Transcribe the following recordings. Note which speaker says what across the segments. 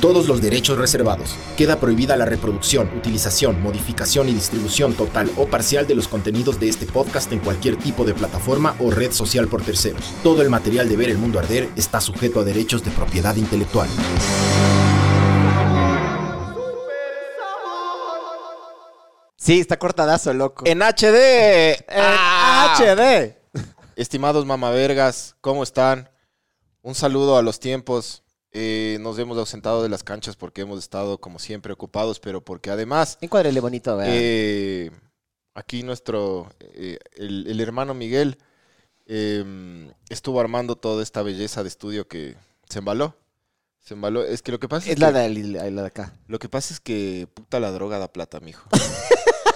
Speaker 1: Todos los derechos reservados. Queda prohibida la reproducción, utilización, modificación y distribución total o parcial de los contenidos de este podcast en cualquier tipo de plataforma o red social por terceros. Todo el material de Ver el Mundo Arder está sujeto a derechos de propiedad intelectual.
Speaker 2: Sí, está cortadazo, loco.
Speaker 3: En HD. En
Speaker 2: Eh, Ah. HD.
Speaker 3: Estimados mamavergas, ¿cómo están? Un saludo a los tiempos. Eh, nos hemos ausentado de las canchas porque hemos estado, como siempre, ocupados, pero porque además,
Speaker 2: Encuádrele bonito, ¿verdad?
Speaker 3: eh, aquí nuestro, eh, el, el hermano Miguel eh, estuvo armando toda esta belleza de estudio que se embaló. Se embaló. Es que lo que pasa es,
Speaker 2: es la
Speaker 3: que,
Speaker 2: de, la- la de acá.
Speaker 3: lo que pasa es que puta la droga da plata, mijo.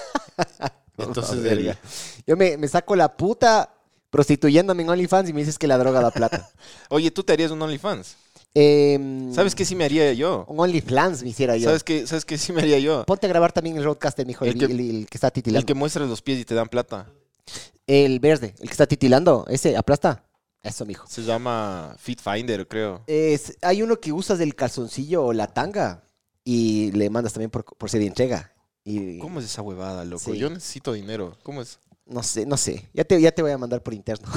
Speaker 3: Entonces,
Speaker 2: Vamos a
Speaker 3: el-
Speaker 2: verga. Yo me, me saco la puta prostituyéndome en OnlyFans y me dices que la droga da plata.
Speaker 3: oye, tú te harías un OnlyFans.
Speaker 2: Em,
Speaker 3: ¿Sabes qué sí me haría yo?
Speaker 2: Un OnlyFans me hiciera yo.
Speaker 3: ¿Sabes qué, ¿Sabes qué sí me haría yo?
Speaker 2: Ponte a grabar también el roadcaster, mijo, el,
Speaker 3: El que-
Speaker 2: el- el que está titilando.
Speaker 3: El
Speaker 2: El,
Speaker 3: que muestras los pies y te dan plata.
Speaker 2: verde, el que está titilando. Ese, aplasta. Eso, mijo.
Speaker 3: Se llama Fit Finder, creo.
Speaker 2: Es- hay uno que usas del calzoncillo o la tanga y le mandas también por, por ser de entrega. Y,
Speaker 3: ¿Cómo es esa huevada, loco?
Speaker 2: Sí.
Speaker 3: Yo necesito dinero. ¿Cómo es?
Speaker 2: No sé, no sé. Ya te, ya te voy a mandar por interno.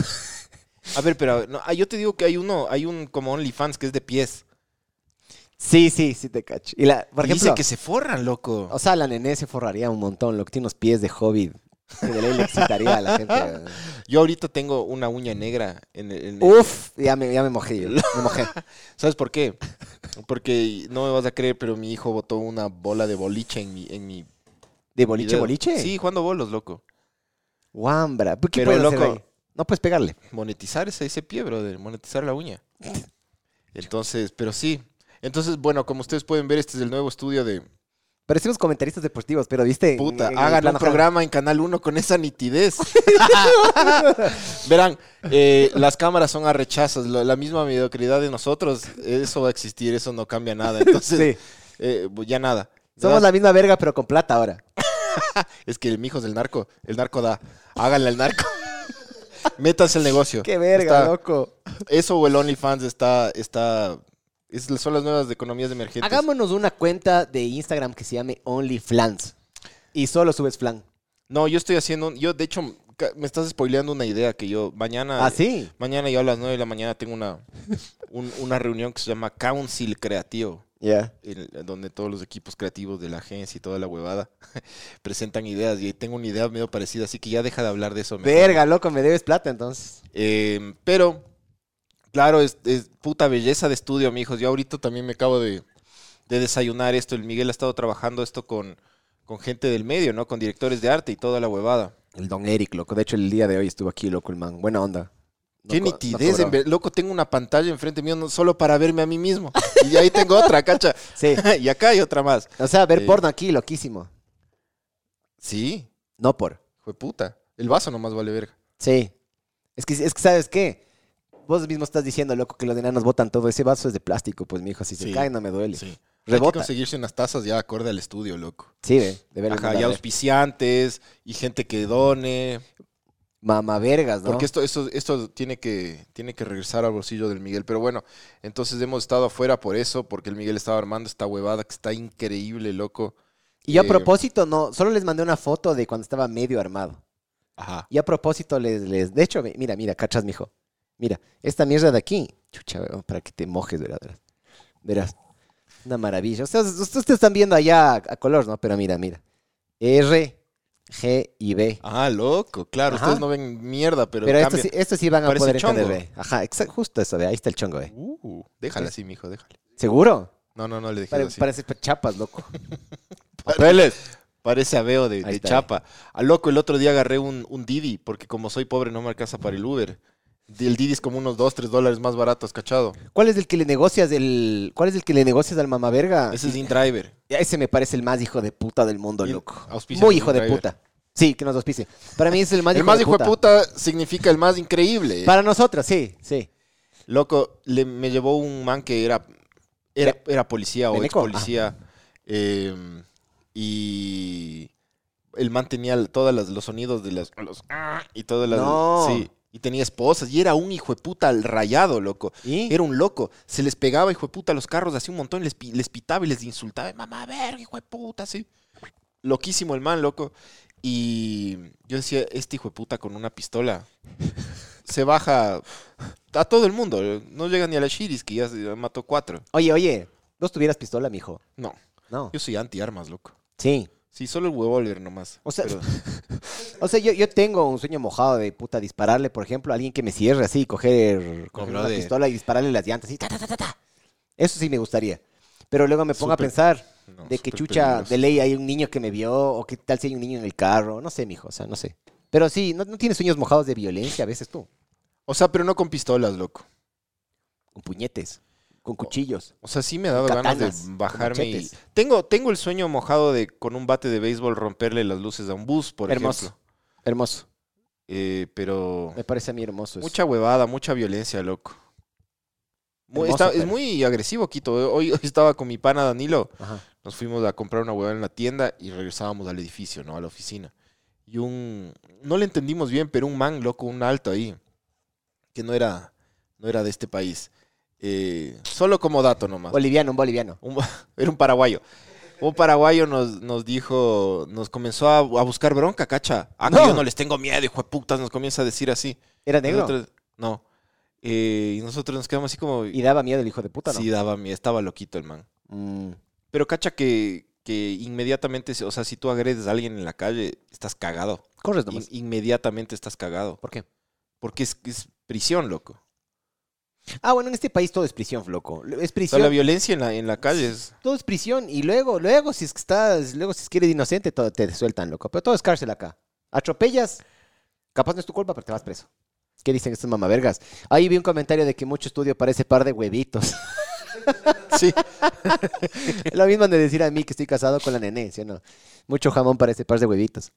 Speaker 3: A ver, pero no, ah, yo te digo que hay uno, hay un como OnlyFans que es de pies.
Speaker 2: sí, sí, sí te cacho. Y la, por
Speaker 3: Y
Speaker 2: ejemplo, Oh.
Speaker 3: dice que se forran, loco.
Speaker 2: o sea, la nené se forraría un montón, lo que tiene unos pies de hobbit. Que de ley le excitaría a la gente.
Speaker 3: Yo ahorita tengo una uña negra en el... en el-
Speaker 2: Uf, ya me, ya me mojé yo, Me mojé.
Speaker 3: ¿Sabes por qué? Porque no me vas a creer, pero mi hijo botó una bola de boliche en mi... En mi
Speaker 2: ¿De boliche,
Speaker 3: video.
Speaker 2: boliche?
Speaker 3: Sí, jugando bolos, loco.
Speaker 2: Guambra. ¿Qué
Speaker 3: Pero,
Speaker 2: puedes hacer
Speaker 3: loco,
Speaker 2: ahí? No puedes pegarle.
Speaker 3: monetizar ese, ese pie, brother, monetizar la uña. Entonces, pero sí. Entonces, bueno, como ustedes pueden ver, este es el nuevo estudio de
Speaker 2: Parecemos comentaristas deportivos, pero viste. en-
Speaker 3: puta,
Speaker 2: en el
Speaker 3: hagan un
Speaker 2: plano
Speaker 3: programa en Canal 1 con esa nitidez. Verán, eh, las cámaras son arrechazas, lo- la misma mediocridad de nosotros, eso va a existir, eso no cambia nada. Entonces,
Speaker 2: Sí.
Speaker 3: eh, ya nada.
Speaker 2: Somos
Speaker 3: Ya-
Speaker 2: la misma verga, pero con plata ahora.
Speaker 3: Es que el mijo es del narco, el narco da, háganle al narco. Métanse el negocio.
Speaker 2: Qué verga,
Speaker 3: Está-
Speaker 2: loco.
Speaker 3: Eso o el OnlyFans está, está, es- son las nuevas economías emergentes.
Speaker 2: Hagámonos una cuenta de Instagram que se llame OnlyFlans. Y solo subes flan.
Speaker 3: No, yo estoy haciendo, un- yo de hecho ca- me estás spoileando una idea que yo mañana,
Speaker 2: ¿Ah, sí?
Speaker 3: mañana yo a las 9 de la mañana tengo una, un- una reunión que se llama Council Creativo,
Speaker 2: Ya.
Speaker 3: en- en donde todos los equipos creativos de la agencia y toda la huevada presentan ideas y ahí tengo una idea medio parecida, así que ya deja de hablar de eso. mejor.
Speaker 2: Verga, loco, me debes plata entonces.
Speaker 3: Eh, pero, claro, es, es puta belleza de estudio, mijos. Yo ahorita también me acabo de, de desayunar esto. El Miguel ha estado trabajando esto con, con gente del medio, ¿no? Con directores de arte y toda la huevada.
Speaker 2: El don Eric, loco. De hecho, el día de hoy estuvo aquí, loco, el man. Buena onda. No
Speaker 3: Qué
Speaker 2: co- no
Speaker 3: nitidez,
Speaker 2: cobró.
Speaker 3: en ver- loco, tengo una pantalla enfrente mío no- solo para verme a mí mismo. Y ahí tengo otra, cacha.
Speaker 2: Sí.
Speaker 3: y acá hay otra más.
Speaker 2: O sea, ver
Speaker 3: Eh.
Speaker 2: porno aquí, loquísimo.
Speaker 3: Sí,
Speaker 2: No por.
Speaker 3: fue puta. El vaso nomás vale verga.
Speaker 2: Sí. Es que, es que ¿sabes qué? Vos mismo estás diciendo, loco, que los enanos botan todo. Ese vaso es de plástico, pues, mijo. Si se
Speaker 3: Sí.
Speaker 2: cae, no me duele. Sí,
Speaker 3: Sí. Hay que
Speaker 2: Rebota.
Speaker 3: conseguirse unas tazas ya acorde al estudio, loco.
Speaker 2: ve, de ver.
Speaker 3: Ajá, y auspiciantes y gente que done.
Speaker 2: Mamá vergas, ¿no?
Speaker 3: Porque esto, esto, esto tiene, que, tiene que regresar al bolsillo del Miguel. Pero bueno, entonces hemos estado afuera por eso, porque el Miguel estaba armando esta huevada que está increíble, loco.
Speaker 2: Y yo a
Speaker 3: Eh,
Speaker 2: propósito, no, solo les mandé una foto de cuando estaba medio armado.
Speaker 3: Ajá.
Speaker 2: Y a propósito, les, les, de hecho, mi- mira, mira, cachas, mijo. Mira, esta mierda de aquí, chucha, weón, para que te mojes, verás, verás. Verás, una maravilla. Ustedes, ustedes están viendo allá a, a color, ¿no? Pero mira, mira. R, G y B.
Speaker 3: Ah, loco, claro.
Speaker 2: Ajá.
Speaker 3: Ustedes no ven mierda, pero, este
Speaker 2: Pero, estos,
Speaker 3: cambia.
Speaker 2: sí, estos sí van a
Speaker 3: Parece
Speaker 2: poder
Speaker 3: chongo.
Speaker 2: entender, ve. Ajá, exa- justo eso, ve, ahí está el chongo, ve.
Speaker 3: Uh, déjale así, mijo, déjale.
Speaker 2: ¿Seguro?
Speaker 3: No, no, no le dejes
Speaker 2: Pare-
Speaker 3: así.
Speaker 2: parece chapas, loco.
Speaker 3: Parece aveo de,
Speaker 2: Ahí
Speaker 3: de
Speaker 2: está.
Speaker 3: chapa. A loco, el otro día agarré un, un Didi, porque como soy pobre no me alcanza para el Uber. El Didi es como unos 2, 3 dólares más baratos, cachado.
Speaker 2: ¿Cuál es el que le negocias el, cuál es el que le negocias al
Speaker 3: Ah,
Speaker 2: mamaverga?
Speaker 3: Ese es InDriver.
Speaker 2: Ese me parece el más hijo de puta del mundo,
Speaker 3: Y-
Speaker 2: loco.
Speaker 3: auspicia
Speaker 2: Muy
Speaker 3: a
Speaker 2: hijo de
Speaker 3: Driver.
Speaker 2: puta. Sí, que nos auspicie. Para mí es el más
Speaker 3: el más hijo de puta significa el más increíble.
Speaker 2: Para nosotros, sí, sí.
Speaker 3: Loco, le- me llevó un man que era, era, era policía o ex
Speaker 2: ¿Veneco? Ah.
Speaker 3: policía. eh, y el man tenía todos los sonidos de las. los- y todas las.
Speaker 2: No.
Speaker 3: Sí. Y tenía esposas. Y era un hijo de puta al rayado, loco.
Speaker 2: ¿Y?
Speaker 3: Era un loco. Se les pegaba, hijo de puta, a los carros hacía un montón, les, pi- les pitaba y les insultaba. Mamá, verga, hijo de puta, sí. Loquísimo el man, loco. Y yo decía, este hijo de puta con una pistola se baja a todo el mundo. No llega ni a la Shiris, que ya se- ya mató cuatro.
Speaker 2: Oye, oye, ¿vos tuvieras pistola, mijo?
Speaker 3: No,
Speaker 2: No.
Speaker 3: yo soy anti-armas, loco.
Speaker 2: Sí.
Speaker 3: Sí, solo el huevóler nomás.
Speaker 2: O sea-
Speaker 3: Pero-
Speaker 2: O sea, yo, yo tengo un sueño mojado de puta dispararle, por ejemplo, a alguien que me cierre así, coger, coger una
Speaker 3: brother.
Speaker 2: pistola y dispararle las llantas. Así, ta, ta, ta, ta, ta. Eso sí me gustaría. Pero luego me pongo
Speaker 3: Súper-
Speaker 2: a pensar
Speaker 3: no,
Speaker 2: de que
Speaker 3: súper
Speaker 2: chucha,
Speaker 3: peligroso.
Speaker 2: de ley hay un niño que me vio, o qué tal si hay un niño en el carro, no sé, mijo, o sea, no sé. Pero sí, ¿no, no tienes sueños mojados de violencia a veces tú?
Speaker 3: O sea, pero no con pistolas, loco.
Speaker 2: Con puñetes, con cuchillos.
Speaker 3: O sea, sí me ha dado ganas
Speaker 2: Katanas,
Speaker 3: de
Speaker 2: con
Speaker 3: bajarme y...
Speaker 2: machetes.
Speaker 3: Tengo, tengo el sueño mojado de con un bate de béisbol romperle las luces a un bus, por
Speaker 2: Hermoso.
Speaker 3: ejemplo.
Speaker 2: Hermoso.
Speaker 3: Eh, pero
Speaker 2: Me parece a mí hermoso eso.
Speaker 3: mucha huevada, mucha violencia, loco. Mu-
Speaker 2: Hermoso,
Speaker 3: está- es
Speaker 2: pero-
Speaker 3: muy agresivo, Quito. Eh, Hoy, hoy estaba con mi pana Danilo.
Speaker 2: Ajá.
Speaker 3: Nos fuimos a comprar una huevada en la tienda y regresábamos al edificio, ¿no? A la oficina. Y un... No le entendimos bien, pero un man, loco, un alto ahí. Que no era, no era de este país. Eh, solo como dato nomás.
Speaker 2: Boliviano, un boliviano.
Speaker 3: Un- era un paraguayo. Un paraguayo nos, nos dijo, nos comenzó a, a buscar bronca, cacha. Ah, que
Speaker 2: No.
Speaker 3: yo no les tengo miedo, hijo de putas, nos comienza a decir así.
Speaker 2: ¿Era negro?
Speaker 3: Nosotros- no. Eh, y nosotros nos quedamos así como.
Speaker 2: Y daba miedo el hijo de puta, ¿no?
Speaker 3: sí, daba miedo, estaba loquito el man.
Speaker 2: Mm,
Speaker 3: Pero cacha que, que inmediatamente, o sea, si tú agredes a alguien en la calle, estás cagado. In-
Speaker 2: corres nomás.
Speaker 3: inmediatamente estás cagado.
Speaker 2: ¿Por qué?
Speaker 3: Porque es, es prisión, loco.
Speaker 2: Ah, bueno, en este país todo es prisión, loco. Es
Speaker 3: O sea, la
Speaker 2: prisión.
Speaker 3: violencia en la, en la calle es.
Speaker 2: Todo es prisión. Y luego, luego, si es que estás, luego si es que eres inocente, todo te sueltan, loco. Pero todo es cárcel acá. Atropellas, capaz no es tu culpa, pero te vas preso. ¿Qué dicen estos mamavergas? Ahí vi un comentario de que mucho estudio para ese par de huevitos.
Speaker 3: Sí.
Speaker 2: Lo mismo han de decir a mí que estoy casado con la nené, ¿sí o no? Mucho jamón para ese par de huevitos.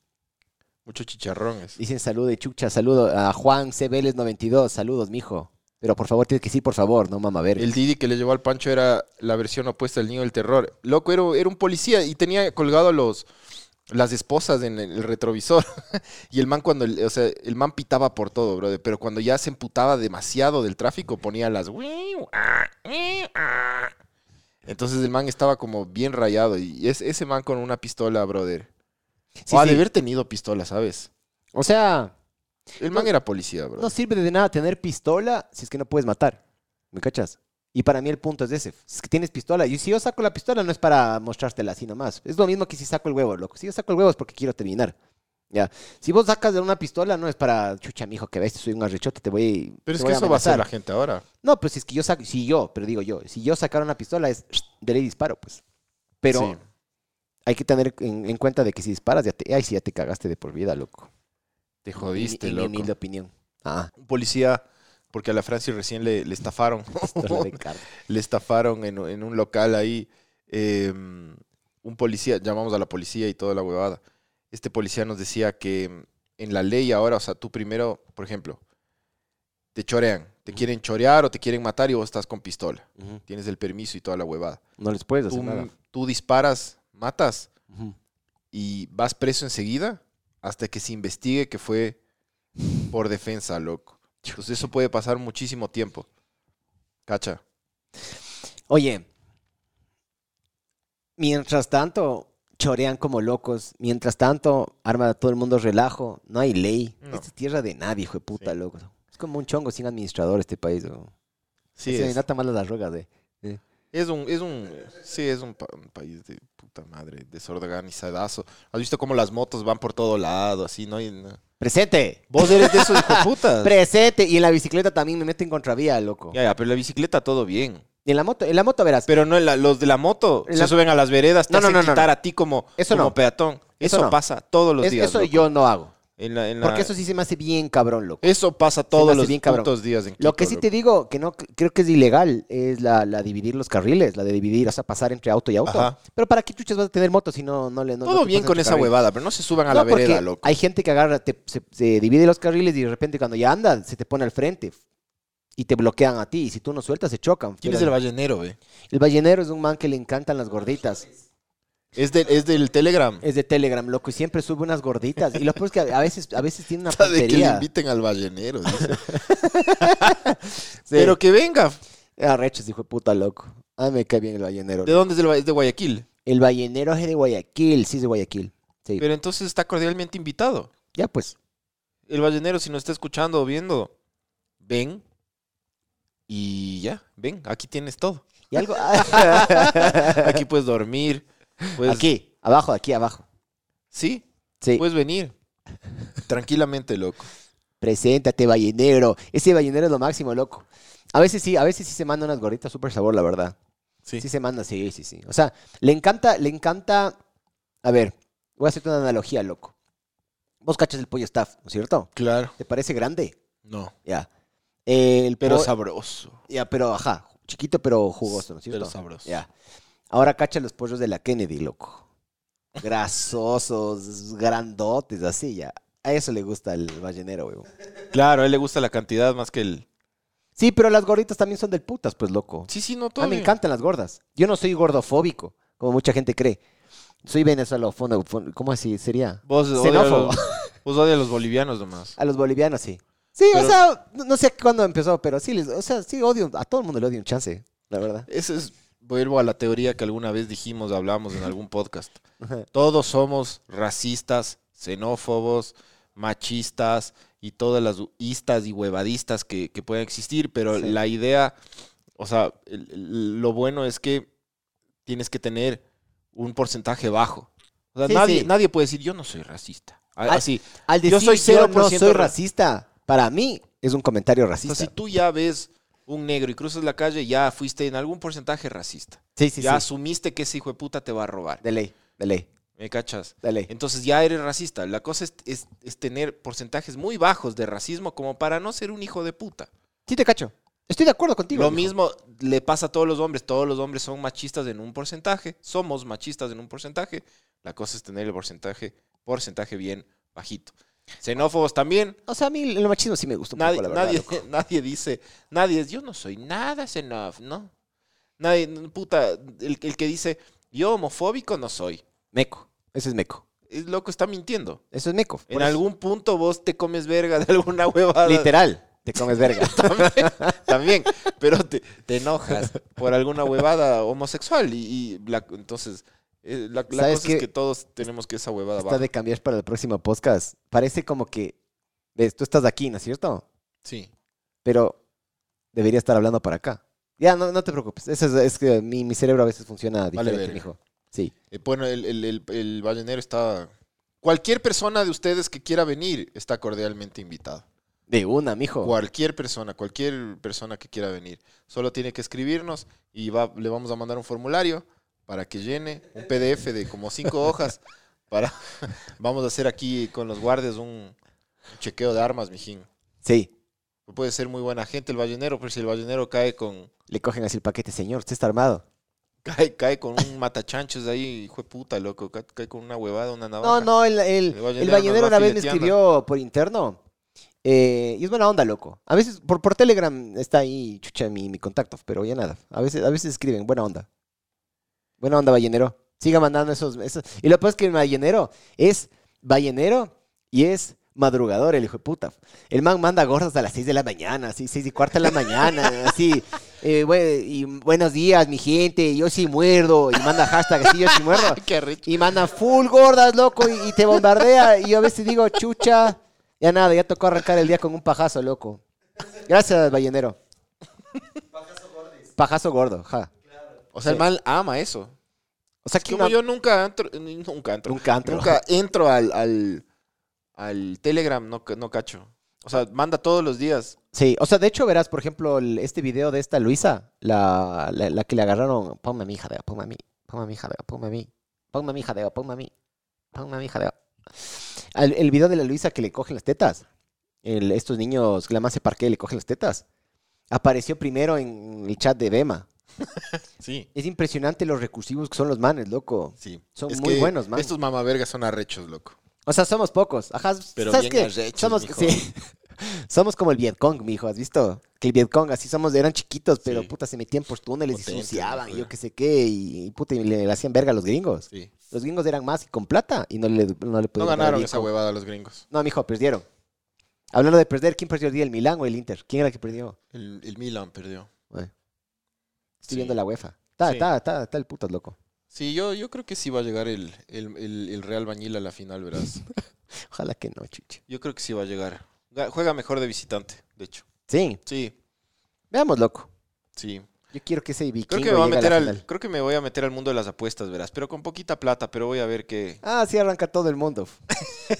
Speaker 3: Muchos chicharrones.
Speaker 2: Dicen saludo de chucha, saludo a Juan C. Vélez 92, saludos, mijo. Pero por favor, tienes que decir por favor, no mamavergas.
Speaker 3: El Didi que le llevó al Pancho era la versión opuesta del niño del terror. Loco, era, era un policía y tenía colgado los, las esposas en el retrovisor. y el man cuando, el- o sea, el man pitaba por todo, brother. Pero cuando ya se emputaba demasiado del tráfico, ponía las... Entonces el man estaba como bien rayado. Y es, ese man con una pistola, brother.
Speaker 2: Sí,
Speaker 3: o ha
Speaker 2: sí.
Speaker 3: Ah, de haber tenido pistola, ¿sabes?
Speaker 2: O sea,
Speaker 3: El man
Speaker 2: No-
Speaker 3: era policía, brother.
Speaker 2: No sirve de nada tener pistola si es que no puedes matar. ¿Me cachas? Y para mí el punto es ese. Si es que tienes pistola. Y si yo saco la pistola no es para mostrártela así nomás. Es lo mismo que si saco el huevo, loco. Si yo saco el huevo es porque quiero terminar. Ya. Si vos sacas de una pistola no es para, chucha, mijo, que ves, soy un arrechote, te voy
Speaker 3: Pero
Speaker 2: te
Speaker 3: es
Speaker 2: voy
Speaker 3: que eso va a
Speaker 2: amenazar".
Speaker 3: ser la gente ahora.
Speaker 2: No, pues si es que yo saco, si yo, pero digo yo, si yo sacara una pistola es de ley disparo, pues. Pero
Speaker 3: Sí.
Speaker 2: hay que tener en, en cuenta de que si disparas, ya te, ay, sí, ya te cagaste de por vida, loco.
Speaker 3: Te jodiste,
Speaker 2: En mi- en
Speaker 3: loco.
Speaker 2: mi humilde opinión. Ah,
Speaker 3: un policía, porque a la Francis recién le, le estafaron.
Speaker 2: pistola de carne.
Speaker 3: le estafaron en, en un local ahí. eh, un policía, llamamos a la policía y toda la huevada. Este policía nos decía que em, en la ley ahora, o sea, tú primero, por ejemplo, te chorean, te quieren chorear o te quieren matar y vos estás con pistola.
Speaker 2: Ujú.
Speaker 3: Tienes el permiso y toda la huevada.
Speaker 2: No les puedes hacer
Speaker 3: Tú,
Speaker 2: nada.
Speaker 3: tú disparas, matas y vas preso enseguida hasta que se investigue que fue por defensa, loco. Entonces eso puede pasar muchísimo tiempo. Cacha.
Speaker 2: Oye, mientras tanto, chorean como locos. Mientras tanto, arma a todo el mundo relajo. No hay ley.
Speaker 3: No.
Speaker 2: Esta es tierra de nadie, hijo de puta,
Speaker 3: Sí.
Speaker 2: loco. Es como un chongo sin administrador este país. ¿no?
Speaker 3: Sí,
Speaker 2: Se me
Speaker 3: es,
Speaker 2: nota mal las drogas, eh.
Speaker 3: es un, es un, sí, es un, pa- un país de puta madre, desorganizadazo. ¿Has visto cómo las motos van por todo lado, así, no? hay na-
Speaker 2: ¡Presente!
Speaker 3: Vos eres de esos hijoputas.
Speaker 2: ¡Presente! Y en la bicicleta también me meto en contravía, loco.
Speaker 3: ya, ya, pero la bicicleta todo bien.
Speaker 2: Y en la moto, en la moto verás.
Speaker 3: Pero no, la- los de la moto
Speaker 2: La-
Speaker 3: se suben a las veredas, te
Speaker 2: No, no,
Speaker 3: hacen
Speaker 2: no, no,
Speaker 3: quitar a ti como,
Speaker 2: eso
Speaker 3: como
Speaker 2: no.
Speaker 3: peatón.
Speaker 2: Eso
Speaker 3: Eso,
Speaker 2: no.
Speaker 3: pasa todos los
Speaker 2: Es-
Speaker 3: días.
Speaker 2: eso
Speaker 3: loco.
Speaker 2: yo no hago.
Speaker 3: En la- en la-
Speaker 2: Porque eso sí se me hace bien cabrón, loco.
Speaker 3: Eso pasa
Speaker 2: me
Speaker 3: todos
Speaker 2: hace
Speaker 3: los
Speaker 2: bien cabrón.
Speaker 3: putos días en
Speaker 2: Lo
Speaker 3: Quito,
Speaker 2: que sí
Speaker 3: loco.
Speaker 2: te digo, que no c- creo que es ilegal, es la, la dividir los carriles, la de dividir, o sea, pasar entre auto y auto.
Speaker 3: Ajá.
Speaker 2: Pero ¿para qué chuches vas a tener moto si no, no le no, no
Speaker 3: Todo
Speaker 2: te
Speaker 3: bien
Speaker 2: pasan
Speaker 3: con
Speaker 2: tu
Speaker 3: esa
Speaker 2: carril?
Speaker 3: huevada, pero no se suban a la
Speaker 2: No, porque
Speaker 3: vereda, loco.
Speaker 2: Hay gente que agarra, te- se, se divide los carriles y de repente cuando ya andan, se te pone al frente y te bloquean a ti. Y si tú no sueltas, se chocan.
Speaker 3: ¿Quién es
Speaker 2: Pero
Speaker 3: el ballenero, ve?
Speaker 2: el ballenero es un man que le encantan las gorditas.
Speaker 3: Es, del- es del Telegram.
Speaker 2: Es de Telegram, loco, y siempre sube unas gorditas. Y lo peor es que a veces, a veces tiene una
Speaker 3: Está de que le
Speaker 2: puntería.
Speaker 3: inviten al ballenero. dice.
Speaker 2: Sí.
Speaker 3: Pero que venga.
Speaker 2: Arrechos, hijo de puta, loco. Ah, me cae bien el ballenero.
Speaker 3: ¿De dónde es el ba- es de Guayaquil?
Speaker 2: El ballenero es de Guayaquil, sí es de Guayaquil. Sí.
Speaker 3: Pero entonces está cordialmente invitado.
Speaker 2: Ya pues.
Speaker 3: El ballenero, si nos está escuchando o viendo, ven. Y ya, ven, aquí tienes todo.
Speaker 2: Y algo. ah,
Speaker 3: Aquí puedes dormir. puedes-
Speaker 2: aquí, abajo, aquí, abajo.
Speaker 3: Sí,
Speaker 2: Sí.
Speaker 3: puedes venir. Tranquilamente, loco.
Speaker 2: Preséntate, ballenero. Ese ballenero es lo máximo, loco. A veces sí, a veces sí se manda unas gorditas súper sabor, la verdad. Sí se manda, sí, sí, sí. O sea, le encanta, le encanta. A ver, voy a hacerte una analogía, loco. Vos cachas el pollo staff, ¿no es cierto?
Speaker 3: Claro.
Speaker 2: ¿Te parece grande?
Speaker 3: No,
Speaker 2: Ya. Eh, el
Speaker 3: pero
Speaker 2: po-
Speaker 3: sabroso.
Speaker 2: Ya, pero ajá, chiquito pero jugoso, ¿no es cierto?
Speaker 3: Pero sabroso.
Speaker 2: Ya. Ahora cacha los pollos de la Kennedy, loco. Grasosos, grandotes, así ya. A eso le gusta el ballenero, weón.
Speaker 3: Claro, a él le gusta la cantidad más que el.
Speaker 2: Sí, pero las gorditas también son del putas, pues, loco.
Speaker 3: Sí, sí, no todo.
Speaker 2: A mí me
Speaker 3: bien.
Speaker 2: encantan las gordas. Yo no soy gordofóbico, como mucha gente cree. Soy venezolofóbico. ¿Cómo así sería?
Speaker 3: Vos odias, a
Speaker 2: Xenófobo.
Speaker 3: los, vos odias a los bolivianos nomás.
Speaker 2: A los bolivianos, sí. Sí,
Speaker 3: Pero-
Speaker 2: o sea, no- no sé cuándo empezó, pero sí, les, o sea, sí odio, a todo el mundo le odio un chance, la verdad.
Speaker 3: Ese es, vuelvo a la teoría que alguna vez dijimos, hablamos en algún podcast. Todos somos racistas, xenófobos, machistas y todas las istas y huevadistas que, que puedan existir, pero
Speaker 2: Sí.
Speaker 3: la idea, o sea, el- el- lo bueno es que tienes que tener un porcentaje bajo. O sea,
Speaker 2: Sí,
Speaker 3: nadie,
Speaker 2: sí.
Speaker 3: nadie puede decir, yo no soy racista. A-
Speaker 2: Ah,
Speaker 3: Así,
Speaker 2: Al decir
Speaker 3: Yo
Speaker 2: yo
Speaker 3: soy
Speaker 2: soy
Speaker 3: 0%
Speaker 2: no soy
Speaker 3: ra-
Speaker 2: racista, para mí es un comentario
Speaker 3: o sea,
Speaker 2: racista.
Speaker 3: si tú ya ves un negro y cruzas la calle, ya fuiste en algún porcentaje racista.
Speaker 2: sí, sí,
Speaker 3: ya asumiste que ese hijo de puta te va a robar.
Speaker 2: De ley, de ley,
Speaker 3: ¿Me cachas?
Speaker 2: de ley.
Speaker 3: Entonces ya eres racista. La cosa es, es- es tener porcentajes muy bajos de racismo como para no ser un hijo de puta.
Speaker 2: Sí te cacho. Estoy de acuerdo contigo.
Speaker 3: Lo
Speaker 2: mijo.
Speaker 3: mismo le pasa a todos los hombres. Todos los hombres son machistas en un porcentaje. Somos machistas en un porcentaje. La cosa es tener el porcentaje, porcentaje bien bajito. Xenófobos también.
Speaker 2: O sea, a mí el machismo sí me gusta un
Speaker 3: Nadie,
Speaker 2: poco, la verdad.
Speaker 3: nadie,
Speaker 2: loco.
Speaker 3: nadie dice, nadie es, yo no soy nada xenófobo, ¿no? Nadie, puta, el, el que dice, yo homofóbico no soy.
Speaker 2: Meco. Eso es meco.
Speaker 3: Es loco, está mintiendo.
Speaker 2: Eso es meco.
Speaker 3: En
Speaker 2: Por eso.
Speaker 3: algún punto vos te comes verga de alguna huevada.
Speaker 2: Literal. Te comes verga.
Speaker 3: También. Pero te, te enojas por alguna huevada homosexual. Y, y la- entonces, eh, la, la
Speaker 2: ¿Sabes
Speaker 3: cosa
Speaker 2: qué?
Speaker 3: es que todos tenemos que esa huevada
Speaker 2: Está
Speaker 3: baja.
Speaker 2: de cambiar para el próximo podcast. Parece como que ves, tú estás aquí, ¿no es cierto?
Speaker 3: Sí.
Speaker 2: Pero debería estar hablando para acá. Ya, no, no te preocupes. Eso es, es que mi, mi cerebro a veces funciona diferente,
Speaker 3: verga.
Speaker 2: mijo. Sí.
Speaker 3: Eh, bueno, el, el, el- el ballenero está... Cualquier persona de ustedes que quiera venir está cordialmente invitada.
Speaker 2: De una, mijo.
Speaker 3: Cualquier persona, cualquier persona que quiera venir. Solo tiene que escribirnos y va- le vamos a mandar un formulario para que llene un PDF de como cinco hojas. Para, vamos a hacer aquí con los guardias un chequeo de armas, mijín.
Speaker 2: Sí.
Speaker 3: Puede ser muy buena gente el ballenero, pero si el ballenero cae con,
Speaker 2: Le cogen así el paquete, señor, usted está armado.
Speaker 3: cae, cae con un matachanchos de ahí, hijo de puta, loco. Cae, cae con una huevada, una navaja.
Speaker 2: No, no, el, el,
Speaker 3: El ballenero
Speaker 2: el ballenero
Speaker 3: nos va
Speaker 2: una vez me
Speaker 3: fileteando.
Speaker 2: escribió por interno. eh, y es buena onda, loco. A veces por, por Telegram está ahí, chucha, mi, mi contacto, pero ya nada. A veces, a veces escriben, buena onda. Buena onda, ballenero. Siga mandando esos, esos- Y lo que pasa es que el ballenero es ballenero y es madrugador, el hijo de puta. El man manda gordas a las 6 de la mañana, así, 6 y cuarta de la mañana, así. eh, bue- y buenos días, mi gente, yo sí muerdo. Y manda hashtag así, yo sí muerdo.
Speaker 3: Qué rico.
Speaker 2: Y mandan full gordas, loco, y, y te bombardea. Y yo a veces digo, chucha, ya nada, ya tocó arrancar el día con un pajazo, loco. Gracias, ballenero. Pajazo gordo. Pajazo gordo, ja.
Speaker 3: O sea, el mal ama eso.
Speaker 2: O sea, que
Speaker 3: Como
Speaker 2: no-
Speaker 3: yo nunca entro, nunca entro.
Speaker 2: nunca antro.
Speaker 3: Nunca entro al, al, al Telegram, no, ca- no cacho. O sea, manda todos los días.
Speaker 2: Sí, o sea, de hecho, verás, por ejemplo, el- este video de esta Luisa, la, la, la que le agarraron, ponme a mi hija de, ponme a mí, ponme a mi hija de, ponme a mí, ponme a mi hija de, ponme a mí, ponme a mi hija de. Al- el video de la Luisa que le cogen las tetas. El- estos niños, la más se parquea y le cogen las tetas. Apareció primero en el chat de Bema.
Speaker 3: Sí,
Speaker 2: Es impresionante los recursivos que son los manes, loco.
Speaker 3: sí.
Speaker 2: Son muy buenos, man.
Speaker 3: Estos mamavergas son arrechos, loco.
Speaker 2: O sea, somos pocos. Ajá,
Speaker 3: Pero
Speaker 2: ¿sabes
Speaker 3: bien
Speaker 2: qué?
Speaker 3: arrechos,
Speaker 2: somos,
Speaker 3: mijo.
Speaker 2: sí. somos como el Vietcong, mijo, ¿has visto? Que el Vietcong, así somos, eran chiquitos, pero
Speaker 3: Sí.
Speaker 2: puta, se metían por túneles y
Speaker 3: Potentes,
Speaker 2: suciaban,
Speaker 3: loco,
Speaker 2: y yo
Speaker 3: ya.
Speaker 2: qué sé qué, y, y puta, y le, le hacían verga a los gringos.
Speaker 3: Sí.
Speaker 2: Los gringos eran más y con plata, y no le, no le
Speaker 3: No
Speaker 2: pudieron dar
Speaker 3: ganaron
Speaker 2: bien
Speaker 3: esa
Speaker 2: con-
Speaker 3: huevada los gringos.
Speaker 2: No, mijo, perdieron. Hablando de perder, ¿quién perdió el día? ¿El Milán o el Inter? ¿Quién era el que perdió?
Speaker 3: El, el Milan perdió.
Speaker 2: Bueno, estoy
Speaker 3: Sí.
Speaker 2: viendo la UEFA. Está,
Speaker 3: Sí.
Speaker 2: está, está, está el puto loco.
Speaker 3: Sí, yo, yo creo que sí va a llegar el, el- el- el Real Bañil a la final, verás.
Speaker 2: Ojalá que no, chucha.
Speaker 3: Yo creo que sí va a llegar. Ga- Juega mejor de visitante, de hecho.
Speaker 2: Sí,
Speaker 3: Sí,
Speaker 2: veamos, loco.
Speaker 3: sí.
Speaker 2: Yo quiero que ese vikingo
Speaker 3: Creo que, me voy a
Speaker 2: llegue
Speaker 3: meter
Speaker 2: la
Speaker 3: al,
Speaker 2: final.
Speaker 3: creo que me voy a meter al mundo de las apuestas, verás. Pero con poquita plata, pero voy a ver qué.
Speaker 2: Ah, sí arranca todo el mundo.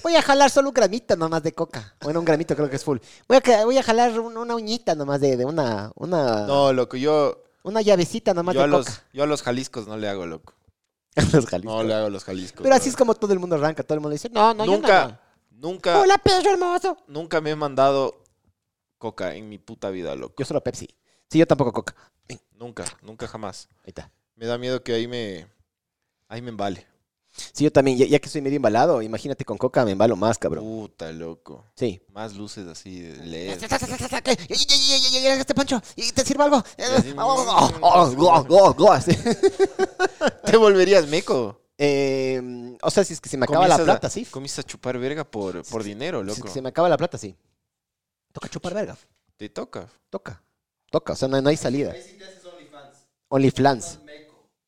Speaker 2: Voy a jalar solo un gramito nomás de coca. Bueno, un gramito creo que es full. Voy a, ca- voy a jalar un- una uñita nomás de, de una, una,
Speaker 3: No, loco, yo,
Speaker 2: una llavecita nomás
Speaker 3: yo,
Speaker 2: de
Speaker 3: a los,
Speaker 2: Ah. coca.
Speaker 3: yo a los Jaliscos no le hago, loco.
Speaker 2: Los Jalisco.
Speaker 3: No le hago a los Jaliscos.
Speaker 2: Pero así es
Speaker 3: brother.
Speaker 2: como todo el mundo arranca. Todo el mundo dice, no, no, yo no,
Speaker 3: Nunca,
Speaker 2: no.
Speaker 3: nunca,
Speaker 2: Hola, perro hermoso.
Speaker 3: nunca me he mandado coca en mi puta vida, loco.
Speaker 2: Yo solo Pepsi. Sí, yo tampoco coca. Ven,
Speaker 3: Nunca, nunca jamás.
Speaker 2: ahí está.
Speaker 3: Me da miedo que ahí me, ahí me embale.
Speaker 2: Sí, yo también. Ya, ya que soy medio embalado, imagínate con coca me embalo más, cabrón.
Speaker 3: Puta, loco.
Speaker 2: Sí.
Speaker 3: Más luces así de
Speaker 2: ¿Qué?
Speaker 3: LED.
Speaker 2: Este Pancho, ¿y ¿te sirve algo?
Speaker 3: así-
Speaker 2: Oh, oh, oh, oh, oh, así.
Speaker 3: Te volverías meco.
Speaker 2: Eh, o sea, si es que se me acaba la
Speaker 3: Comienzas a-
Speaker 2: plata, sí.
Speaker 3: Comienzas a chupar verga por, por dinero,
Speaker 2: Si es
Speaker 3: loco.
Speaker 2: que se me acaba la plata, sí. Toca chupar verga.
Speaker 3: Te toca.
Speaker 2: Toca. Toca. O sea, no, no hay salida. OnlyFans.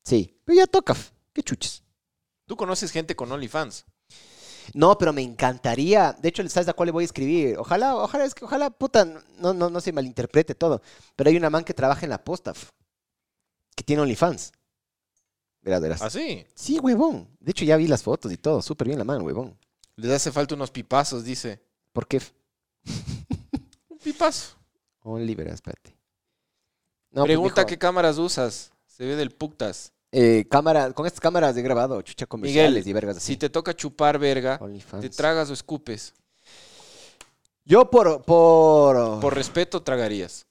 Speaker 2: Sí. Pero ya toca. Qué chuches.
Speaker 3: Tú conoces gente con OnlyFans.
Speaker 2: No, pero me encantaría. De hecho, ¿sabes a cuál le voy a escribir? Ojalá, ojalá, es que ojalá, puta, no, no, no se malinterprete todo. Pero hay una man que trabaja en la posta. f- Que tiene OnlyFans. Verás, verás.
Speaker 3: Así.
Speaker 2: Sí, huevón. De hecho, ya vi las fotos y todo. Súper bien la man, huevón.
Speaker 3: Les hace falta unos pipazos, dice.
Speaker 2: ¿Por qué? f-
Speaker 3: Un pipazo.
Speaker 2: Only, verás, espérate. No, pues,
Speaker 3: Pregunta
Speaker 2: mijo.
Speaker 3: qué cámaras usas. Se ve del putas.
Speaker 2: Eh, cámara, con estas cámaras he grabado chucha comerciales
Speaker 3: Miguel,
Speaker 2: y vergas así.
Speaker 3: Si te toca chupar verga,
Speaker 2: OnlyFans.
Speaker 3: te tragas o escupes.
Speaker 2: Yo por, por,
Speaker 3: Por respeto, tragarías.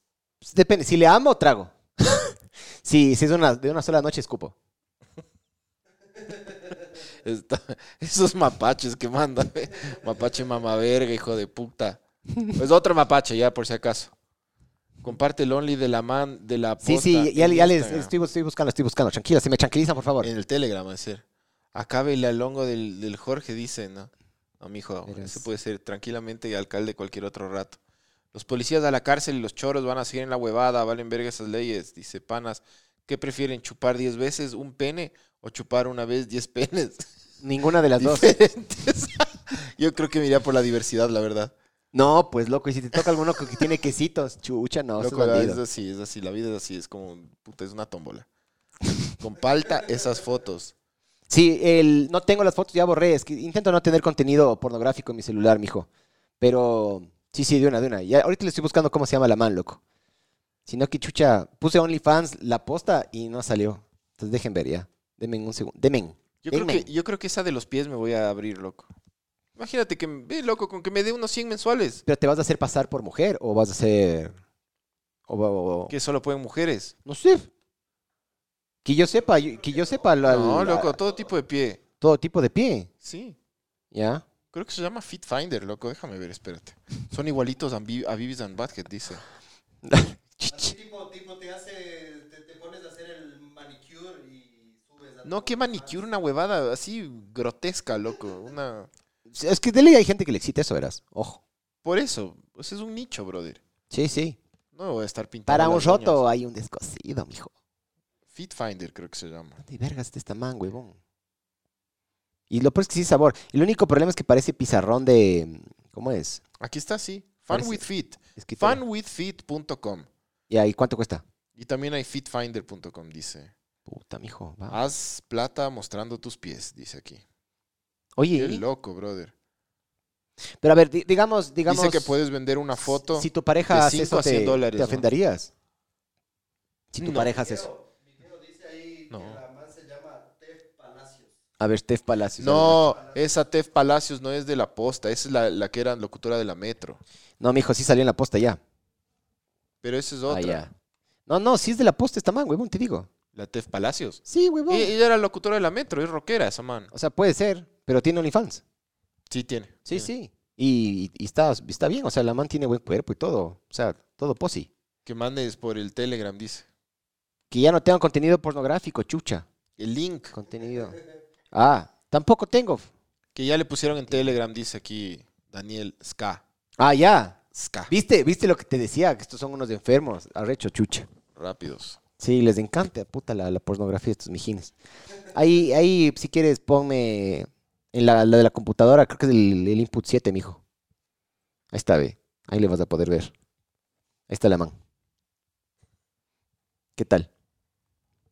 Speaker 2: Depende, si le amo, trago. si, si es una, de una sola noche, escupo.
Speaker 3: Está- Esos mapaches que mandan. eh. Mapache mamaverga, hijo de puta. Pues otro mapache, ya, por si acaso. Comparte el only de la man, de la
Speaker 2: Sí,
Speaker 3: posta
Speaker 2: sí, ya,
Speaker 3: en
Speaker 2: ya les
Speaker 3: Instagram.
Speaker 2: estoy, estoy buscando, estoy buscando. Tranquila, si me tranquilizan, por favor.
Speaker 3: En el Telegram, es decir. Acabe el alongo del, del Jorge, dice, ¿no? No, mijo,
Speaker 2: Verás.
Speaker 3: eso puede ser tranquilamente alcalde cualquier otro rato. Los policías a la cárcel y los choros van a seguir en la huevada, valen verga esas leyes, dice Panas. ¿Qué prefieren, chupar 10 veces un pene o chupar una vez 10 penes?
Speaker 2: Ninguna de las dos.
Speaker 3: Diferentes. Yo creo que me iría por la diversidad, la verdad.
Speaker 2: No, pues loco, y si te toca alguno que tiene quesitos, chucha, no, sos
Speaker 3: Loco, ah, ¿verdad? es
Speaker 2: bandido.
Speaker 3: así, es así, la vida es así, es como, puta, es una tómbola. Comparta esas fotos.
Speaker 2: Sí, el, no tengo las fotos, ya borré. Es que intento no tener contenido pornográfico en mi celular, mijo. Pero sí, sí, de una, de una. Ya, ahorita le estoy buscando cómo se llama la man, loco. Si no, que chucha, puse OnlyFans, la posta y no salió. Entonces dejen ver ya. Denme un segundo. Denme.
Speaker 3: Yo creo,
Speaker 2: Denme.
Speaker 3: que, yo creo que esa de los pies me voy a abrir, loco. Imagínate que, me- ve, loco, con que me dé unos 100 mensuales.
Speaker 2: Pero te vas a hacer pasar por mujer o vas a ser. O, va- o- o-
Speaker 3: Que solo pueden mujeres.
Speaker 2: No sé. Que yo sepa, yo- que yo sepa la-
Speaker 3: No,
Speaker 2: la-
Speaker 3: loco, todo tipo de pie.
Speaker 2: todo tipo de pie.
Speaker 3: Sí.
Speaker 2: ¿Ya?
Speaker 3: Creo que se llama Fit Finder, loco. Déjame ver, espérate. Son igualitos a, Bi- a Beavis and Butthead, dice.
Speaker 4: Así tipo, tipo te hace, te, te pones a hacer el manicure y subes a
Speaker 3: No,
Speaker 4: tu
Speaker 3: qué manicure, una huevada así grotesca, loco. Una...
Speaker 2: Es que de ley hay gente que le excita eso, verás. Ojo.
Speaker 3: Por eso, pues es un nicho, brother.
Speaker 2: Sí, sí.
Speaker 3: No me voy a estar pintando.
Speaker 2: Para un
Speaker 3: las
Speaker 2: roto
Speaker 3: uñas.
Speaker 2: hay un descosido, mijo.
Speaker 3: Fit Finder, creo que se llama.
Speaker 2: ¿Dónde vergas está esta man, huevón? Y lo peor es que sí sabor. El único problema es que parece pizarrón de... ¿Cómo es?
Speaker 3: Aquí está, sí. Fan
Speaker 2: Parece-
Speaker 3: with Fit.
Speaker 2: Escritura.
Speaker 3: Fanwithfit.com.
Speaker 2: Ya, ¿y cuánto cuesta?
Speaker 3: Y también hay fitfinder.com, dice.
Speaker 2: Puta, mijo. va.
Speaker 3: Haz plata mostrando tus pies, dice aquí.
Speaker 2: Oye,
Speaker 3: Qué loco, brother.
Speaker 2: pero a ver, di- digamos, digamos...
Speaker 3: dice que puedes vender una foto.
Speaker 2: Si tu pareja hace
Speaker 3: cinco
Speaker 2: eso,
Speaker 3: a cien
Speaker 2: te,
Speaker 3: dólares,
Speaker 2: te
Speaker 3: ¿no?
Speaker 2: ofenderías. Si tu
Speaker 3: No.
Speaker 2: pareja hace eso.
Speaker 4: Miguel dice ahí
Speaker 3: No.
Speaker 4: que la man se llama Tef Palacios.
Speaker 2: A ver, Steph Palacios.
Speaker 3: No, esa Tef Palacios no es de la posta, esa es la, la que era locutora de la Metro.
Speaker 2: No, mijo, sí salió en la posta ya.
Speaker 3: Pero esa es
Speaker 2: Ah,
Speaker 3: otra.
Speaker 2: ya. No, no, sí es de la posta esta man, huevón, te digo.
Speaker 3: La Tef Palacios.
Speaker 2: Sí, huevón.
Speaker 3: E- Ella era locutora de la Metro, es rockera esa man.
Speaker 2: O sea, puede ser, pero tiene OnlyFans.
Speaker 3: Sí tiene.
Speaker 2: Sí,
Speaker 3: tiene.
Speaker 2: sí. Y, y está, está bien, o sea, la man tiene buen cuerpo y todo. O sea, todo posi.
Speaker 3: Que mandes por el Telegram, dice.
Speaker 2: Que ya no tengan contenido pornográfico, chucha.
Speaker 3: El link
Speaker 2: Contenido. Ah, tampoco tengo.
Speaker 3: que ya le pusieron en Telegram, dice aquí Daniel Ska.
Speaker 2: Ah, ya.
Speaker 3: Ska.
Speaker 2: ¿Viste, ¿Viste lo que te decía? Que estos son unos enfermos. Arrecho, chucha.
Speaker 3: Rápidos.
Speaker 2: Sí, les encanta, puta, la, la pornografía de estos mijines. Ahí, ahí, si quieres, ponme en la, la de la computadora, creo que es el, el input 7, mijo. Ahí está, ve. Ahí le vas a poder ver. Ahí está la man. ¿Qué tal?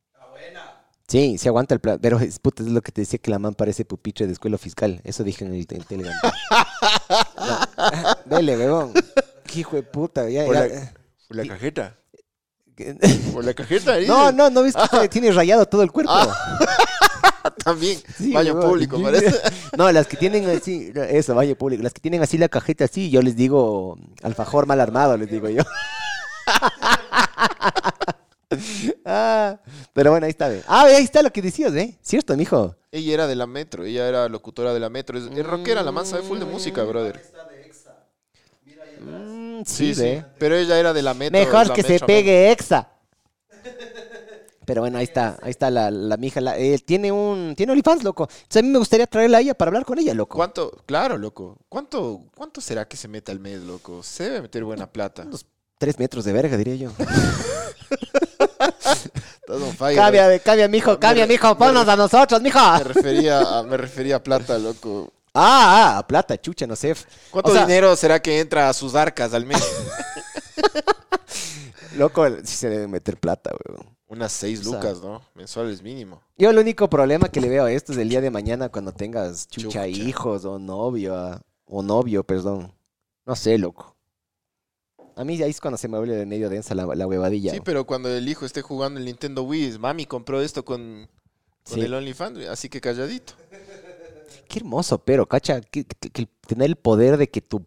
Speaker 4: Está buena.
Speaker 2: Sí, se aguanta el plan. Pero es, puta, es lo que te decía que la man parece pupitre de escuela fiscal. Eso dije en el, en Telegram. No. Dele, weón. Hijo de puta. ya-
Speaker 3: Por la-
Speaker 2: ya-
Speaker 3: Por la cajeta.
Speaker 2: que-
Speaker 3: Por la cajeta. dice.
Speaker 2: No, no, no ves que
Speaker 3: Ah.
Speaker 2: se- tiene rayado todo el cuerpo.
Speaker 3: También.
Speaker 2: Sí,
Speaker 3: Ah, Baño
Speaker 2: huevón.
Speaker 3: público, parece.
Speaker 2: No, las que tienen así, eso, baño público, las que tienen así la cajeta así, yo les digo mm, alfajor mal armado, les digo yo. Ah, pero bueno, ahí está, ve. Ah, ve, ahí está lo que decías, ¿eh? Cierto, mijo.
Speaker 3: Ella era de la Metro, ella era locutora de la Metro. Es, es rockera, la man sabe full de música, brother.
Speaker 4: Está de exa. Mira ahí atrás.
Speaker 2: Mm, sí,
Speaker 3: Sí, sí.
Speaker 2: ve.
Speaker 3: Pero ella era de la Metro.
Speaker 2: Mejor
Speaker 3: la
Speaker 2: que se
Speaker 3: Metro,
Speaker 2: pegue Exa. Pero bueno, ahí está, ahí está la, la mija. la- eh, tiene un, tiene OnlyFans, loco. Entonces a mí me gustaría traerla a ella para hablar con ella, loco.
Speaker 3: ¿Cuánto? Claro, loco. ¿Cuánto, ¿Cuánto será que se meta al mes, loco? Se debe meter buena plata.
Speaker 2: Unos tres metros de verga, diría yo.
Speaker 3: Estás on fire,
Speaker 2: Cambia, ve, cambia, mijo, cambia,
Speaker 3: re-
Speaker 2: mijo, ponnos a nosotros, mijo.
Speaker 3: Me refería, a, me refería a plata, loco.
Speaker 2: Ah, ah, plata, chucha, no sé.
Speaker 3: ¿Cuánto
Speaker 2: O sea,
Speaker 3: dinero será que entra a sus arcas al mes?
Speaker 2: Loco, sí se debe meter plata, weón.
Speaker 3: Unas seis
Speaker 2: sea-
Speaker 3: lucas, ¿no? Mensuales mínimo.
Speaker 2: Yo el único problema que le veo a esto es el día de mañana cuando tengas chucha,
Speaker 3: Chucha.
Speaker 2: hijos o novio, ah, o novio, perdón. No sé, loco. A mí ahí es cuando se me vuelve de medio densa la, la huevadilla.
Speaker 3: Sí,
Speaker 2: weón.
Speaker 3: pero cuando el hijo esté jugando el Nintendo Wii, es, mami compró esto con, con
Speaker 2: Sí.
Speaker 3: el OnlyFans, así que calladito.
Speaker 2: Qué hermoso, pero, cacha, que, que- que tener el poder de que tu,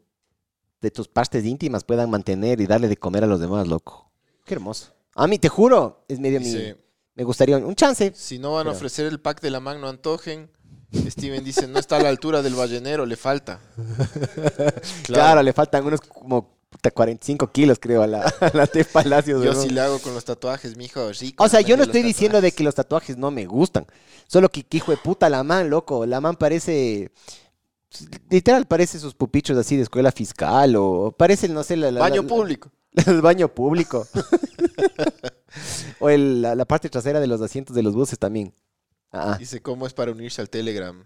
Speaker 2: de tus partes íntimas puedan mantener y darle de comer a los demás, loco. Qué hermoso. A mí, te juro, es medio
Speaker 3: Dice,
Speaker 2: mi... Me gustaría un- un chance,
Speaker 3: Si no van a
Speaker 2: Pero-
Speaker 3: ofrecer el pack de la Magno Antojen, Steven dice, no está a la altura del ballenero, le falta.
Speaker 2: Claro. le faltan unos como puta, 45 kilos, creo, a la, a la Tef Palacios.
Speaker 3: Yo
Speaker 2: weón.
Speaker 3: sí le hago con los tatuajes, mijo, rico.
Speaker 2: O sea,
Speaker 3: le
Speaker 2: yo no
Speaker 3: metí los
Speaker 2: estoy diciendo de
Speaker 3: tatuajes.
Speaker 2: que los tatuajes no me gustan. Solo que, que hijo de puta, la man, loco. La man parece. Literal, parece sus pupichos así de escuela fiscal o parece, no sé, la, la-
Speaker 3: Baño
Speaker 2: la-
Speaker 3: público.
Speaker 2: el baño público. o el- la, la parte trasera de los asientos de los buses también. Ah,
Speaker 3: Dice, ¿cómo es para unirse al Telegram?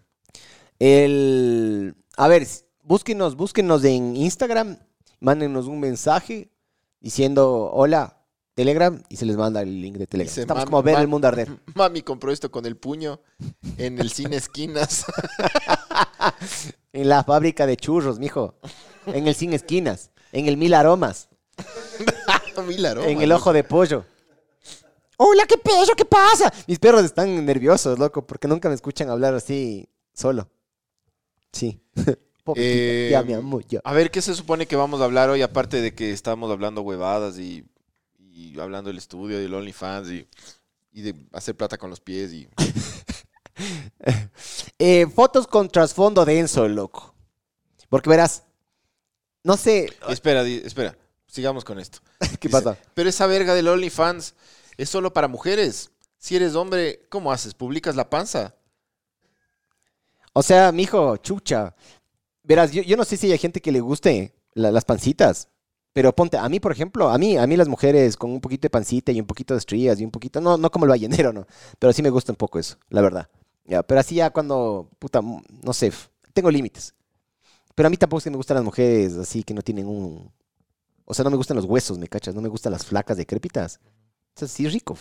Speaker 2: El. A ver, s- búsquenos, búsquenos en Instagram, mándenos un mensaje diciendo hola, Telegram, y se les manda el link de Telegram.
Speaker 3: Dice,
Speaker 2: Estamos
Speaker 3: "Mam-
Speaker 2: como ver
Speaker 3: mam-
Speaker 2: el mundo arder.
Speaker 3: Mami compró esto con el puño en el cine Esquinas.
Speaker 2: En la fábrica de churros, mijo. En el Sin Esquinas. En el Mil Aromas.
Speaker 3: Mil aromas,
Speaker 2: en el
Speaker 3: ¿no?
Speaker 2: Ojo de Pollo. Hola, qué peso, qué pasa. Mis perros están nerviosos, loco, porque nunca me escuchan hablar así solo. Sí. Pobrecita, ya
Speaker 3: Eh,
Speaker 2: me amo yo.
Speaker 3: A ver, ¿qué se supone que vamos a hablar hoy? Aparte de que estamos hablando huevadas y, y hablando del estudio, del OnlyFans y, y de hacer plata con los pies. y
Speaker 2: Eh, fotos con trasfondo denso, loco. Porque verás, no sé
Speaker 3: Espera, di- espera. Sigamos con esto.
Speaker 2: qué
Speaker 3: Dice,
Speaker 2: pasa.
Speaker 3: Pero esa verga del OnlyFans es solo para mujeres. Si eres hombre, ¿cómo haces? ¿Publicas la panza?
Speaker 2: O sea, mijo, chucha. Verás, yo, yo no sé si hay gente que le guste la- las pancitas. Pero ponte, a mí, por ejemplo, a mí, a mí las mujeres con un poquito de pancita y un poquito de estrías y un poquito, no, no como el ballenero, no. Pero sí me gusta un poco eso, la verdad. Ya, pero así ya cuando, puta, mm, no sé, f- tengo límites. Pero a mí tampoco es que me gustan las mujeres así que no tienen un... O sea, no me gustan los huesos, me cachas, no me gustan las flacas decrépitas. O sea, sí es rico.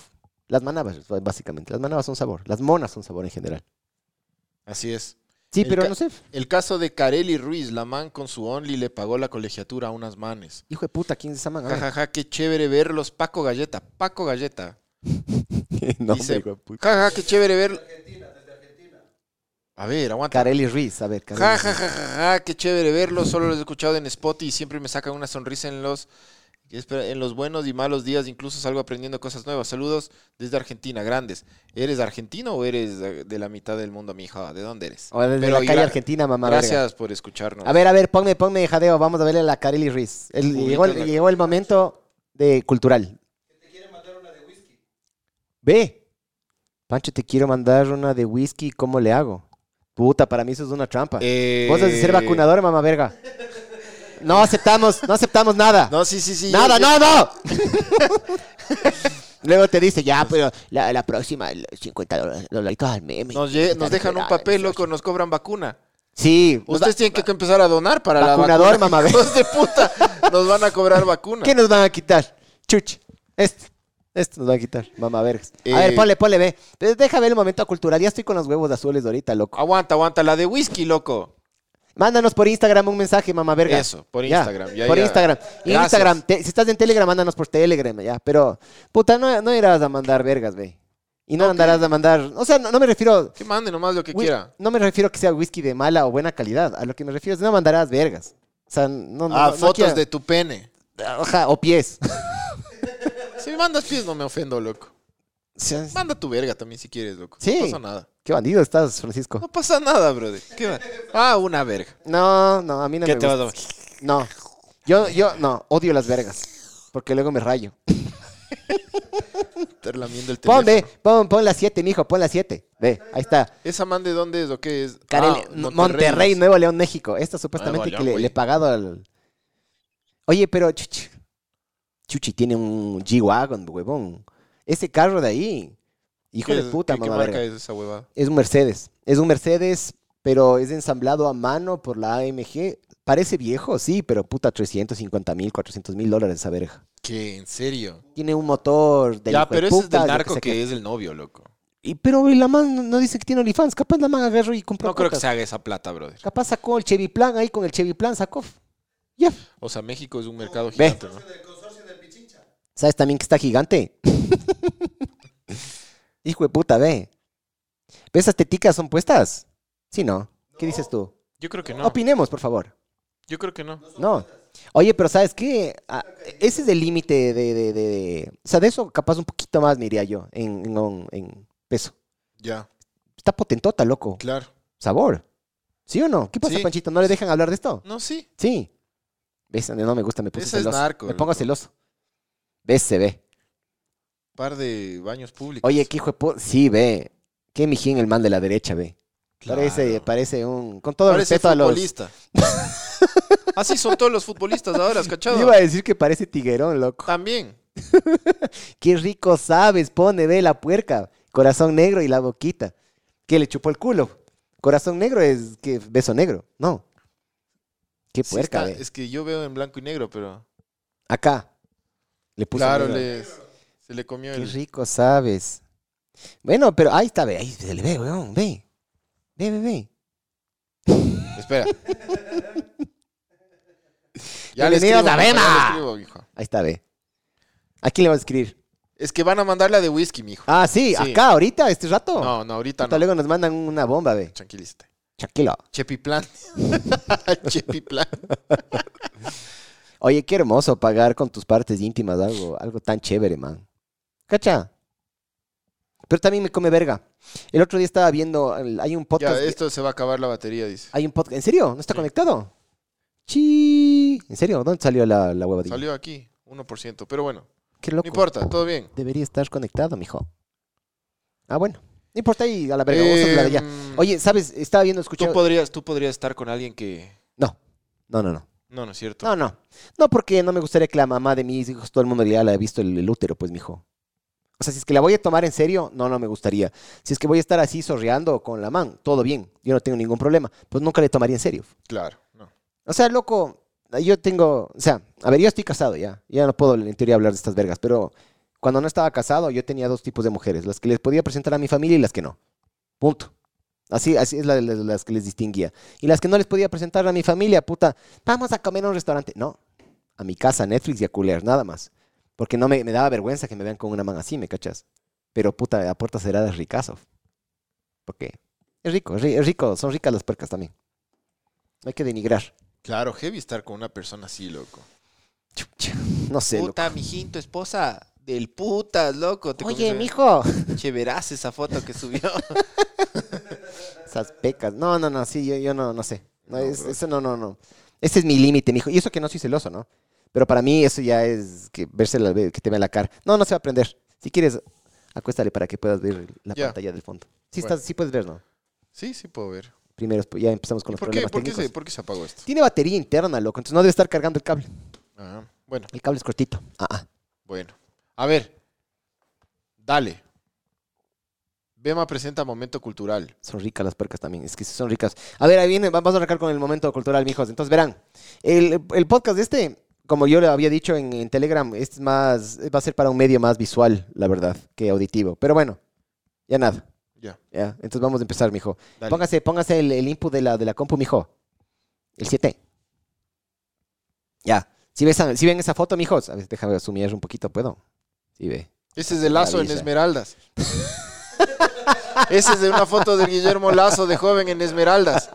Speaker 2: Las manabas, básicamente. Las manabas son sabor. Las monas son sabor en general.
Speaker 3: Así es.
Speaker 2: Sí,
Speaker 3: El
Speaker 2: pero
Speaker 3: ca-
Speaker 2: no sé.
Speaker 3: El caso de Carelli Ruiz, la man con su Only le pagó la colegiatura a unas manes.
Speaker 2: Hijo de puta, ¿quién es esa man? A ver.
Speaker 3: Jajaja, qué chévere verlos. Paco Galleta, Paco Galleta.
Speaker 2: No,
Speaker 3: Dice,
Speaker 2: hombre, hijo de puta.
Speaker 3: Jajaja, qué chévere verlos.
Speaker 4: Argentina, desde Argentina.
Speaker 3: A ver, aguanta.
Speaker 2: Carelli Ruiz, a ver, Carelli
Speaker 3: Ja, ja,
Speaker 2: Ruiz.
Speaker 3: ja, ja, ja, qué chévere verlos. Solo los he escuchado en Spot y siempre me sacan una sonrisa en los, espera, en los buenos y malos días. Incluso salgo aprendiendo cosas nuevas. Saludos desde Argentina, grandes. ¿Eres argentino o eres eh, de la mitad del mundo, mija? ¿De dónde eres?
Speaker 2: O desde
Speaker 3: Pero
Speaker 2: la
Speaker 3: y
Speaker 2: calle
Speaker 3: gra-
Speaker 2: argentina, mamá. verga.
Speaker 3: Gracias por escucharnos.
Speaker 2: A ver, a ver, ponme, ponme jadeo. Vamos a verle a la Carelli Ruiz. El-
Speaker 3: Publica
Speaker 2: llegó, el-
Speaker 3: la-
Speaker 2: llegó el momento de cultural. Ve. Pancho, te quiero mandar una de whisky. ¿Cómo le hago? Puta, para mí eso es una trampa.
Speaker 3: Eh,
Speaker 2: Vos has de ser vacunador, mamá verga. No aceptamos, no aceptamos nada.
Speaker 3: No, sí, sí, sí.
Speaker 2: nada,
Speaker 3: yo- yo-
Speaker 2: no, no. Luego te dice, ya, pero la, la próxima, el 50 dola- dolaritos al meme.
Speaker 3: Nos, lle- nos dejan un papel, loco, nos cobran vacuna.
Speaker 2: Sí. nos va-
Speaker 3: Ustedes tienen que empezar a donar para
Speaker 2: Vacunador,
Speaker 3: la vacuna.
Speaker 2: mamá, ve.
Speaker 3: Hijos de puta, nos van a cobrar vacuna.
Speaker 2: ¿Qué nos van a quitar? Chuch. Este. Este nos van a quitar, mamá vergas. A
Speaker 3: Eh,
Speaker 2: ver, ponle, ponle, ve. Pero Deja ver el momento cultural. Ya estoy con los huevos azules de ahorita, loco.
Speaker 3: Aguanta, aguanta, la de whisky, loco.
Speaker 2: Mándanos por Instagram un mensaje, mamá verga.
Speaker 3: Eso, por
Speaker 2: Ya,
Speaker 3: Instagram, ya,
Speaker 2: por
Speaker 3: ya.
Speaker 2: Instagram. Y
Speaker 3: Gracias.
Speaker 2: Instagram, te- si estás en Telegram, mándanos por Telegram, ya. Pero, puta, no, no irás a mandar vergas, ve. Y no andarás a mandar. O sea, no, no me refiero.
Speaker 3: Que mande nomás lo que
Speaker 2: Whi-
Speaker 3: quiera.
Speaker 2: No me refiero que sea whisky de mala o buena calidad. A lo que me refiero es no mandarás vergas. O sea, no. no
Speaker 3: Ah,
Speaker 2: no- no
Speaker 3: fotos
Speaker 2: quiero-
Speaker 3: de tu pene.
Speaker 2: Ajá, o pies.
Speaker 3: Si me mandas pies no me ofendo, loco.
Speaker 2: O sea,
Speaker 3: Manda tu verga también si quieres, loco.
Speaker 2: Sí.
Speaker 3: No pasa nada.
Speaker 2: qué bandido estás, Francisco.
Speaker 3: No pasa nada, brother. ¿Qué va? Ah, una verga.
Speaker 2: No, no, a mí no me gusta. No. Yo, yo, no, odio las vergas. Porque luego me rayo.
Speaker 3: Estar lamiendo el teléfono.
Speaker 2: Ponme, pon, pon la 7, mijo, pon la 7. Ve, ahí está.
Speaker 3: ¿Esa man de dónde es o qué es?
Speaker 2: Carel,
Speaker 3: Ah,
Speaker 2: Monterrey,
Speaker 3: ¿no?
Speaker 2: Nuevo León, México. Esta supuestamente
Speaker 3: Nuevo León,
Speaker 2: que le,
Speaker 3: güey.
Speaker 2: le he pagado al. Oye, pero Chuchi. Chuchi tiene un G-Wagon, huevón. Ese carro de ahí. Hijo
Speaker 3: ¿Qué
Speaker 2: de
Speaker 3: es?
Speaker 2: puta,
Speaker 3: ¿Qué, qué
Speaker 2: mamá.
Speaker 3: marca
Speaker 2: verga.
Speaker 3: es esa huevada?
Speaker 2: Es un Mercedes. Es un Mercedes, pero es ensamblado a mano por la AMG. Parece viejo, sí, pero puta, 350 mil, 400 mil dólares esa verga.
Speaker 3: ¿Qué? ¿En serio?
Speaker 2: Tiene un motor del
Speaker 3: ya,
Speaker 2: hijo de
Speaker 3: pero ese es
Speaker 2: puta,
Speaker 3: del
Speaker 2: lo
Speaker 3: narco
Speaker 2: sea
Speaker 3: que, es el novio, loco.
Speaker 2: Y, pero la man no- no dice que tiene OnlyFans. Capaz la man agarró y compró
Speaker 3: No creo que
Speaker 2: cuotas.
Speaker 3: se haga esa plata, brother.
Speaker 2: Capaz sacó el Chevy Plan ahí con el Chevy Plan, sacó. Ya.
Speaker 3: O sea, México es un mercado gigante, ¿no?
Speaker 4: Del consorcio del Pichincha.
Speaker 2: ¿Sabes también que está gigante? Hijo de puta, ve. ¿Ves esas teticas son puestas? Sí, ¿no? ¿Qué dices tú?
Speaker 3: Yo creo que no.
Speaker 2: Opinemos, por favor.
Speaker 3: Yo creo que no.
Speaker 2: No. Oye, pero ¿sabes qué? Ah, ese es el límite de, de, de, de- O sea, de eso capaz un poquito más me iría yo en, en- en peso.
Speaker 3: Ya,
Speaker 2: Está potentota, loco.
Speaker 3: claro.
Speaker 2: Sabor. ¿Sí o no? ¿Qué pasa,
Speaker 3: Sí.
Speaker 2: Panchito? ¿No le dejan hablar de esto?
Speaker 3: No, sí.
Speaker 2: Sí. ¿Ves? No me gusta, me puse
Speaker 3: Ese es
Speaker 2: celoso.
Speaker 3: narco,
Speaker 2: me pongo
Speaker 3: loco.
Speaker 2: celoso. ¿Ves? Se ve.
Speaker 3: Par de baños públicos.
Speaker 2: Oye, qué hijo de pu- Sí, ve. Qué mijín el man de la derecha, ve.
Speaker 3: Claro.
Speaker 2: Parece, parece un... Con todo
Speaker 3: Parece
Speaker 2: respeto a los...
Speaker 3: futbolista. Así son todos los futbolistas ahora, ¿has cachado?
Speaker 2: Iba a decir que parece tiguerón, loco.
Speaker 3: También.
Speaker 2: Qué rico sabes, pone, ve la puerca. Corazón negro y la boquita. Que le chupó el culo. Corazón negro es que beso negro. No. Qué
Speaker 3: Sí
Speaker 2: puerca, eh.
Speaker 3: está-
Speaker 2: ve.
Speaker 3: es que yo veo en blanco y negro, pero.
Speaker 2: Acá. Le puso
Speaker 3: claro,
Speaker 2: negro.
Speaker 3: les- se le comió
Speaker 2: Qué
Speaker 3: el.
Speaker 2: rico sabes. Bueno, pero ahí está, ve, ahí se le ve, weón, ve. Ve, ve, ve.
Speaker 3: Espera.
Speaker 2: Bienvenidos
Speaker 3: mijo, ya
Speaker 2: a
Speaker 3: le
Speaker 2: Vema.
Speaker 3: escribo, mijo.
Speaker 2: Ahí está, ve. ¿A quién le vas a escribir?
Speaker 3: Es que van a mandar la de whisky, mijo.
Speaker 2: Ah, sí,
Speaker 3: Sí.
Speaker 2: acá, ahorita, este rato.
Speaker 3: No, no, ahorita
Speaker 2: Puta,
Speaker 3: no.
Speaker 2: Luego nos mandan una bomba, ve.
Speaker 3: Tranquilízate.
Speaker 2: Tranquilo.
Speaker 3: Chepiplan. Chepiplan.
Speaker 2: Oye, qué hermoso pagar con tus partes íntimas algo, algo tan chévere, man. ¿Cacha? Pero también me come verga. El otro día estaba viendo, el- hay un podcast.
Speaker 3: Ya, esto se va a acabar la batería, dice.
Speaker 2: Hay un podcast. ¿En serio? ¿No está
Speaker 3: Sí.
Speaker 2: conectado? Chi. ¿En serio? ¿Dónde salió la, la huevadilla?
Speaker 3: Salió aquí, 1%. Pero bueno,
Speaker 2: Qué loco.
Speaker 3: no importa, todo bien.
Speaker 2: Debería estar conectado, mijo. Ah, bueno. No importa ahí a la verga. vamos a hablar allá.
Speaker 3: Em,
Speaker 2: Oye, ¿sabes? Estaba viendo,
Speaker 3: tú
Speaker 2: escuchando.
Speaker 3: podrías, tú podrías estar con alguien que.
Speaker 2: No. No, no, no.
Speaker 3: No, no es cierto.
Speaker 2: No, no. No, porque no me gustaría que la mamá de mis hijos, todo el mundo ya la ha visto el, el útero, pues, mijo. O sea, si es que la voy a tomar en serio, no, no me gustaría. Si es que voy a estar así sorreando con la man, todo bien, yo no tengo ningún problema. Pues nunca le tomaría en serio.
Speaker 3: Claro, no.
Speaker 2: O sea, loco, yo tengo, o sea, a ver, yo estoy casado ya, ya no puedo en teoría hablar de estas vergas, pero cuando no estaba casado yo tenía dos tipos de mujeres, las que les podía presentar a mi familia y las que no. Punto. Así, así es la, la- las que les distinguía. Y las que no les podía presentar a mi familia, puta, vamos a comer a un restaurante. No, a mi casa, Netflix y a culear, nada más. Porque no me, me daba vergüenza que me vean con una man así, ¿me cachas? Pero puta, a puertas cerradas ricazo. Porque Es rico, es ri- es rico. Son ricas las percas también. No hay que denigrar.
Speaker 3: Claro, heavy estar con una persona así, loco.
Speaker 2: Chucha, No sé. loco.
Speaker 3: Puta, mijín, tu esposa del putas, loco. Te
Speaker 2: Oye,
Speaker 3: comes-
Speaker 2: mijo.
Speaker 3: Che, verás esa foto que subió.
Speaker 2: Esas pecas. No, no, no, sí, yo, yo no, no sé. No,
Speaker 3: No,
Speaker 2: es-
Speaker 3: bro.
Speaker 2: eso no, no, no. Ese es mi límite, mijo. Y eso que no soy celoso, ¿no? Pero para mí eso ya es que verse la, que te vea la cara. No, no se va a aprender. Si quieres, acuéstale para que puedas ver la
Speaker 3: Ya.
Speaker 2: pantalla del fondo. Sí,
Speaker 3: Bueno.
Speaker 2: estás, sí puedes ver, ¿no?
Speaker 3: Sí, sí puedo ver.
Speaker 2: Primero, pues, ya empezamos con
Speaker 3: ¿Y
Speaker 2: los
Speaker 3: ¿Por qué,
Speaker 2: problemas
Speaker 3: por, qué se,
Speaker 2: técnicos.
Speaker 3: ¿Por qué se apagó esto?
Speaker 2: Tiene batería interna, loco. Entonces no debe estar cargando el cable.
Speaker 3: Ah, bueno,
Speaker 2: El cable es cortito. Ah, ah.
Speaker 3: bueno. A ver. Dale. Bema presenta momento cultural.
Speaker 2: Son ricas las percas también, es que sí son ricas. A ver, ahí viene, va- vamos a arrancar con el momento cultural, mijos. Entonces, verán, el, el podcast de este, como yo le había dicho en, en Telegram, este es más, va a ser para un medio más visual, la verdad, que auditivo. Pero bueno, ya nada,
Speaker 3: Ya,
Speaker 2: ya. Entonces vamos a empezar, mijo.
Speaker 3: dale.
Speaker 2: Póngase, póngase el, el input de la, de la compu, mijo. El 7. Ya. Si, ves, si ven esa foto, mijos, a ver, déjame sumir un poquito, ¿puedo? Sí, ve.
Speaker 3: Ese es de Lazo en
Speaker 2: Avisa.
Speaker 3: Esmeraldas. Ese es de una foto de Guillermo Lazo de joven en Esmeraldas.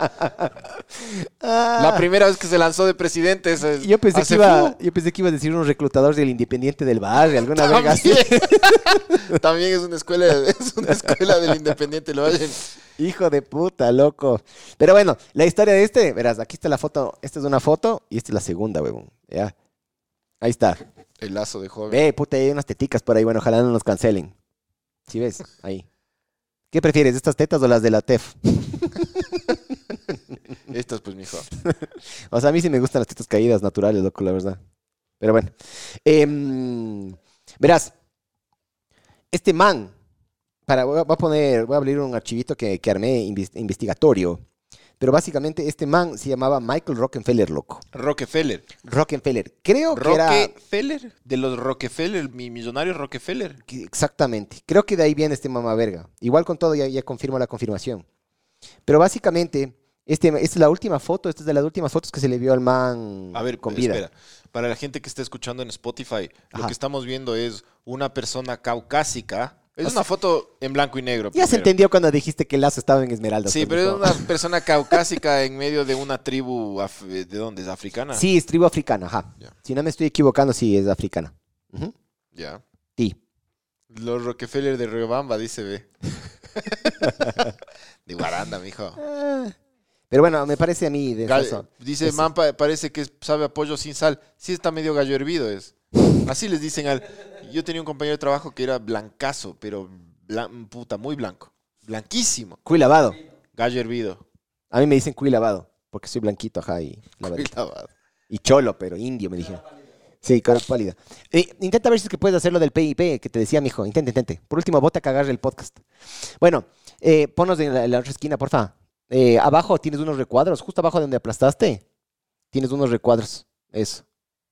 Speaker 3: La primera vez que se lanzó de presidente. ese es-
Speaker 2: Yo pensé, que
Speaker 3: hace
Speaker 2: iba,
Speaker 3: fu-
Speaker 2: yo pensé que iba a decir un reclutador del Independiente del Barrio, alguna verga así.
Speaker 3: También, también es una escuela, es una escuela del Independiente lo oyen.
Speaker 2: Hijo de puta, loco. Pero bueno, la historia de este, verás, aquí está la foto. Esta es una foto y esta es la segunda, huevón. Ya. Ahí está.
Speaker 3: El Lazo de joven.
Speaker 2: Ve, puta, hay unas teticas por ahí. Bueno, ojalá no nos cancelen. ¿Sí ves? Ahí. ¿Qué prefieres, estas tetas o las de la E TEF?
Speaker 3: Estas pues mijo.
Speaker 2: O sea, a mí sí me gustan las tetas caídas naturales, loco, la verdad. Pero bueno. Em, verás, este man, para, voy a voy a poner, voy a abrir un archivito que, que armé invis- investigatorio. Pero básicamente este man se llamaba Michael Rockefeller, loco.
Speaker 3: Rockefeller.
Speaker 2: Rockefeller. Creo que era...
Speaker 3: Rockefeller. De los Rockefeller, mi millonario Rockefeller.
Speaker 2: que- Exactamente. Creo que de ahí viene este mamá verga. Igual con todo, ya, ya confirmo la confirmación. Pero básicamente, este, esta es la última foto, esta es de las últimas fotos que se le vio al man
Speaker 3: A ver,
Speaker 2: con vida.
Speaker 3: espera. Para la gente que está escuchando en Spotify,
Speaker 2: Ajá.
Speaker 3: lo que estamos viendo es una persona caucásica. Es
Speaker 2: O sea,
Speaker 3: una foto en blanco y negro.
Speaker 2: Ya se
Speaker 3: primero.
Speaker 2: entendió cuando dijiste que Lazo estaba en pues, Esmeralda.
Speaker 3: Sí, pero es una persona caucásica en medio de una tribu af- de dónde es africana.
Speaker 2: Sí, es tribu africana, ajá.
Speaker 3: Ya.
Speaker 2: Si no me estoy equivocando, sí, es africana. Ujú.
Speaker 3: Ya.
Speaker 2: Sí.
Speaker 3: Los Rockefeller de Riobamba, dice ve. de Guaranda, mijo.
Speaker 2: Pero bueno, me parece a mí de
Speaker 3: Eh. Gal-
Speaker 2: eso.
Speaker 3: dice
Speaker 2: eso.
Speaker 3: man pa- parece que es- sabe a pollo sin sal. Sí está medio gallo hervido es. Así les dicen al Yo tenía un compañero de trabajo que era blancazo, pero blan- puta, muy blanco. Blanquísimo.
Speaker 2: Cuy lavado.
Speaker 3: Gallo hervido.
Speaker 2: A mí me dicen cuy lavado, porque soy blanquito, ajá, y lavadito.
Speaker 3: Lavado.
Speaker 2: Y cholo, pero indio, me dijeron. Sí, cara pálida. Eh, intenta ver si es que puedes hacer lo del PIP que te decía, mijo. Intenta, intente. Por último, bota a cagar el podcast. Bueno, eh, ponos en la, en la otra esquina, porfa. Eh, abajo tienes unos recuadros, justo abajo de donde aplastaste. Tienes unos recuadros. Eso.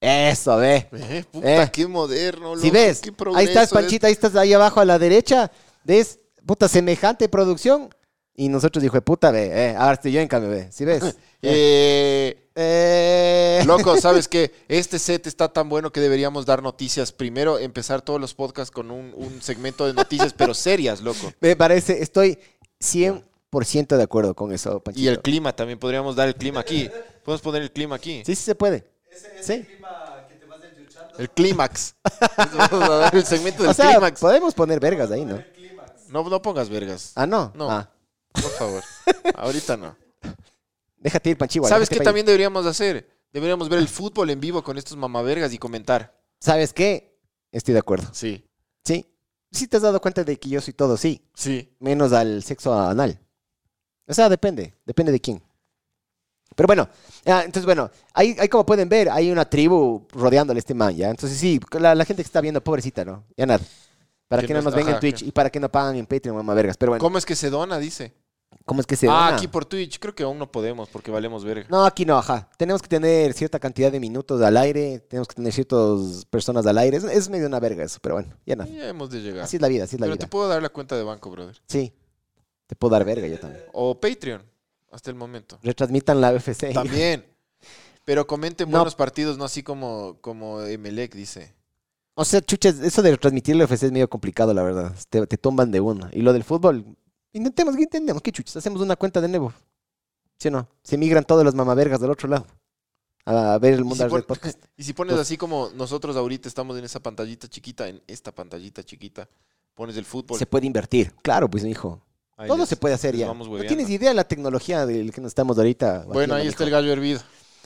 Speaker 2: Eso, ve.
Speaker 3: Eh, puta,
Speaker 2: Eh.
Speaker 3: qué moderno.
Speaker 2: Si
Speaker 3: loco,
Speaker 2: ves,
Speaker 3: qué
Speaker 2: ahí estás,
Speaker 3: progreso ¿eh? es.
Speaker 2: Panchita, ahí estás ahí abajo a la derecha. ¿Ves? Puta, semejante producción. Y nosotros dijo, puta, ve, eh, ahora estoy yo en cambio, ve. ¿Sí ves?
Speaker 3: Eh,
Speaker 2: eh,
Speaker 3: Loco, ¿sabes qué? Este set está tan bueno que deberíamos dar noticias. Primero, empezar todos los podcasts con un, un segmento de noticias, pero serias, loco.
Speaker 2: Me parece, estoy 100% de acuerdo con eso, Panchito.
Speaker 3: Y el clima, también podríamos dar el clima aquí. Podemos poner el clima aquí.
Speaker 2: Sí, sí se puede.
Speaker 4: Ese es
Speaker 2: Sí.
Speaker 4: el clima que te vas del yuchando.
Speaker 3: El clímax. Vamos a dar el segmento
Speaker 2: O
Speaker 3: del
Speaker 2: sea,
Speaker 3: clímax.
Speaker 2: podemos poner vergas ahí, ¿no?
Speaker 4: El clímax.
Speaker 3: No, no pongas vergas,
Speaker 2: Ah, no.
Speaker 3: No.
Speaker 2: Ah,
Speaker 3: por favor. Ahorita no.
Speaker 2: déjate ir, Panchiwa.
Speaker 3: ¿Sabes
Speaker 2: déjate
Speaker 3: qué
Speaker 2: pa' ahí.
Speaker 3: también deberíamos hacer? Deberíamos ver el fútbol en vivo con estos mamavergas y comentar.
Speaker 2: ¿Sabes qué? Estoy de acuerdo.
Speaker 3: Sí,
Speaker 2: Sí. Sí te has dado cuenta de que yo soy todo, sí.
Speaker 3: sí.
Speaker 2: Menos al sexo anal. O sea, depende. Depende de quién. Pero bueno, ah, entonces bueno, ahí, ahí como pueden ver, hay una tribu rodeándole a este man, ¿ya? Entonces sí, la, la gente que está viendo, pobrecita, ¿no? Ya nada. Para que,
Speaker 3: Que
Speaker 2: no
Speaker 3: no-
Speaker 2: nos venga en
Speaker 3: pues, ajá, que-
Speaker 2: Twitch y para que no pagan en Patreon, mamá vergas. Pero bueno,
Speaker 3: ¿Cómo es que se dona? Dice.
Speaker 2: ¿cómo es que se
Speaker 3: Ah,
Speaker 2: dona?
Speaker 3: aquí por Twitch. Creo que aún no podemos porque valemos verga.
Speaker 2: No, aquí no, ajá. Tenemos que tener cierta cantidad de minutos al aire, tenemos que tener ciertas personas al aire. Es, es medio una verga eso, pero bueno, ya nada.
Speaker 3: Ya hemos de llegar.
Speaker 2: Así es la vida, así es la
Speaker 3: Pero
Speaker 2: vida.
Speaker 3: te puedo dar la cuenta de banco, brother.
Speaker 2: Sí. Te puedo dar verga yo también.
Speaker 3: O Patreon, hasta el momento.
Speaker 2: Retransmitan la UFC.
Speaker 3: También. Pero comenten
Speaker 2: No.
Speaker 3: buenos partidos, no así como, como Emelec dice.
Speaker 2: O sea, chuches, eso de retransmitir la UFC es medio complicado, la verdad. Te, te tumban de una. Y lo del fútbol, Intentemos, que intentemos, qué chuches, hacemos una cuenta de nuevo. ¿Sí o no? Se migran todos los mamavergas del otro lado a ver el
Speaker 3: Y
Speaker 2: mundo
Speaker 3: si,
Speaker 2: del
Speaker 3: pon-
Speaker 2: podcast.
Speaker 3: y si pones así como nosotros ahorita estamos en esa pantallita chiquita, en esta pantallita chiquita, pones el fútbol.
Speaker 2: Se puede invertir. Claro, pues, hijo.
Speaker 3: ahí
Speaker 2: Todo
Speaker 3: les-
Speaker 2: se puede hacer
Speaker 3: les
Speaker 2: ya.
Speaker 3: vamos
Speaker 2: no
Speaker 3: hueveando.
Speaker 2: tienes idea de la tecnología del que nos estamos ahorita.
Speaker 3: Bueno,
Speaker 2: batiendo,
Speaker 3: ahí está el
Speaker 2: mijo.
Speaker 3: gallo hervido.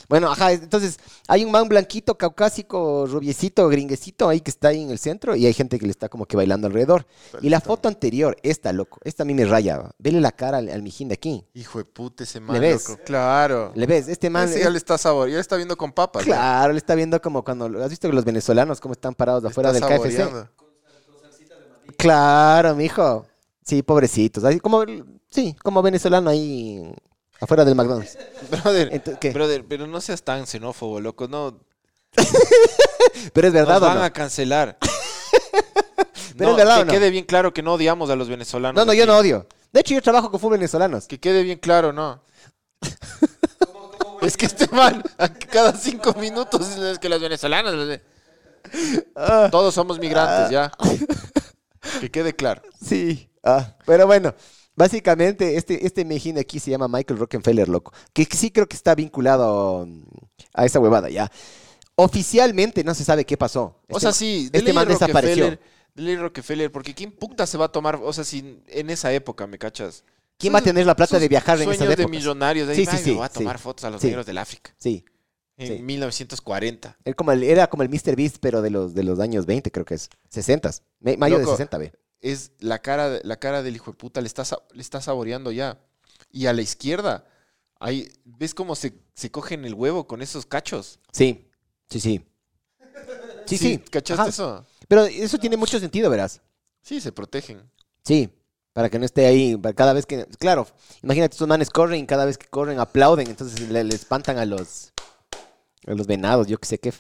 Speaker 2: Bueno, ajá, entonces hay un man blanquito, caucásico, rubiecito, gringuecito ahí que está ahí en el centro y hay gente que le está como que bailando alrededor. Y la foto anterior, esta, loco, esta a mí me raya. Vele la cara al, al mijín de aquí.
Speaker 3: Hijo de puta ese man,
Speaker 2: ves?
Speaker 3: loco. Claro.
Speaker 2: ¿Le ves? Este man...
Speaker 3: Ese ya
Speaker 2: es-
Speaker 3: le está sabor, ya le está viendo con papas. ¿eh? ya.
Speaker 2: claro, le está viendo como cuando... ¿Has visto que los venezolanos cómo están parados
Speaker 3: Le
Speaker 2: afuera del
Speaker 3: está
Speaker 2: KFC?
Speaker 3: saboreando.
Speaker 2: Claro, mijo. Sí, pobrecitos. Ahí como, el- sí, como venezolano ahí afuera del McDonald's.
Speaker 3: Brother,
Speaker 2: Ento- ¿qué?
Speaker 3: brother, pero no seas tan xenófobo, loco. No,
Speaker 2: Pero es verdad,
Speaker 3: nos
Speaker 2: ¿o
Speaker 3: van
Speaker 2: no?
Speaker 3: a cancelar.
Speaker 2: Pero es verdad,
Speaker 3: que
Speaker 2: ¿o no?
Speaker 3: quede bien claro que no odiamos a los venezolanos.
Speaker 2: No, no, yo
Speaker 3: aquí.
Speaker 2: no odio. De hecho, yo trabajo con full venezolanos.
Speaker 3: Que quede bien claro, no. es que este man, a cada cinco minutos es que los venezolanos. los de- Todos somos migrantes, ya. Ah. Que quede claro.
Speaker 2: Sí. Ah, pero bueno, básicamente este, este mejín aquí se llama Michael Rockefeller, loco. Que sí creo que está vinculado mm, a esa huevada, ya. Oficialmente no se sabe qué pasó.
Speaker 3: O
Speaker 2: Este
Speaker 3: sea,
Speaker 2: ma-
Speaker 3: sí,
Speaker 2: este
Speaker 3: dele
Speaker 2: man desapareció.
Speaker 3: Rockefeller, dele Rockefeller, porque ¿quién puta se va a tomar? O sea, si en esa época, ¿me cachas?
Speaker 2: ¿Quién va a tener la plata
Speaker 3: Esos
Speaker 2: de viajar en
Speaker 3: sueños
Speaker 2: esa
Speaker 3: de
Speaker 2: época?
Speaker 3: millonarios. de
Speaker 2: Sí,
Speaker 3: ahí,
Speaker 2: sí,
Speaker 3: "Ay, me
Speaker 2: sí,
Speaker 3: voy a
Speaker 2: sí.
Speaker 3: tomar fotos a los
Speaker 2: Sí.
Speaker 3: negros del África.
Speaker 2: Sí.
Speaker 3: En
Speaker 2: Sí.
Speaker 3: 1940.
Speaker 2: Él como el- era como el Mr. Beast, pero de los, de los años 20, creo que es. 60. Me- mayo
Speaker 3: Loco.
Speaker 2: de 60, ve.
Speaker 3: es la cara, de- la cara del hijo de puta, le está, sa- le está saboreando ya. Y a la izquierda, ahí, ¿ves cómo se, se cogen el huevo con esos cachos?
Speaker 2: Sí, sí, sí. Sí, sí.
Speaker 3: ¿Cachaste
Speaker 2: Ajá.
Speaker 3: eso?
Speaker 2: Pero eso tiene mucho sentido, verás.
Speaker 3: Sí, se protegen.
Speaker 2: Sí, para que no esté ahí, para cada vez que... Claro, imagínate, estos manes corren y cada vez que corren aplauden, entonces le, le espantan a los, a los venados, yo qué sé qué.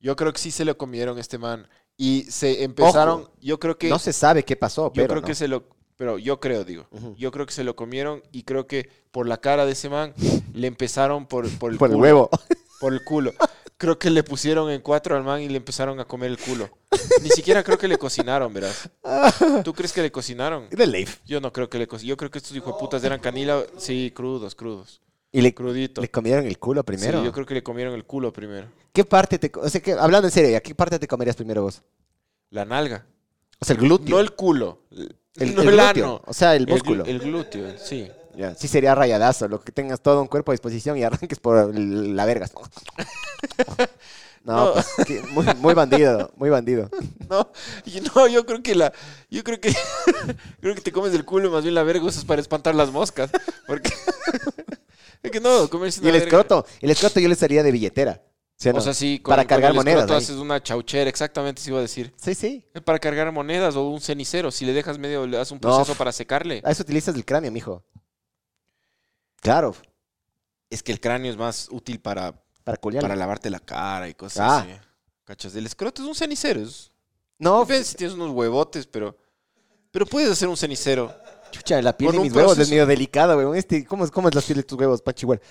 Speaker 3: Yo creo que sí se lo comieron este man. Y se empezaron, yo creo que...
Speaker 2: No se sabe qué pasó,
Speaker 3: yo
Speaker 2: pero
Speaker 3: creo
Speaker 2: ¿no?
Speaker 3: que se lo... Pero yo creo, digo.
Speaker 2: Ujú.
Speaker 3: Yo creo que se lo comieron y creo que por la cara de ese man le empezaron por, por el
Speaker 2: Por el
Speaker 3: culo.
Speaker 2: huevo.
Speaker 3: Por el culo. Creo que le pusieron en cuatro al man y le empezaron a comer el culo. Ni siquiera creo que le cocinaron, verás. ¿Tú crees que le cocinaron?
Speaker 2: De Leif.
Speaker 3: Yo no creo que le cocinaron. Yo creo que estos hijos de putas eran canila. Sí, crudos, crudos.
Speaker 2: Y le,
Speaker 3: Crudito.
Speaker 2: le comieron el culo primero.
Speaker 3: Sí, yo creo que le comieron el culo primero.
Speaker 2: ¿Qué parte te... co- O sea, que, hablando en serio, ¿a qué parte te comerías primero vos?
Speaker 3: La nalga.
Speaker 2: O sea, el glúteo.
Speaker 3: No el culo.
Speaker 2: el,
Speaker 3: no
Speaker 2: el
Speaker 3: el
Speaker 2: glúteo,
Speaker 3: ano.
Speaker 2: O sea, el
Speaker 3: glu-
Speaker 2: músculo.
Speaker 3: El, glúteo, sí.
Speaker 2: Ya, Sí sería rayadazo, lo que tengas todo un cuerpo a disposición y arranques por el- la verga. No,
Speaker 3: No.
Speaker 2: pues, que- muy, muy bandido, muy bandido.
Speaker 3: No, y no, yo creo que la. Yo creo que. creo que te comes el culo y más bien la verga usas para espantar las moscas. Porque. es que no, comerse
Speaker 2: Y
Speaker 3: una
Speaker 2: el
Speaker 3: verga-
Speaker 2: escroto, el escroto yo le estaría de billetera. ¿sí o no?
Speaker 3: O sea, sí,
Speaker 2: Para cargar
Speaker 3: el escroto
Speaker 2: monedas ahí.
Speaker 3: haces una chauchera, exactamente, se iba a decir.
Speaker 2: sí, sí.
Speaker 3: Es Para cargar monedas o un cenicero. Si le dejas medio, le das un
Speaker 2: No,
Speaker 3: proceso
Speaker 2: pff.
Speaker 3: para secarle.
Speaker 2: A eso utilizas el cráneo, mijo. Claro,
Speaker 3: Es que el cráneo es más útil para,
Speaker 2: para culiarle.
Speaker 3: para lavarte la cara y cosas
Speaker 2: Ah.
Speaker 3: así. ¿eh? ¿Cachas? El escroto es un cenicero. Es...
Speaker 2: No,
Speaker 3: Depende si tienes unos huevotes, pero. Pero puedes hacer un cenicero.
Speaker 2: chucha, la piel
Speaker 3: con
Speaker 2: de
Speaker 3: un
Speaker 2: mis huevos es
Speaker 3: proceso.
Speaker 2: medio delicada, weón. Este, ¿cómo, es- ¿Cómo es la piel de tus huevos, Pachi? Bueno,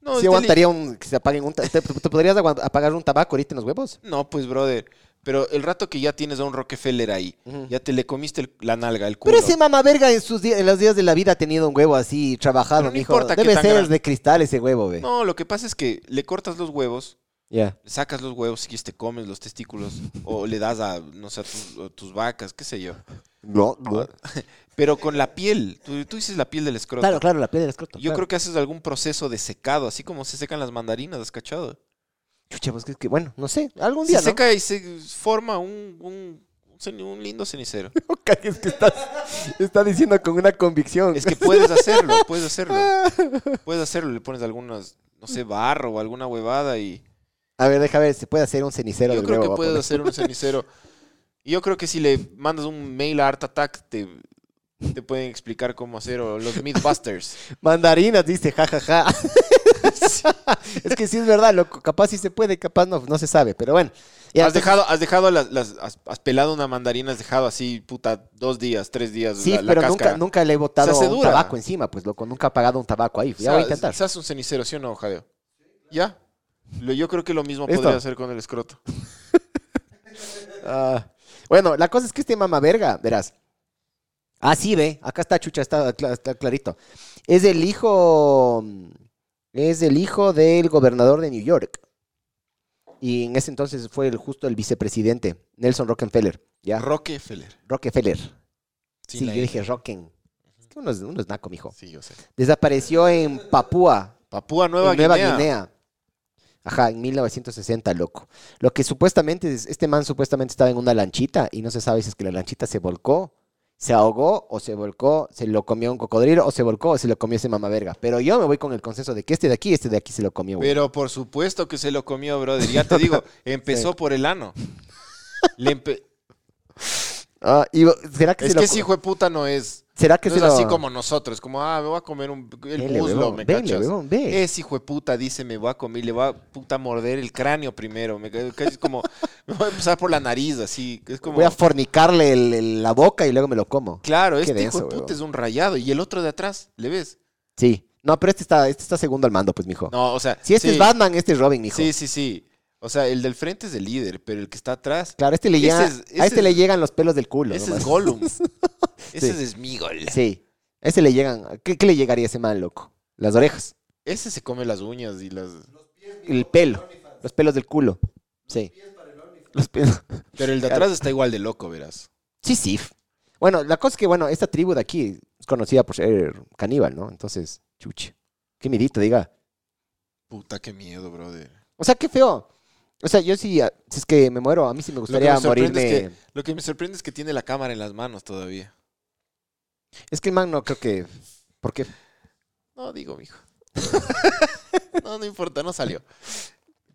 Speaker 3: No,
Speaker 2: sí
Speaker 3: es deli-
Speaker 2: aguantaría un, que se apaguen un... ta- ¿Te, te podrías aguant- apagar un tabaco ahorita en los huevos?
Speaker 3: No, pues, brother. Pero el rato que ya tienes a un Rockefeller ahí,
Speaker 2: Ujú.
Speaker 3: ya te le comiste el- la nalga, el culo.
Speaker 2: Pero ese mamaverga en sus días- en los días de la vida ha tenido un huevo así trabajado,
Speaker 3: Pero no
Speaker 2: mijo.
Speaker 3: importa qué
Speaker 2: Debe
Speaker 3: tan
Speaker 2: ser
Speaker 3: grande.
Speaker 2: de cristal ese huevo, ve.
Speaker 3: No, lo que pasa es que le cortas los huevos,
Speaker 2: Ya.
Speaker 3: le sacas los huevos, si quieres te comes los testículos, o le das a, no sé, a tus, a tus vacas, qué sé yo.
Speaker 2: No,
Speaker 3: Pero con la piel, tú, tú dices la piel del escroto.
Speaker 2: Claro, claro, la piel del escroto.
Speaker 3: Yo creo que haces algún proceso de secado, así como se secan las mandarinas, ¿has cachado?
Speaker 2: que... Chucha, pues que, que bueno, no sé. Algún
Speaker 3: Se
Speaker 2: día,
Speaker 3: seca y se forma un, un- un cen- un lindo cenicero.
Speaker 2: ¿no? es que estás... Está diciendo con una convicción.
Speaker 3: Es que puedes hacerlo, puedes hacerlo. Puedes hacerlo, le pones algunas, no sé, barro o alguna huevada y...
Speaker 2: A ver, deja ver, se puede hacer un cenicero
Speaker 3: Yo
Speaker 2: de
Speaker 3: creo
Speaker 2: huevo.
Speaker 3: que
Speaker 2: va a
Speaker 3: puedes
Speaker 2: poner.
Speaker 3: hacer un cenicero. Y Yo creo que si le mandas un mail a Art Attack, te, te pueden explicar cómo hacer o los Mythbusters.
Speaker 2: Mandarinas, dice, jajaja. es que sí es verdad, loco. Capaz sí se puede, capaz no, no se sabe. Pero bueno. Ya,
Speaker 3: has
Speaker 2: entonces-
Speaker 3: dejado, has dejado las, las- has, has pelado una mandarina, has dejado así, puta, dos días, tres días
Speaker 2: Sí,
Speaker 3: la, la
Speaker 2: pero
Speaker 3: cáscara.
Speaker 2: nunca, nunca le he botado
Speaker 3: hace
Speaker 2: un
Speaker 3: dura.
Speaker 2: tabaco encima, pues, loco. Nunca ha pagado un tabaco ahí.
Speaker 3: O
Speaker 2: Ya
Speaker 3: sea,
Speaker 2: voy a intentar.
Speaker 3: Se hace un cenicero, ¿sí o no, Jadeo? ¿Ya? Lo- Yo creo que lo mismo
Speaker 2: Listo.
Speaker 3: podría hacer con el escroto.
Speaker 2: Ah, bueno, la cosa es que este mamaverga, verás, Ah, sí, ve. Acá está, chucha, está, cla- está clarito. Es el hijo. mm, Es el hijo del gobernador de New York. Y en ese entonces fue el, justo el vicepresidente, Nelson Rockefeller. ¿Ya?
Speaker 3: Rockefeller.
Speaker 2: Rockefeller.
Speaker 3: Sin
Speaker 2: sí,
Speaker 3: la
Speaker 2: yo
Speaker 3: E.
Speaker 2: dije Rocken. Es que uno es, uno es naco, mijo.
Speaker 3: Sí, yo sé.
Speaker 2: Desapareció en Papúa,
Speaker 3: Papúa Nueva,
Speaker 2: en Nueva Guinea.
Speaker 3: Guinea.
Speaker 2: Ajá, en 1960, loco. Lo que supuestamente, es- este man supuestamente estaba en una lanchita y no se sabe si es que la lanchita se volcó, se ahogó o se volcó, se lo comió un cocodrilo o se volcó o se lo comió ese mamaverga. Pero yo me voy con el consenso de que este de aquí, este de aquí se lo comió. güey.
Speaker 3: Pero por supuesto que se lo comió, brother. Ya te digo, empezó por el ano. Le empe-
Speaker 2: Ah, y- ¿Será que
Speaker 3: Es
Speaker 2: se
Speaker 3: que
Speaker 2: lo
Speaker 3: ese
Speaker 2: co-
Speaker 3: hijo de puta no es.
Speaker 2: ¿Será que
Speaker 3: No
Speaker 2: se
Speaker 3: es
Speaker 2: lo-
Speaker 3: así como nosotros, como, ah, me voy a comer un, el
Speaker 2: Vele,
Speaker 3: muslo,
Speaker 2: huevón,
Speaker 3: me
Speaker 2: vele,
Speaker 3: cachas.
Speaker 2: huevón, ve.
Speaker 3: Ese hijo de puta dice, me voy a comer, le voy a puta morder el cráneo primero. Me ca- cachas como, me voy a empezar por la nariz, así. Es como,
Speaker 2: Voy a fornicarle el- el- la boca y luego me lo como.
Speaker 3: claro,
Speaker 2: Qué
Speaker 3: este hijo
Speaker 2: denso,
Speaker 3: de puta
Speaker 2: huevón.
Speaker 3: es un rayado. Y el otro de atrás, ¿le ves?
Speaker 2: Sí. No, pero este está, este está segundo al mando, pues, mijo.
Speaker 3: No, o sea.
Speaker 2: Si este
Speaker 3: sí,
Speaker 2: es Batman, este es Robin, mijo.
Speaker 3: Sí, sí, sí. O sea, el del frente es el líder, pero el que está atrás,
Speaker 2: Claro, este le
Speaker 3: Ese
Speaker 2: llega-
Speaker 3: es-
Speaker 2: a
Speaker 3: ese
Speaker 2: este le
Speaker 3: es-
Speaker 2: llegan los pelos del culo.
Speaker 3: ese
Speaker 2: nomás.
Speaker 3: es Gollum.
Speaker 2: Sí.
Speaker 3: Ese es Smigol.
Speaker 2: Sí. A ese le llegan. ¿Qué, qué le llegaría a ese man, loco? Las orejas,
Speaker 3: Ese se come las uñas y las.
Speaker 2: el pelo, los pelos del culo. Sí. Los pelos.
Speaker 3: Pero el de atrás está igual de loco, verás.
Speaker 2: Sí, sí. Bueno, la cosa es que, bueno, esta tribu de aquí es conocida por ser caníbal, ¿no? Entonces, chuche. Qué miedito, diga.
Speaker 3: Puta, qué miedo, brother.
Speaker 2: O sea, qué feo. O sea, yo sí, ah, si es que me muero, a mí sí me gustaría
Speaker 3: me sorprende
Speaker 2: morirme.
Speaker 3: es Lo que me sorprende es que tiene la cámara en las manos todavía.
Speaker 2: Es que el man no creo que. ¿Por qué?
Speaker 3: No, digo, mijo. no, no importa, no salió.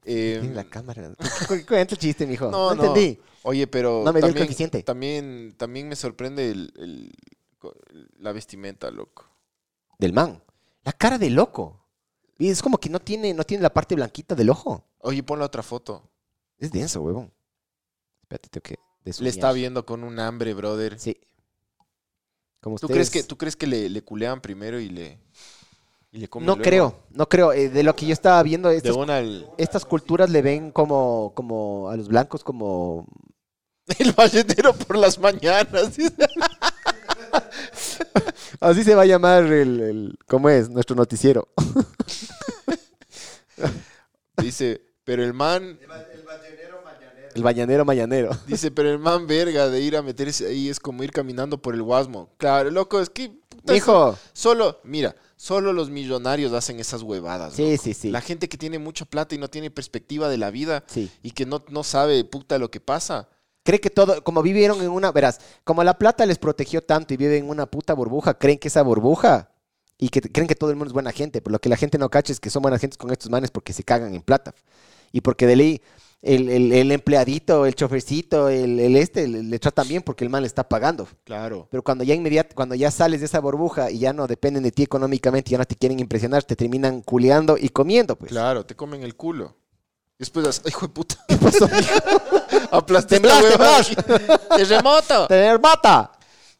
Speaker 3: Eh,
Speaker 2: Tiene la cámara. Cu- Cuenta el chiste, mijo.
Speaker 3: No,
Speaker 2: No,
Speaker 3: no.
Speaker 2: entendí.
Speaker 3: Oye, pero.
Speaker 2: No me dio el
Speaker 3: también-
Speaker 2: coeficiente.
Speaker 3: También, también me sorprende el- el- co- la vestimenta, loco.
Speaker 2: Del man. La cara de loco. Y es como que no tiene, no tiene la parte blanquita del ojo.
Speaker 3: Oye, pon la otra foto.
Speaker 2: Es denso, huevón. Espérate, tengo que
Speaker 3: Le
Speaker 2: desuniar.
Speaker 3: está viendo con un hambre, brother.
Speaker 2: Sí. Como
Speaker 3: ¿Tú crees que,
Speaker 2: ustedes-
Speaker 3: tú crees que le, le culean primero y le, y le comen
Speaker 2: No
Speaker 3: luego?
Speaker 2: creo, no creo. Eh, de lo que yo estaba viendo,
Speaker 3: De
Speaker 2: estas,
Speaker 3: una al...
Speaker 2: estas culturas le ven como, como a los blancos como...
Speaker 3: El vallenero por las mañanas.
Speaker 2: Así se va a llamar el... el- ¿Cómo es? Nuestro noticiero.
Speaker 3: Dice, pero el man...
Speaker 4: El, ba- el ballenero mañanero.
Speaker 2: El bañanero mañanero.
Speaker 3: Dice, pero el man verga de ir a meterse ahí es como ir caminando por el guasmo. Claro, loco, es que... puta,
Speaker 2: Hijo,
Speaker 3: Solo, mira, solo los millonarios hacen esas huevadas.
Speaker 2: sí,
Speaker 3: loco.
Speaker 2: sí, sí.
Speaker 3: La gente que tiene mucha plata y no tiene perspectiva de la vida
Speaker 2: Sí.
Speaker 3: y que no, no sabe puta lo que pasa.
Speaker 2: Cree que todo, como vivieron en una, verás, como la plata les protegió tanto y viven en una puta burbuja, creen que esa burbuja y que creen que todo el mundo es buena gente, pero lo que la gente no cacha es que son buenas gentes con estos manes porque se cagan en plata. Y porque de ley el, el- el empleadito, el chofercito, el, el este, le, le tratan bien porque el man le está pagando.
Speaker 3: Claro.
Speaker 2: Pero cuando ya inmediato, cuando ya sales de esa burbuja y ya no dependen de ti económicamente, ya no te quieren impresionar, te terminan culeando y comiendo, pues.
Speaker 3: Claro, te comen el culo. Después, das- hijo de puta.
Speaker 2: ¿Qué pasó?
Speaker 3: Aplasté esta
Speaker 2: Temblaste,
Speaker 3: huevada. ¡Terremoto!
Speaker 2: ¡Tener mata!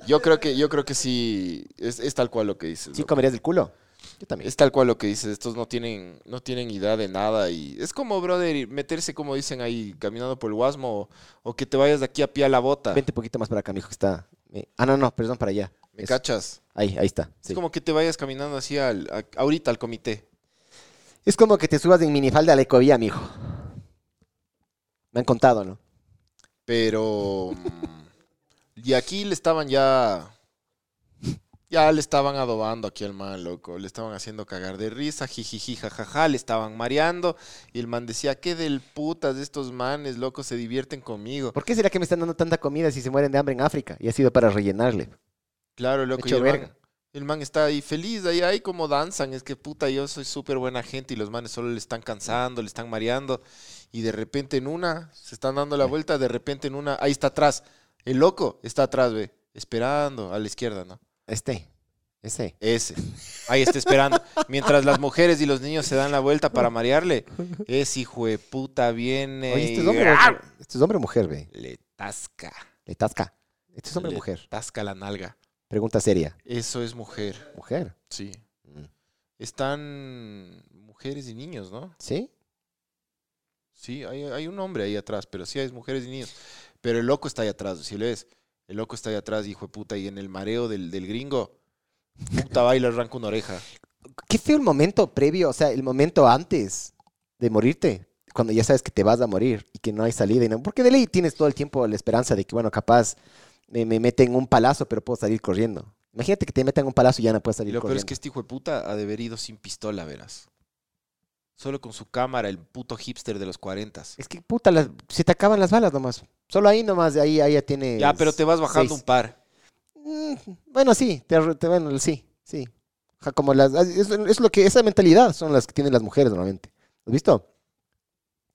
Speaker 3: Yo creo que, yo creo que sí, es, es tal cual lo que dices.
Speaker 2: ¿Sí
Speaker 3: loco.
Speaker 2: comerías el culo? Yo también.
Speaker 3: Es tal cual lo que dices. Estos no tienen, no tienen idea de nada. Y es como, brother, y meterse, como dicen ahí, caminando por el guasmo o, o que te vayas de aquí a pie a la bota.
Speaker 2: Vente un poquito más para acá, mijo, que está. eh, Ah, no, no, perdón, para allá.
Speaker 3: ¿Me
Speaker 2: Eso.
Speaker 3: cachas?
Speaker 2: Ahí, ahí está. sí.
Speaker 3: Es como que te vayas caminando así al, a- ahorita al comité.
Speaker 2: que te subas en minifalda a la ecovía, mijo. Me han contado, ¿no?
Speaker 3: Pero. mm, y aquí le estaban ya. Ya le estaban adobando aquí al man, loco. Le estaban haciendo cagar de risa, jijiji, jajaja, le estaban mareando. Y el man decía, qué del putas de estos manes, loco, se divierten conmigo.
Speaker 2: ¿Por qué será que me están dando tanta comida si se mueren de hambre en África? Y ha sido para rellenarle.
Speaker 3: Claro, loco, y
Speaker 2: hecho
Speaker 3: el man,
Speaker 2: verga.
Speaker 3: el man está ahí feliz, ahí, ahí como danzan. Es que puta, yo soy súper buena gente y los manes solo le están cansando, le están mareando. Y de repente en una, se están dando la vuelta, de repente en una, ahí está atrás. El loco está atrás, ve, esperando a la izquierda, ¿no?
Speaker 2: Este, ese.
Speaker 3: Ese. Ahí está esperando. Mientras las mujeres y los niños se dan la vuelta para marearle, ese hijo de puta viene.
Speaker 2: Oye, este es
Speaker 3: y-
Speaker 2: hombre,
Speaker 3: ¡Ah!
Speaker 2: este es hombre o mujer, ve.
Speaker 3: Le tasca.
Speaker 2: Le tasca. Este es hombre o
Speaker 3: Le
Speaker 2: mujer.
Speaker 3: Tasca la nalga.
Speaker 2: Pregunta seria.
Speaker 3: Eso es mujer.
Speaker 2: ¿Mujer?
Speaker 3: Sí.
Speaker 2: Mm.
Speaker 3: Están mujeres y niños, ¿no?
Speaker 2: ¿Sí?
Speaker 3: Sí, hay, hay un hombre ahí atrás, pero sí hay mujeres y niños. Pero el loco está ahí atrás, si le ves. El loco está ahí atrás, hijo de puta, y en el mareo del, del gringo, puta va y le arranca una oreja.
Speaker 2: Qué feo el momento previo, o sea, el momento antes de morirte, cuando ya sabes que te vas a morir y que no hay salida. y no- porque de ley tienes todo el tiempo la esperanza de que, bueno, capaz me, me meten un palazo, pero puedo salir corriendo. Imagínate que te metan un palazo y ya no puedes
Speaker 3: Y
Speaker 2: salir
Speaker 3: lo peor
Speaker 2: corriendo.
Speaker 3: es que este hijo de puta ha de haber ido sin pistola, verás. Solo con su cámara, el puto hipster de los 40.
Speaker 2: es que, puta, las- se te acaban las balas nomás. Solo ahí nomás, de ahí, ahí ya tiene.
Speaker 3: Ya, pero te vas bajando un par.
Speaker 2: bueno, sí, te, arru- te- bueno, sí, sí. Ja, como las, ah, es, es lo que, esa mentalidad son las que tienen las mujeres normalmente. ¿Has visto?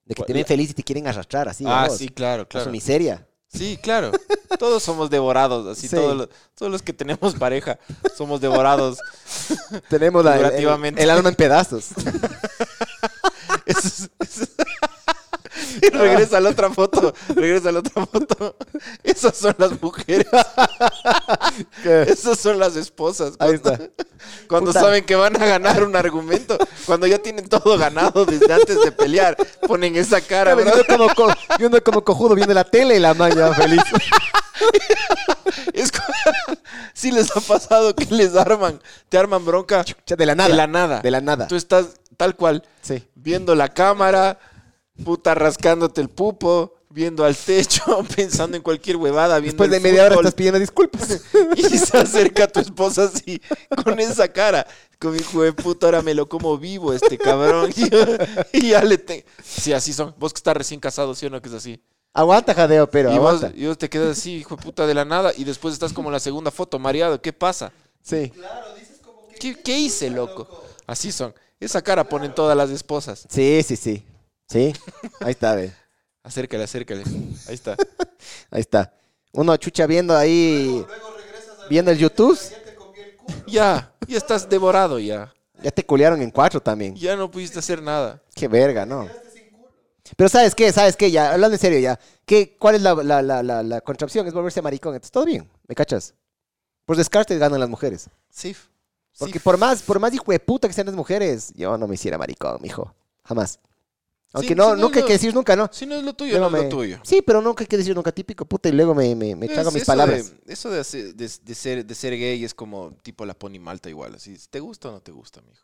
Speaker 2: De que te
Speaker 3: ¿Cuál?
Speaker 2: ven feliz y te quieren arrastrar así. a
Speaker 3: Pues ah,
Speaker 2: vos,
Speaker 3: sí, claro,
Speaker 2: A su
Speaker 3: claro.
Speaker 2: miseria.
Speaker 3: Sí, claro. Todos somos devorados, así
Speaker 2: Sí.
Speaker 3: todos, los, todos los que tenemos pareja somos devorados.
Speaker 2: Tenemos la- el- el,
Speaker 3: Figurativamente.
Speaker 2: el alma en pedazos.
Speaker 3: Eso es- eso es- Y regresa a la otra foto, regresa a la otra foto. Esas son las mujeres, esas son las esposas.
Speaker 2: Ahí
Speaker 3: Cuando,
Speaker 2: está.
Speaker 3: cuando
Speaker 2: Puta.
Speaker 3: saben que van a ganar un argumento, cuando ya tienen todo ganado desde antes de pelear, ponen esa cara,
Speaker 2: Claro, y
Speaker 3: bro.
Speaker 2: uno como, co- y uno como cojudo viendo la tele y la maña feliz.
Speaker 3: Es cu- si les ha pasado que les arman, te arman bronca
Speaker 2: Chucha, de la nada.
Speaker 3: de la nada.
Speaker 2: De la nada.
Speaker 3: Tú estás tal cual.
Speaker 2: Sí.
Speaker 3: viendo la cámara, puta rascándote el pupo, viendo al techo, pensando en cualquier huevada, viendo
Speaker 2: Después de
Speaker 3: el
Speaker 2: media hora
Speaker 3: fútbol,
Speaker 2: estás pidiendo disculpas.
Speaker 3: y se acerca a tu esposa así, con esa cara. Con mi hijo de puta, ahora me lo como vivo este cabrón. Y, y ya le te... Sí, así son. Vos que estás recién casado, ¿sí o no? Que es así.
Speaker 2: Aguanta, jadeo, pero
Speaker 3: y, vos,
Speaker 2: aguanta.
Speaker 3: y vos te quedas así, hijo de puta, de la nada. Y después estás como en la segunda foto, mareado. ¿Qué pasa?
Speaker 2: Sí,
Speaker 4: Claro, dices como que.
Speaker 3: ¿Qué, qué hice, loco? Así son. Esa cara ponen todas las esposas.
Speaker 2: sí, sí, sí. Sí, ahí está, ve.
Speaker 3: Acércale, acércale. Ahí está.
Speaker 2: Ahí está. Uno chucha viendo ahí,
Speaker 4: Luego regresas a.
Speaker 2: viendo el YouTube.
Speaker 4: Ya te comí el culo.
Speaker 3: Ya, ya estás devorado ya.
Speaker 2: Ya te culearon en cuatro también.
Speaker 3: Ya no pudiste hacer nada.
Speaker 2: Qué verga, ¿no? Pero ¿sabes qué? ¿Sabes qué? Ya, hablando en serio ya. ¿Qué, ¿Cuál es la, la, la, la, la contrapción? Es volverse maricón. Entonces, todo bien. ¿Me cachas? Por descarte ganan las mujeres.
Speaker 3: Sí.
Speaker 2: Porque por más, por más hijo de puta que sean las mujeres, yo no me hiciera maricón, mijo. Jamás. Aunque
Speaker 3: Sí,
Speaker 2: no,
Speaker 3: sí, no,
Speaker 2: nunca hay
Speaker 3: no.
Speaker 2: que decir nunca, ¿no?
Speaker 3: Si no es lo tuyo,
Speaker 2: Luego
Speaker 3: no es
Speaker 2: me-
Speaker 3: lo tuyo.
Speaker 2: Sí, pero nunca hay que decir nunca típico, puta, y luego me, me, me trago
Speaker 3: Es-
Speaker 2: mis
Speaker 3: eso
Speaker 2: palabras.
Speaker 3: de- eso de, hacer- de, de ser, de ser gay es como tipo la pony malta igual. Así, ¿te gusta o no te gusta, mijo?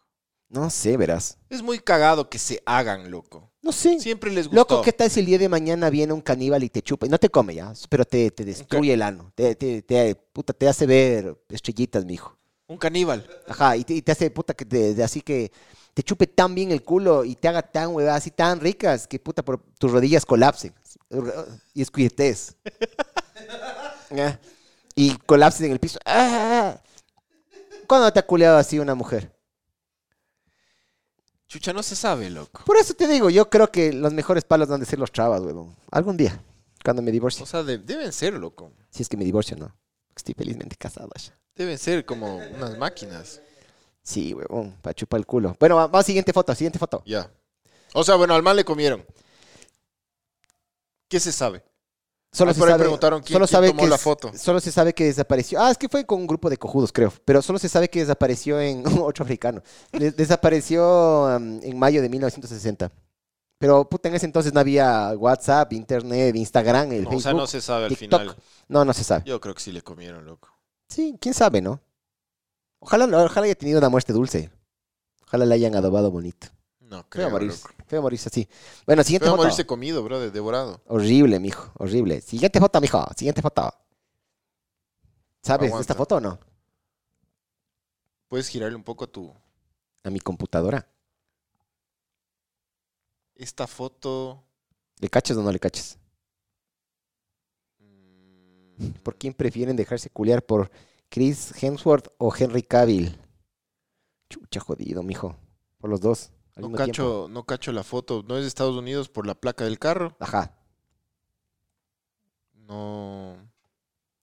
Speaker 2: No sé, verás.
Speaker 3: Es muy cagado que se hagan, loco.
Speaker 2: No sé.
Speaker 3: Siempre les gustó.
Speaker 2: Loco, ¿qué tal si el día de mañana viene un caníbal y te chupa? Y no te come ya, pero te, te destruye el ano. Te, te, te- puta, te hace ver estrellitas, mijo.
Speaker 3: Un caníbal.
Speaker 2: Ajá, y te, y te hace puta que te- de- así que te chupe tan bien el culo y te haga tan huevadas así tan ricas que puta por tus rodillas colapsen y escuietes. Ya. y colapsen en el piso. ¡Ah! ¿Cuándo te ha culeado así una mujer?
Speaker 3: Chucha, no se sabe, loco.
Speaker 2: Por eso te digo, yo creo que los mejores palos van a ser los trabas, huevón. Algún día, cuando me divorcie.
Speaker 3: O sea, de- deben ser, loco.
Speaker 2: Si es que me divorcio, no. Estoy felizmente casado ya.
Speaker 3: Deben ser como unas máquinas.
Speaker 2: Sí, huevón, para chupar el culo. Bueno, va- va, siguiente foto, siguiente foto.
Speaker 3: Ya. O sea, bueno, al mal le comieron. ¿Qué se sabe?
Speaker 2: Solo
Speaker 3: Ah,
Speaker 2: se
Speaker 3: por ahí
Speaker 2: sabe,
Speaker 3: preguntaron quién-
Speaker 2: solo
Speaker 3: quién
Speaker 2: sabe
Speaker 3: tomó
Speaker 2: que
Speaker 3: la
Speaker 2: es-
Speaker 3: foto.
Speaker 2: Solo se sabe que desapareció. Ah, es que fue con un grupo de cojudos, creo. Pero solo se sabe que desapareció en otro africano. De- desapareció am, en mayo de 1960. Pero puta, en ese entonces no había WhatsApp, internet, Instagram, el
Speaker 3: o
Speaker 2: Facebook.
Speaker 3: sea, no se sabe al
Speaker 2: TikTok.
Speaker 3: final.
Speaker 2: No, no se sabe.
Speaker 3: Yo creo que sí le comieron, loco.
Speaker 2: Sí, quién sabe, ¿no? Ojalá, ojalá haya tenido una muerte dulce. Ojalá la hayan adobado bonito.
Speaker 3: No creo,
Speaker 2: Feo morirse.
Speaker 3: loco.
Speaker 2: Feo morirse así. Bueno, siguiente
Speaker 3: Pero
Speaker 2: foto.
Speaker 3: morirse comido, bro, de- devorado.
Speaker 2: Horrible, mijo. Horrible. Siguiente foto, mijo. Siguiente foto. ¿Sabes de
Speaker 3: Aguanta.
Speaker 2: esta foto o no?
Speaker 3: Puedes girarle un poco a tu.
Speaker 2: A mi computadora.
Speaker 3: Esta foto.
Speaker 2: ¿Le cachas o no le cachas?
Speaker 3: mm,
Speaker 2: ¿Por quién prefieren dejarse culiar por Chris Hemsworth o Henry Cavill? Chucha, jodido, mijo. Por los dos. al
Speaker 3: No
Speaker 2: mismo tiempo.
Speaker 3: cacho, no cacho la foto. ¿No es de Estados Unidos por la placa del carro?
Speaker 2: Ajá.
Speaker 3: No.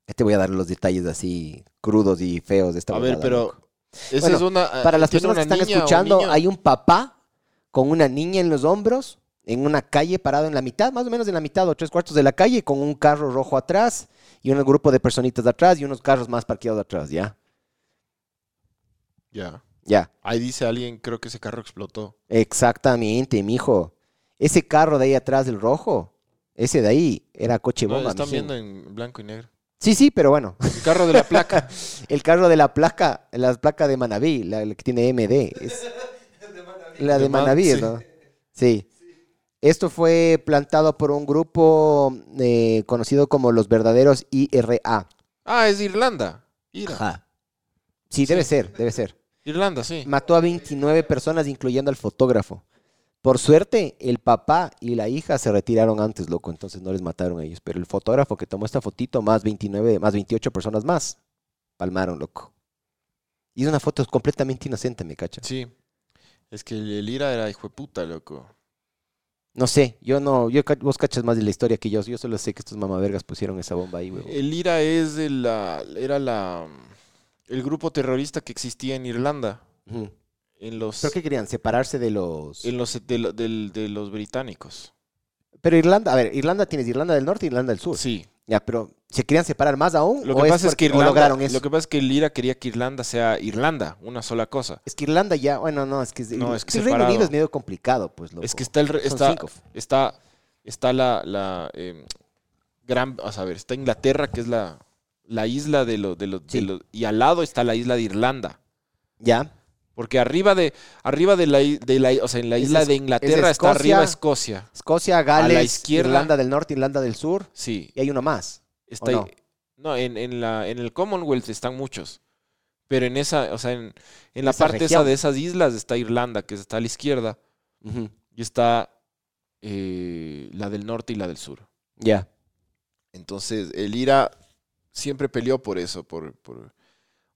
Speaker 2: Ya te voy a dar los detalles así crudos y feos de esta
Speaker 3: A ver,
Speaker 2: huevada,
Speaker 3: pero.
Speaker 2: loco.
Speaker 3: Esa
Speaker 2: Bueno,
Speaker 3: es una. eh,
Speaker 2: Para las
Speaker 3: ¿tiene
Speaker 2: personas que
Speaker 3: una
Speaker 2: están
Speaker 3: niña o
Speaker 2: escuchando,
Speaker 3: niño?
Speaker 2: hay un papá con una niña en los hombros, en una calle parado en la mitad, más o menos en la mitad o tres cuartos de la calle, con un carro rojo atrás y un grupo de personitas de atrás y unos carros más parqueados atrás, ¿ya?
Speaker 3: Ya.
Speaker 2: Ya.
Speaker 3: Ahí dice alguien, creo que ese carro explotó.
Speaker 2: Exactamente, mijo. Ese carro de ahí atrás, el rojo, ese de ahí, era coche
Speaker 3: No,
Speaker 2: bomba,
Speaker 3: están
Speaker 2: mijín.
Speaker 3: viendo en blanco y negro.
Speaker 2: Sí, sí, pero bueno.
Speaker 3: El carro de la placa.
Speaker 2: El carro de la placa, la placa de Manaví, la, la que tiene MD. es- la de
Speaker 3: De Man-
Speaker 2: Manaví,
Speaker 3: sí.
Speaker 2: ¿no? Sí. Esto fue plantado por un grupo eh, conocido como los verdaderos IRA.
Speaker 3: Ah, es de Irlanda. Ira.
Speaker 2: Sí, debe ser, debe ser.
Speaker 3: Irlanda, sí.
Speaker 2: Mató a 29 personas, incluyendo al fotógrafo. Por suerte, el papá y la hija se retiraron antes, loco, entonces no les mataron a ellos. Pero el fotógrafo que tomó esta fotito, más 29, más 28 personas más, palmaron, loco. Y es una foto completamente inocente, me cacha.
Speaker 3: Sí. Es que el el Ira era hijo de puta, loco.
Speaker 2: No sé, yo no, yo, ca- vos cachas más de la historia que yo. Yo solo sé que estos mamavergas pusieron esa bomba ahí, huevo.
Speaker 3: El Ira es de la, era la, el grupo terrorista que existía en Irlanda.
Speaker 2: Ujú.
Speaker 3: En los,
Speaker 2: ¿Pero qué querían? ¿Separarse de los...?
Speaker 3: en los de, lo- del- de los británicos.
Speaker 2: Pero Irlanda, a ver, Irlanda tienes Irlanda del Norte y Irlanda del Sur.
Speaker 3: Sí.
Speaker 2: Ya, pero ¿se querían separar más aún?
Speaker 3: Lo
Speaker 2: ¿O
Speaker 3: que pasa es que
Speaker 2: porque- o
Speaker 3: Irlanda,
Speaker 2: lograron eso?
Speaker 3: lo que pasa es que el Ira quería que Irlanda sea Irlanda, una sola cosa.
Speaker 2: Es que Irlanda ya, bueno, no, es que, es-
Speaker 3: No, es que
Speaker 2: el Reino
Speaker 3: separado.
Speaker 2: Unido es medio complicado, pues loco.
Speaker 3: Es que está el re-
Speaker 2: Son
Speaker 3: está,
Speaker 2: cinco.
Speaker 3: está está la, la eh, gran, a saber, está Inglaterra que es la, la isla de los de lo- de
Speaker 2: Sí.
Speaker 3: lo- y al lado está la isla de Irlanda.
Speaker 2: Ya,
Speaker 3: Porque arriba de arriba de la, i- de la i- o sea, en la
Speaker 2: Es
Speaker 3: isla
Speaker 2: Es-
Speaker 3: de Inglaterra
Speaker 2: es
Speaker 3: está arriba
Speaker 2: Escocia.
Speaker 3: Escocia.
Speaker 2: Escocia, Gales,
Speaker 3: izquierda.
Speaker 2: Irlanda del Norte, Irlanda del Sur,
Speaker 3: Sí,
Speaker 2: y hay uno más.
Speaker 3: está
Speaker 2: no?
Speaker 3: no, en, en la en el Commonwealth están muchos. Pero en esa, o sea, en, en la
Speaker 2: Esa
Speaker 3: parte esa
Speaker 2: región.
Speaker 3: de esas islas está Irlanda, que está a la izquierda,
Speaker 2: Ujú,
Speaker 3: y está eh, la del norte y la del sur.
Speaker 2: Ya.
Speaker 3: Entonces, el IRA siempre peleó por eso, por, por-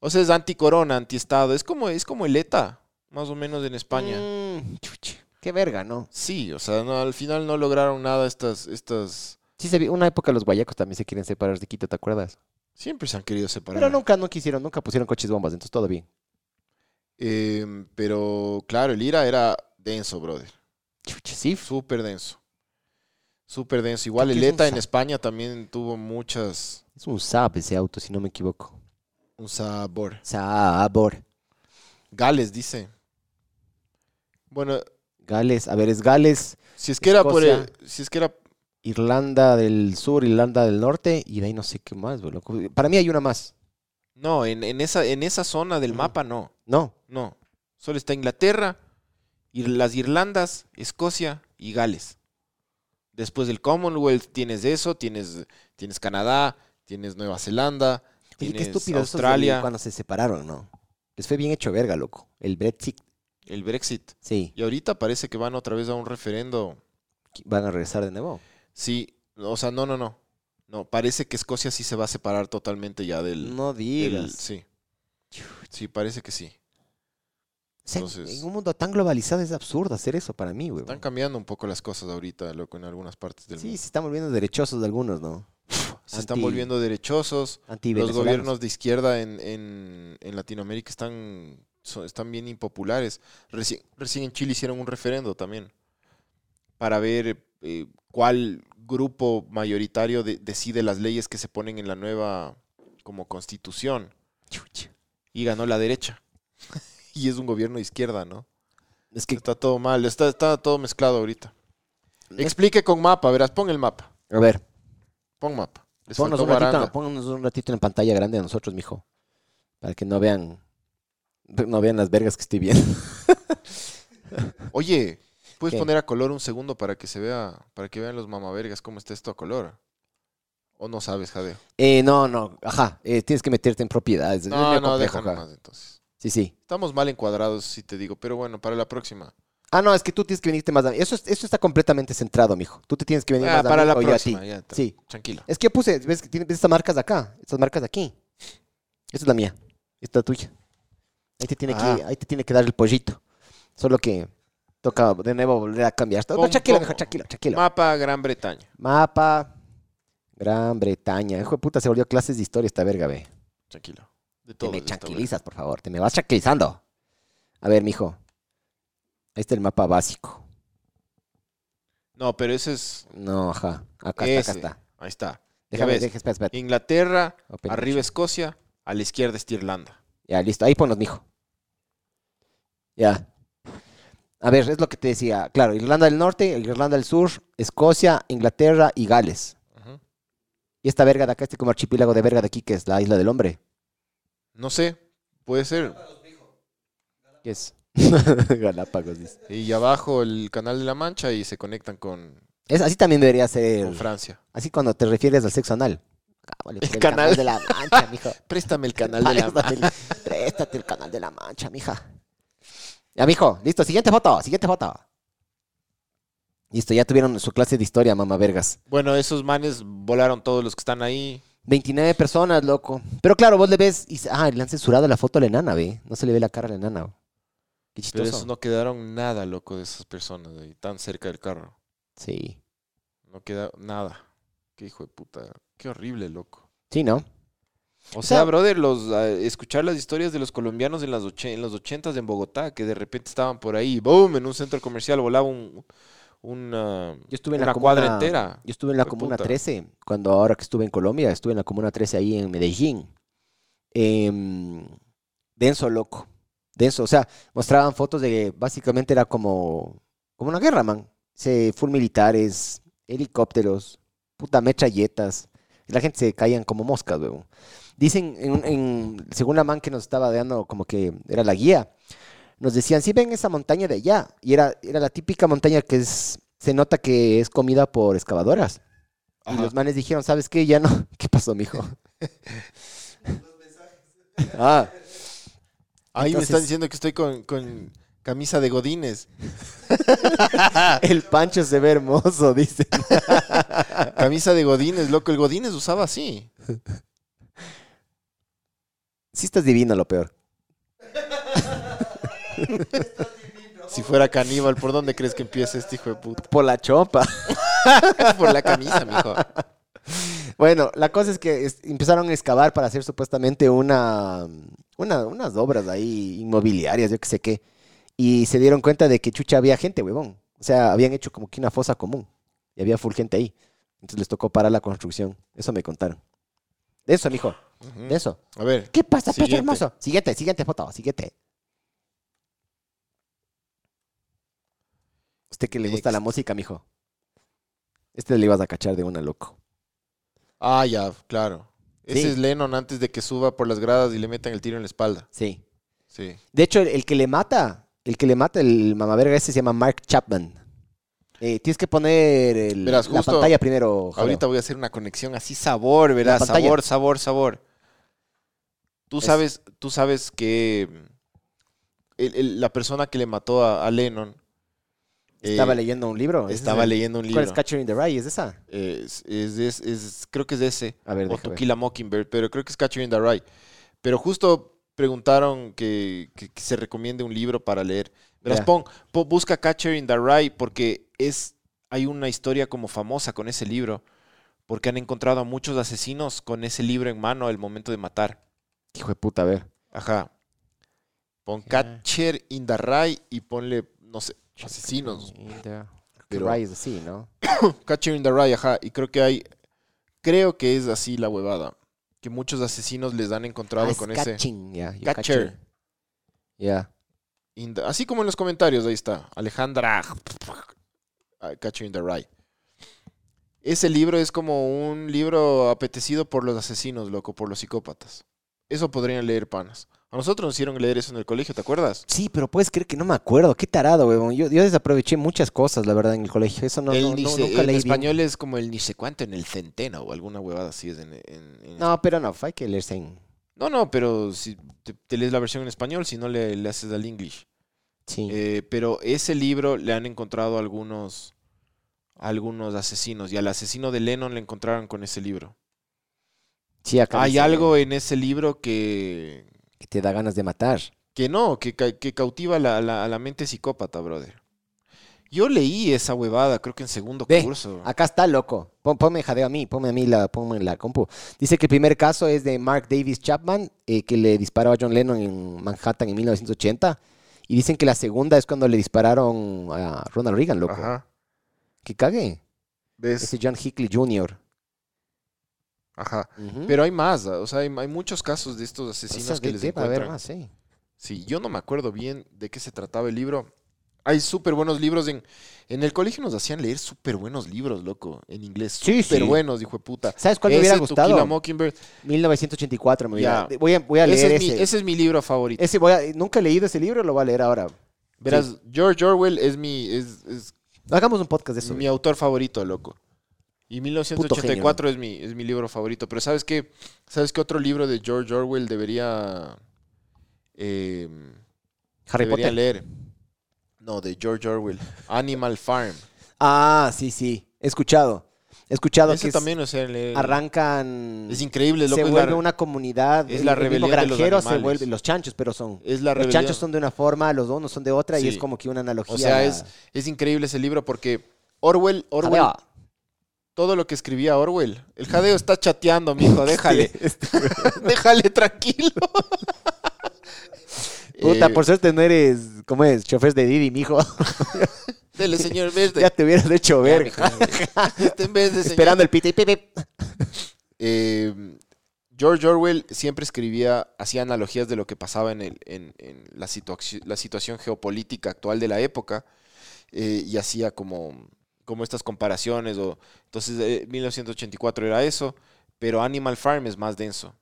Speaker 3: O sea, es anticorona, antiestado. Es como, es como el ETA, más o menos en España.
Speaker 2: Mm, chuch, qué verga, ¿no?
Speaker 3: Sí, o sea, no, al final no lograron nada estas, estas...
Speaker 2: Sí, se vi- una época los guayacos también se quieren separar de Quito, ¿te acuerdas?
Speaker 3: Siempre se han querido separar.
Speaker 2: Pero nunca, no quisieron, nunca pusieron coches bombas, entonces todo bien.
Speaker 3: Eh, pero, claro, el IRA era denso, brother.
Speaker 2: Chuch, sí, f-
Speaker 3: Súper denso. Súper denso. Igual
Speaker 2: Creo
Speaker 3: el
Speaker 2: que es un
Speaker 3: ETA en
Speaker 2: sa-
Speaker 3: España también tuvo muchas...
Speaker 2: es un Saab ese auto, si no me equivoco.
Speaker 3: Un sabor.
Speaker 2: Sabor.
Speaker 3: Gales, dice. Bueno,
Speaker 2: Gales, a ver, es Gales,
Speaker 3: si es que era por... el- si es que era...
Speaker 2: Irlanda del Sur, Irlanda del Norte, y de ahí no sé qué más, güey, loco. Para mí hay una más,
Speaker 3: No, en, en esa, en esa zona del
Speaker 2: Ujú.
Speaker 3: mapa no.
Speaker 2: ¿no?
Speaker 3: No. Solo está Inglaterra, Ir- las Irlandas, Escocia y Gales. Después del Commonwealth tienes eso, tienes, tienes Canadá, tienes Nueva Zelanda,
Speaker 2: Oye,
Speaker 3: tienes
Speaker 2: qué estúpido esos del-
Speaker 3: Australia,
Speaker 2: cuando se separaron, ¿no? Les fue bien hecho verga, loco. El Brexit,
Speaker 3: el Brexit.
Speaker 2: sí.
Speaker 3: Y ahorita parece que van otra vez a un referendo.
Speaker 2: Van a regresar de nuevo.
Speaker 3: Sí, o sea, no, no, no. No, parece que Escocia sí se va a separar totalmente ya del...
Speaker 2: No
Speaker 3: del-
Speaker 2: digas.
Speaker 3: sí. Sí, parece que sí.
Speaker 2: O sea,
Speaker 3: entonces-
Speaker 2: En un mundo tan globalizado es absurdo hacer eso para mí, güey.
Speaker 3: Están cambiando un poco las cosas ahorita, loco, en algunas partes del
Speaker 2: Sí,
Speaker 3: mundo.
Speaker 2: se están volviendo derechosos de algunos, ¿no?
Speaker 3: Se están
Speaker 2: anti-
Speaker 3: volviendo derechosos.
Speaker 2: Anti
Speaker 3: Los gobiernos de izquierda en, en- en Latinoamérica están, son- están bien impopulares. Reci- recién en Chile hicieron un referendo también para ver eh, cuál grupo mayoritario de- decide las leyes que se ponen en la nueva como constitución.
Speaker 2: Chucha.
Speaker 3: Y ganó la derecha. y es un gobierno de izquierda, ¿no?
Speaker 2: Es que,
Speaker 3: Está todo mal, está, está todo mezclado ahorita.
Speaker 2: No.
Speaker 3: Explique con mapa, verás, pon el mapa.
Speaker 2: a ver,
Speaker 3: Pon mapa. Les
Speaker 2: ponnos
Speaker 3: faltó
Speaker 2: un, ratito,
Speaker 3: baranda.
Speaker 2: ponnos un ratito en pantalla grande a nosotros, mijo. Para que no vean, no vean las vergas que estoy viendo.
Speaker 3: Oye, ¿puedes
Speaker 2: ¿Qué?
Speaker 3: poner a color un segundo para que se vea, para que vean los mamavergas cómo está esto a color? ¿O no sabes, Jadeo?
Speaker 2: Eh, no, no, ajá, eh, tienes que meterte en propiedades. es
Speaker 3: No,
Speaker 2: medio
Speaker 3: no,
Speaker 2: complejo,
Speaker 3: deja
Speaker 2: ajá.
Speaker 3: nomás entonces.
Speaker 2: Sí, sí.
Speaker 3: Estamos mal encuadrados, si te digo, pero bueno, para la próxima.
Speaker 2: Ah, no, es que tú tienes que venirte más a mí. Eso, es- eso está completamente centrado, mijo. Tú te tienes que venir
Speaker 3: Ah,
Speaker 2: más
Speaker 3: para
Speaker 2: a mí
Speaker 3: la
Speaker 2: o yo a
Speaker 3: próxima,
Speaker 2: ti.
Speaker 3: ya está.
Speaker 2: Sí.
Speaker 3: Tranquilo.
Speaker 2: Es que yo puse, ves que tiene ves estas marcas de acá, estas marcas de aquí. Esta es la mía, esta es la tuya. Ahí te tiene,
Speaker 3: Ah.
Speaker 2: que, ahí te tiene que dar el pollito. Solo que toca de nuevo volver a cambiar. No,
Speaker 3: Pon-
Speaker 2: tranquilo,
Speaker 3: pon-
Speaker 2: mijo, tranquilo, tranquilo.
Speaker 3: Mapa Gran Bretaña.
Speaker 2: Mapa, Gran Bretaña. Hijo de puta, se volvió clases de historia esta verga, ve.
Speaker 3: Tranquilo. De
Speaker 2: Te
Speaker 3: todo.
Speaker 2: me
Speaker 3: de esta wea.
Speaker 2: tranquilizas, por favor. Te me vas tranquilizando. A ver, mijo. Ahí está el mapa básico.
Speaker 3: No, pero ese es.
Speaker 2: No, ajá. Acá está,
Speaker 3: ese.
Speaker 2: acá está.
Speaker 3: Ahí está. Ya
Speaker 2: Déjame,
Speaker 3: ves.
Speaker 2: deja, espera, espera.
Speaker 3: Inglaterra,
Speaker 2: Open
Speaker 3: arriba Escocia, a la izquierda está Irlanda.
Speaker 2: Ya, listo. Ahí ponlos, mijo. Ya. A ver, es lo que te decía. Claro, Irlanda del Norte, Irlanda del Sur, Escocia, Inglaterra y Gales.
Speaker 3: Ujú.
Speaker 2: Y esta verga de acá, este como archipiélago de verga de aquí, que es la isla del hombre.
Speaker 3: No sé, puede ser.
Speaker 2: ¿Qué es? Galápagos, dice.
Speaker 3: Y abajo el Canal de la Mancha y se conectan con,
Speaker 2: Es, así también debería
Speaker 3: con
Speaker 2: ser.
Speaker 3: Francia.
Speaker 2: Así cuando te refieres al sexo anal. Ah, vale,
Speaker 3: El
Speaker 2: el,
Speaker 3: canal.
Speaker 2: canal. de la mancha, mijo.
Speaker 3: Préstame el Canal de la Mancha.
Speaker 2: Préstate el- Préstate el canal de la mancha, mija. Ya, mijo, listo, siguiente foto, siguiente foto. Listo, ya tuvieron su clase de historia, mamá vergas.
Speaker 3: Bueno, esos manes volaron todos los que están ahí.
Speaker 2: 29 personas, loco. Pero claro, vos le ves y... Ah, le han censurado la foto a la enana, ve. No se le ve la cara a la enana. bo. Qué
Speaker 3: Pero
Speaker 2: chistoso.
Speaker 3: esos no quedaron nada, loco, de esas personas ahí, tan cerca del carro.
Speaker 2: Sí.
Speaker 3: No queda nada. Qué hijo de puta. Qué horrible, loco.
Speaker 2: Sí, ¿no?
Speaker 3: O sea,
Speaker 2: sea-
Speaker 3: brother, los, eh, escuchar las historias de los colombianos en, las och- en los ochentas en Bogotá, que de repente estaban por ahí, boom, en un centro comercial volaba un, una,
Speaker 2: Yo estuve en
Speaker 3: una
Speaker 2: la comuna-
Speaker 3: cuadra entera.
Speaker 2: Yo estuve en la
Speaker 3: Fue
Speaker 2: Comuna
Speaker 3: puta.
Speaker 2: 13, cuando ahora que estuve en Colombia, estuve en la Comuna 13 ahí en Medellín. Em, denso, loco. Denso, o sea, mostraban fotos de que básicamente era como, como una guerra, man. Se, full militares, helicópteros, puta metralletas. Y la gente se caían como moscas, weón. Dicen, en un- en- según la man que nos estaba dando, como que era la guía, nos decían, sí, ven esa montaña de allá. Y era, era la típica montaña que es, se nota que es comida por excavadoras. Y
Speaker 3: Ajá.
Speaker 2: los manes dijeron, ¿sabes qué? Ya no. ¿Qué pasó, mijo? ah,
Speaker 3: Ahí me están
Speaker 2: Entonces-
Speaker 3: diciendo que estoy con, con camisa de godines,
Speaker 2: el Pancho se ve hermoso, dice.
Speaker 3: camisa de godines, loco, el godines usaba así.
Speaker 2: Sí estás divino, lo peor.
Speaker 3: Si fuera caníbal, ¿por dónde crees que empieza este hijo de puta?
Speaker 2: Por la chopa.
Speaker 3: Por la camisa, mijo.
Speaker 2: Bueno, la cosa es que es- empezaron a excavar para hacer supuestamente una, una- unas obras ahí inmobiliarias, yo qué sé qué. Y se dieron cuenta de que chucha había gente, huevón. O sea, habían hecho como que una fosa común. Y había full gente ahí. Entonces les tocó parar la construcción. Eso me contaron. De eso, mijo. De eso.
Speaker 3: A ver,
Speaker 2: ¿Qué pasa,
Speaker 3: Siguiente.
Speaker 2: pecho hermoso? Siguiente, siguiente foto, siguiente. Usted Este que le gusta la
Speaker 3: Next.
Speaker 2: música, mijo. Este le ibas a cachar de una, loco.
Speaker 3: Ah, ya, claro. Ese
Speaker 2: Sí.
Speaker 3: es Lennon antes de que suba por las gradas y le metan el tiro en la espalda.
Speaker 2: Sí.
Speaker 3: Sí.
Speaker 2: De hecho, el, el que le mata, el que le mata, el mamaverga ese se llama Mark Chapman. Eh, tienes que poner el-
Speaker 3: Verás,
Speaker 2: la
Speaker 3: justo
Speaker 2: pantalla primero, Javier.
Speaker 3: Ahorita voy a hacer una conexión así sabor, verás,
Speaker 2: pantalla.
Speaker 3: sabor, sabor, sabor. Tú
Speaker 2: Es-
Speaker 3: sabes, tú sabes que mm, el- el- la persona que le mató a, a Lennon eh,
Speaker 2: Estaba leyendo un libro. ¿es
Speaker 3: estaba
Speaker 2: ese?
Speaker 3: leyendo un
Speaker 2: ¿Cuál
Speaker 3: libro.
Speaker 2: es Catcher in the Rye? ¿Es esa?
Speaker 3: Es- es- es- es- creo que es de ese.
Speaker 2: A ver,
Speaker 3: o
Speaker 2: déjame
Speaker 3: To
Speaker 2: ver.
Speaker 3: Kill a Mockingbird, pero creo que es Catcher in the Rye. Pero justo preguntaron que, que- que se recomiende un libro para leer. Verás,
Speaker 2: Ya.
Speaker 3: pon- pon- busca Catcher in the Rye porque es, hay una historia como famosa con ese libro. Porque han encontrado a muchos asesinos con ese libro en mano al momento de matar.
Speaker 2: Hijo de puta, a ver.
Speaker 3: Ajá. Pon
Speaker 2: Ya.
Speaker 3: Catcher in the Rye y ponle, no sé, asesinos.
Speaker 2: In the-
Speaker 3: Pero-
Speaker 2: Rye es así, ¿no?
Speaker 3: Catcher in the Rye, ajá. Y creo que hay. Creo que es así la huevada. Que muchos asesinos les han encontrado
Speaker 2: Ah, es
Speaker 3: con ese.
Speaker 2: catching, ya, yo
Speaker 3: Catcher.
Speaker 2: catching. Ya.
Speaker 3: in the- así como en los comentarios, ahí está. Alejandra. ah, Catcher in the Rye. Ese libro es como un libro apetecido por los asesinos, loco, por los psicópatas. Eso podrían leer panas. A nosotros nos hicieron leer eso en el colegio, ¿te acuerdas?
Speaker 2: Sí, pero puedes creer que no me acuerdo. Qué tarado, weón. Yo, yo desaproveché muchas cosas, la verdad, en el colegio. Eso no,
Speaker 3: El
Speaker 2: no,
Speaker 3: ni
Speaker 2: no-
Speaker 3: sé-
Speaker 2: nunca
Speaker 3: en
Speaker 2: leí bien.
Speaker 3: español es como el ni sé cuánto en el centeno o alguna huevada así es en, en- en
Speaker 2: No, pero no, hay que leerse en...
Speaker 3: No, no, pero si te, te lees la versión en español, si no le, le haces al English.
Speaker 2: Sí.
Speaker 3: Eh, pero ese libro le han encontrado algunos, algunos asesinos. Y al asesino de Lennon le encontraron con ese libro.
Speaker 2: sí, acá
Speaker 3: Hay
Speaker 2: dice
Speaker 3: algo en ese libro que,
Speaker 2: Que te da ganas de matar.
Speaker 3: que no, que, ca- que cautiva la- la- a la mente psicópata, brother. Yo leí esa huevada, creo que en segundo
Speaker 2: Ve,
Speaker 3: curso.
Speaker 2: Acá está, loco. Pon- ponme jadeo a mí, ponme a mí la, ponme la compu. Dice que el primer caso es de Mark Davis Chapman, eh, que le disparó a John Lennon en Manhattan en 1980. Y dicen que la segunda es cuando le dispararon a Ronald Reagan, loco.
Speaker 3: Ajá.
Speaker 2: Que cague.
Speaker 3: ¿Ves?
Speaker 2: Ese John Hickley Jr.
Speaker 3: Ajá.
Speaker 2: Ujú.
Speaker 3: Pero hay más, o sea, hay, hay muchos casos de estos
Speaker 2: O sea,
Speaker 3: asesinos
Speaker 2: de-
Speaker 3: que les
Speaker 2: debe haber
Speaker 3: encuentran.
Speaker 2: más, sí.
Speaker 3: Sí, yo no me acuerdo bien de qué se trataba el libro. hay súper buenos libros en... En el colegio nos hacían leer súper buenos libros, loco, en inglés.
Speaker 2: Sí,
Speaker 3: Súper
Speaker 2: sí.
Speaker 3: buenos, dijo de puta.
Speaker 2: ¿Sabes cuál me hubiera
Speaker 3: Ese, To Kill a
Speaker 2: gustado?
Speaker 3: Mockingbird.
Speaker 2: 1984 me hubiera-
Speaker 3: Ya.
Speaker 2: Voy a, voy a
Speaker 3: Ese
Speaker 2: leer
Speaker 3: es mi-
Speaker 2: ese.
Speaker 3: ese es mi libro favorito.
Speaker 2: Ese voy a- nunca he leído ese libro, lo voy a leer ahora.
Speaker 3: Verás, George Orwell es mi, es, es
Speaker 2: Hagamos un podcast de eso.
Speaker 3: mi autor favorito, loco. Y 1984 es mi, es mi libro favorito. Pero ¿sabes qué? ¿Sabes qué otro libro de George Orwell debería, eh,
Speaker 2: Harry
Speaker 3: debería
Speaker 2: Potter.
Speaker 3: leer? No, de George Orwell. Animal Farm.
Speaker 2: Ah, sí, sí. He escuchado. He escuchado
Speaker 3: Ese
Speaker 2: que es-
Speaker 3: también, o sea, le-
Speaker 2: arrancan.
Speaker 3: es increíble, loco.
Speaker 2: se
Speaker 3: es,
Speaker 2: vuelve
Speaker 3: la,
Speaker 2: una comunidad.
Speaker 3: es la
Speaker 2: el mismo
Speaker 3: rebelión de los
Speaker 2: granjero se
Speaker 3: animales.
Speaker 2: vuelve. Los chanchos, pero son.
Speaker 3: es la
Speaker 2: Los
Speaker 3: rebelión.
Speaker 2: chanchos son de una forma, los donos son de otra y
Speaker 3: Sí.
Speaker 2: es como que una analogía.
Speaker 3: O sea,
Speaker 2: a- Ah,
Speaker 3: es, es increíble ese libro porque Orwell,
Speaker 2: a
Speaker 3: Orwell,
Speaker 2: ver,
Speaker 3: todo lo que escribía Orwell. El jadeo está chateando, mijo, déjale.
Speaker 2: este,
Speaker 3: déjale tranquilo.
Speaker 2: Puta,
Speaker 3: Eh,
Speaker 2: por suerte no eres, ¿cómo es? Chofer de Didi, mijo.
Speaker 3: Dele, señor verde.
Speaker 2: ya te hubieras hecho
Speaker 3: Ya,
Speaker 2: ver.
Speaker 3: mijo, Este en vez de señor-
Speaker 2: Esperando el piti. pip, pip.
Speaker 3: Eh, George Orwell siempre escribía, hacía analogías de lo que pasaba en, el- en- en la, situaci- la situación geopolítica actual de la época eh, y hacía como, como estas comparaciones. O, entonces, eh, 1984 era eso, pero Animal Farm es más denso,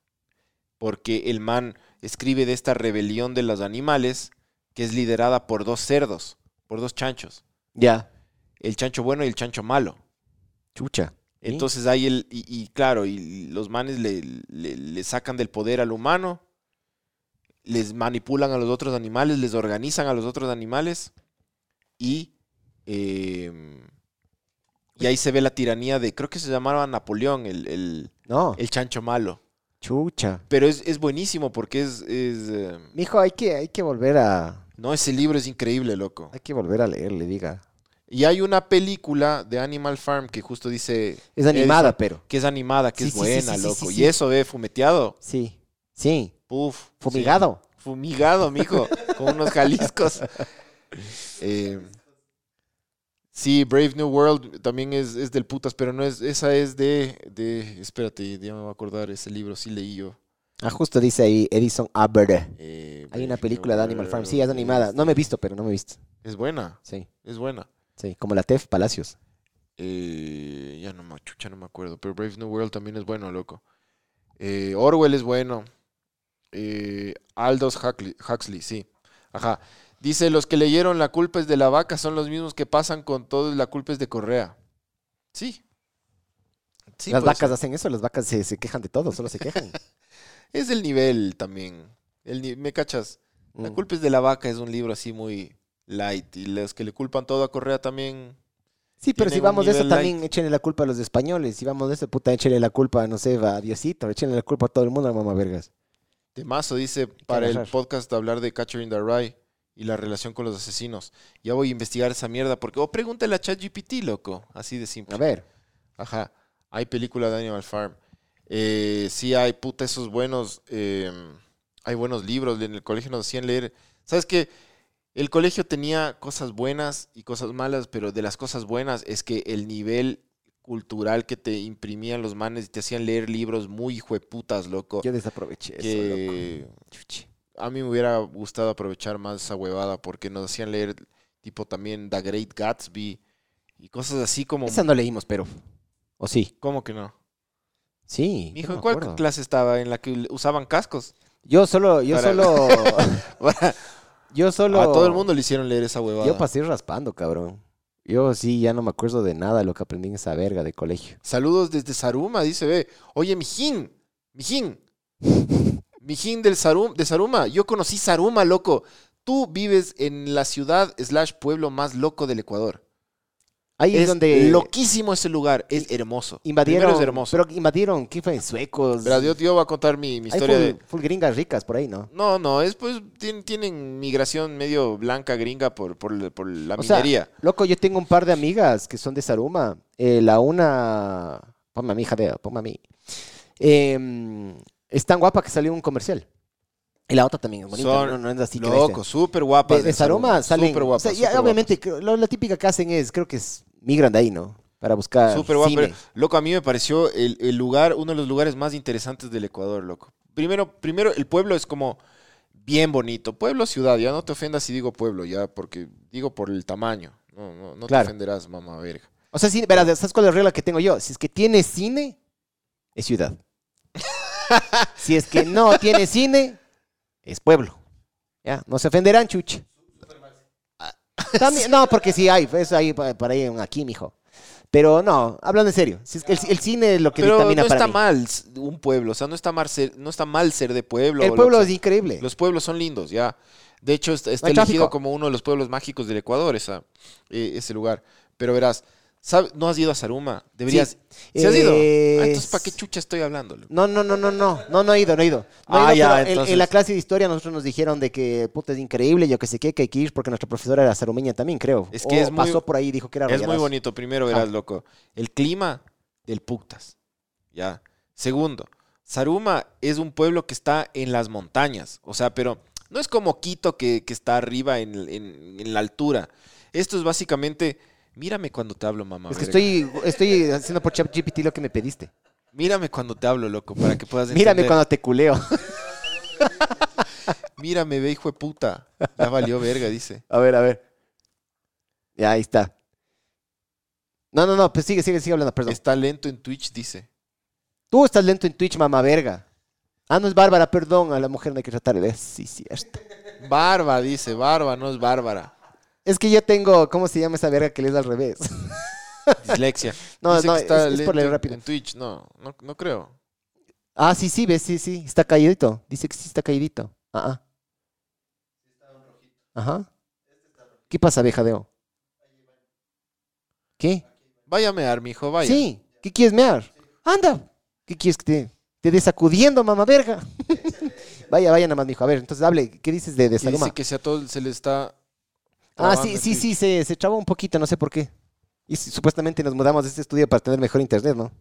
Speaker 3: porque el man escribe de esta rebelión de los animales que es liderada por dos cerdos, por dos chanchos,
Speaker 2: Ya.
Speaker 3: el chancho bueno y el chancho malo.
Speaker 2: Chucha. ¿Sí?
Speaker 3: Entonces ahí el, y, y claro, y los manes le, le- le sacan del poder al humano, les manipulan a los otros animales, les organizan a los otros animales y, eh, y ahí se ve la tiranía de, creo que se llamaba Napoleón, el, el-
Speaker 2: No.
Speaker 3: el chancho malo.
Speaker 2: Chucha.
Speaker 3: Pero es, es buenísimo porque es, es, eh,
Speaker 2: Mijo, hay que, hay que volver a.
Speaker 3: No, ese libro es increíble, loco.
Speaker 2: Hay que volver a leer, le diga.
Speaker 3: Y hay una película de Animal Farm que justo dice...
Speaker 2: Es animada,
Speaker 3: Edison,
Speaker 2: pero.
Speaker 3: que es animada, que
Speaker 2: Sí,
Speaker 3: es
Speaker 2: sí, sí, sí,
Speaker 3: buena,
Speaker 2: sí,
Speaker 3: loco.
Speaker 2: sí,
Speaker 3: Y
Speaker 2: sí.
Speaker 3: eso, ve, fumeteado.
Speaker 2: Sí. Sí.
Speaker 3: Puf.
Speaker 2: Fumigado.
Speaker 3: sí. Fumigado, mijo. con unos jaliscos. Eh, sí, Brave New World también es, es del putas, pero no es. Esa es de. de espérate, ya me voy a acordar ese libro, sí leí yo.
Speaker 2: Ah, justo dice ahí Edison Albert.
Speaker 3: Eh,
Speaker 2: Hay una
Speaker 3: Brave
Speaker 2: película
Speaker 3: New
Speaker 2: de Animal Farm. Sí, es
Speaker 3: World
Speaker 2: animada. No me he visto, pero no me he visto.
Speaker 3: Es buena,
Speaker 2: Sí.
Speaker 3: es buena.
Speaker 2: Sí. Como la Tef Palacios.
Speaker 3: Eh, ya no me chucha, no me acuerdo. Pero Brave New World también es bueno, loco. Eh, Orwell es bueno. Eh, Aldous Huxley, Huxley, sí. Ajá. Dice, los que leyeron La culpa es de la vaca son los mismos que pasan con todos La culpa es de Correa. Sí. Sí, pues,
Speaker 2: las
Speaker 3: puede
Speaker 2: vacas hacen eso, las vacas se, se quejan de todo, solo se quejan.
Speaker 3: ser. Es el nivel también. El ni- ¿Me cachas? La
Speaker 2: Mm.
Speaker 3: culpa es de la vaca es un libro así muy light. Y los que le culpan todo a Correa también...
Speaker 2: Sí, pero si
Speaker 3: tienen un
Speaker 2: vamos de eso
Speaker 3: nivel
Speaker 2: también, échenle la culpa a los españoles. Si vamos de eso, puta, échenle la culpa, no sé, a Diosito, échenle la culpa a todo el mundo, mamá vergas.
Speaker 3: Temazo dice para el
Speaker 2: agarrar.
Speaker 3: podcast hablar de Catcher in the Rye y la relación con los asesinos. Ya voy a investigar esa mierda porque o pregúntale a ChatGPT, loco, así de simple.
Speaker 2: A ver,
Speaker 3: Ajá. Hay película de Animal Farm. Eh, sí hay puta esos buenos eh, hay buenos libros en el colegio nos hacían leer. ¿Sabes qué? El colegio tenía cosas buenas y cosas malas, pero de las cosas buenas es que el nivel cultural que te imprimían los manes y te hacían leer libros muy hijueputas, loco.
Speaker 2: yo desaproveché eso, loco.
Speaker 3: que
Speaker 2: Chuchi.
Speaker 3: a mí me hubiera gustado aprovechar más esa huevada porque nos hacían leer tipo también The Great Gatsby y cosas así como
Speaker 2: Esa no leímos, pero. ¿O sí?
Speaker 3: ¿Cómo que no?
Speaker 2: Sí. yo
Speaker 3: Mijo,
Speaker 2: me
Speaker 3: ¿en cuál
Speaker 2: acuerdo.
Speaker 3: clase estaba en la que usaban cascos?
Speaker 2: Yo solo, yo
Speaker 3: Para-
Speaker 2: solo, yo solo.
Speaker 3: A todo el mundo le hicieron leer esa huevada.
Speaker 2: Yo pasé raspando, cabrón. Yo sí, ya no me acuerdo de nada lo que aprendí en esa verga de colegio.
Speaker 3: Saludos desde Saruma, dice, ve. Oye, mijín, mijín. Mijín del Sarum, de Saruma. Yo conocí Saruma, loco. Tú vives en la ciudad slash pueblo más loco del Ecuador.
Speaker 2: Ahí es,
Speaker 3: es
Speaker 2: donde
Speaker 3: loquísimo ese lugar. Es hermoso.
Speaker 2: invadieron.
Speaker 3: Primero es hermoso.
Speaker 2: Pero invadieron, ¿qué fue? Suecos.
Speaker 3: Verás, yo, yo voy a contar mi, mi
Speaker 2: Hay
Speaker 3: historia de...
Speaker 2: full, full gringas ricas por ahí, ¿no?
Speaker 3: No, no, es pues tien- tienen migración medio blanca gringa por, por, por la
Speaker 2: O sea,
Speaker 3: minería.
Speaker 2: Loco, yo tengo un par de amigas que son de Saruma. Eh, la una. Ponme a mí, jadeo, ponme a mí. Eh, es tan guapa que salió un comercial. Y la otra también es bonita.
Speaker 3: Son
Speaker 2: no, no es así que bestia.
Speaker 3: Loco, súper guapa.
Speaker 2: de, de Saruma salen.
Speaker 3: Súper
Speaker 2: o
Speaker 3: guapa.
Speaker 2: sea, ya, obviamente, creo- lo- la típica que hacen es, creo que es migran de ahí, ¿no? Para buscar.
Speaker 3: Súper guapa.
Speaker 2: cine.
Speaker 3: pero, Loco, a mí me pareció el, el lugar, uno de los lugares más interesantes del Ecuador, loco. Primero, primero el pueblo es como bien bonito. Pueblo, ciudad, ya no te ofendas si digo pueblo, ya, porque digo por el tamaño. No, no, no
Speaker 2: Claro.
Speaker 3: te ofenderás, mamá verga.
Speaker 2: O sea, sí, verás, ¿sabes cuál es la regla que tengo yo? Si es que tiene cine, es ciudad. si es que no tiene cine, es pueblo. Ya, no se ofenderán, chuche. También, no, porque sí hay, es ahí pa- para ahí un aquí, mijo. Pero no, hablando en serio, si es que el, el cine es lo que
Speaker 3: Pero no
Speaker 2: dictamina
Speaker 3: está
Speaker 2: para mí.
Speaker 3: mal s- un pueblo, o sea, no está mal ser, no está mal ser de pueblo. o
Speaker 2: el
Speaker 3: lo
Speaker 2: pueblo
Speaker 3: que
Speaker 2: es increíble.
Speaker 3: Los pueblos son lindos, ya. De hecho, está, está
Speaker 2: hay
Speaker 3: elegido
Speaker 2: tráfico.
Speaker 3: como uno de los pueblos mágicos del Ecuador, esa, eh, ese lugar. Pero verás, ¿sabe- no has ido a Saruma. Deberías. ¿Sí has ido? Ah,
Speaker 2: Eh,
Speaker 3: entonces, ¿para qué chucha estoy hablando? loco?
Speaker 2: No, no, no, no, no, no, no he ido, no he ido. No he
Speaker 3: Ah,
Speaker 2: ido,
Speaker 3: ya,
Speaker 2: pero en- en,
Speaker 3: entonces.
Speaker 2: la clase de historia nosotros nos dijeron de que puta es increíble, yo que sé qué, que hay que ir porque nuestra profesora era sarumeña también, creo.
Speaker 3: Es que
Speaker 2: O
Speaker 3: es muy-
Speaker 2: pasó por ahí y dijo que era
Speaker 3: Es muy
Speaker 2: rayadazo.
Speaker 3: bonito, primero verás,
Speaker 2: Ah.
Speaker 3: loco. El clima del Puctas. Ya. Segundo, Saruma es un pueblo que está en las montañas. O sea, pero no es como Quito que, que está arriba en, en- en la altura. Esto es básicamente. Mírame cuando te hablo, mamá.
Speaker 2: Es que
Speaker 3: verga.
Speaker 2: estoy, estoy haciendo por ChatGPT lo que me pediste.
Speaker 3: Mírame cuando te hablo, loco, para que puedas entender.
Speaker 2: Mírame cuando te culeo.
Speaker 3: Mírame, ve, hijo de puta. Ya valió verga, dice.
Speaker 2: A ver, a ver. Ya, ahí está. No, no, no, pues sigue, sigue, sigue hablando, perdón.
Speaker 3: Está lento en Twitch, dice.
Speaker 2: Tú estás lento en Twitch, mamá verga. Ah, no es Bárbara, perdón, a la mujer no hay que tratarle. Sí, cierto.
Speaker 3: Barba, dice. Barba, no es Bárbara.
Speaker 2: Es que yo tengo, ¿cómo se llama esa verga que le es al revés?
Speaker 3: Dislexia.
Speaker 2: No,
Speaker 3: Dice
Speaker 2: no,
Speaker 3: que
Speaker 2: es,
Speaker 3: está
Speaker 2: es por leer
Speaker 3: lento
Speaker 2: rápido.
Speaker 3: En Twitch, no, no, no creo.
Speaker 2: Ah, sí, sí, ves, sí, sí. Está caídito. Dice que sí está caídito. Ah, ah. Ajá. ¿Qué pasa, deo? ¿Qué?
Speaker 3: Vaya a mear, mijo, vaya.
Speaker 2: Sí. ¿Qué quieres mear? Anda. ¿Qué quieres que te, te dé sacudiendo, mamá verga? vaya, vaya nada más, mijo. A ver, entonces hable. ¿Qué dices de, de
Speaker 3: Que
Speaker 2: Saruma?
Speaker 3: dice que si a todo se le está.
Speaker 2: Ah,
Speaker 3: trabando
Speaker 2: sí,
Speaker 3: en
Speaker 2: sí,
Speaker 3: Twitch.
Speaker 2: sí, se, se trabó un poquito, no sé por qué. Y si- supuestamente nos mudamos de este estudio para tener mejor internet, ¿no?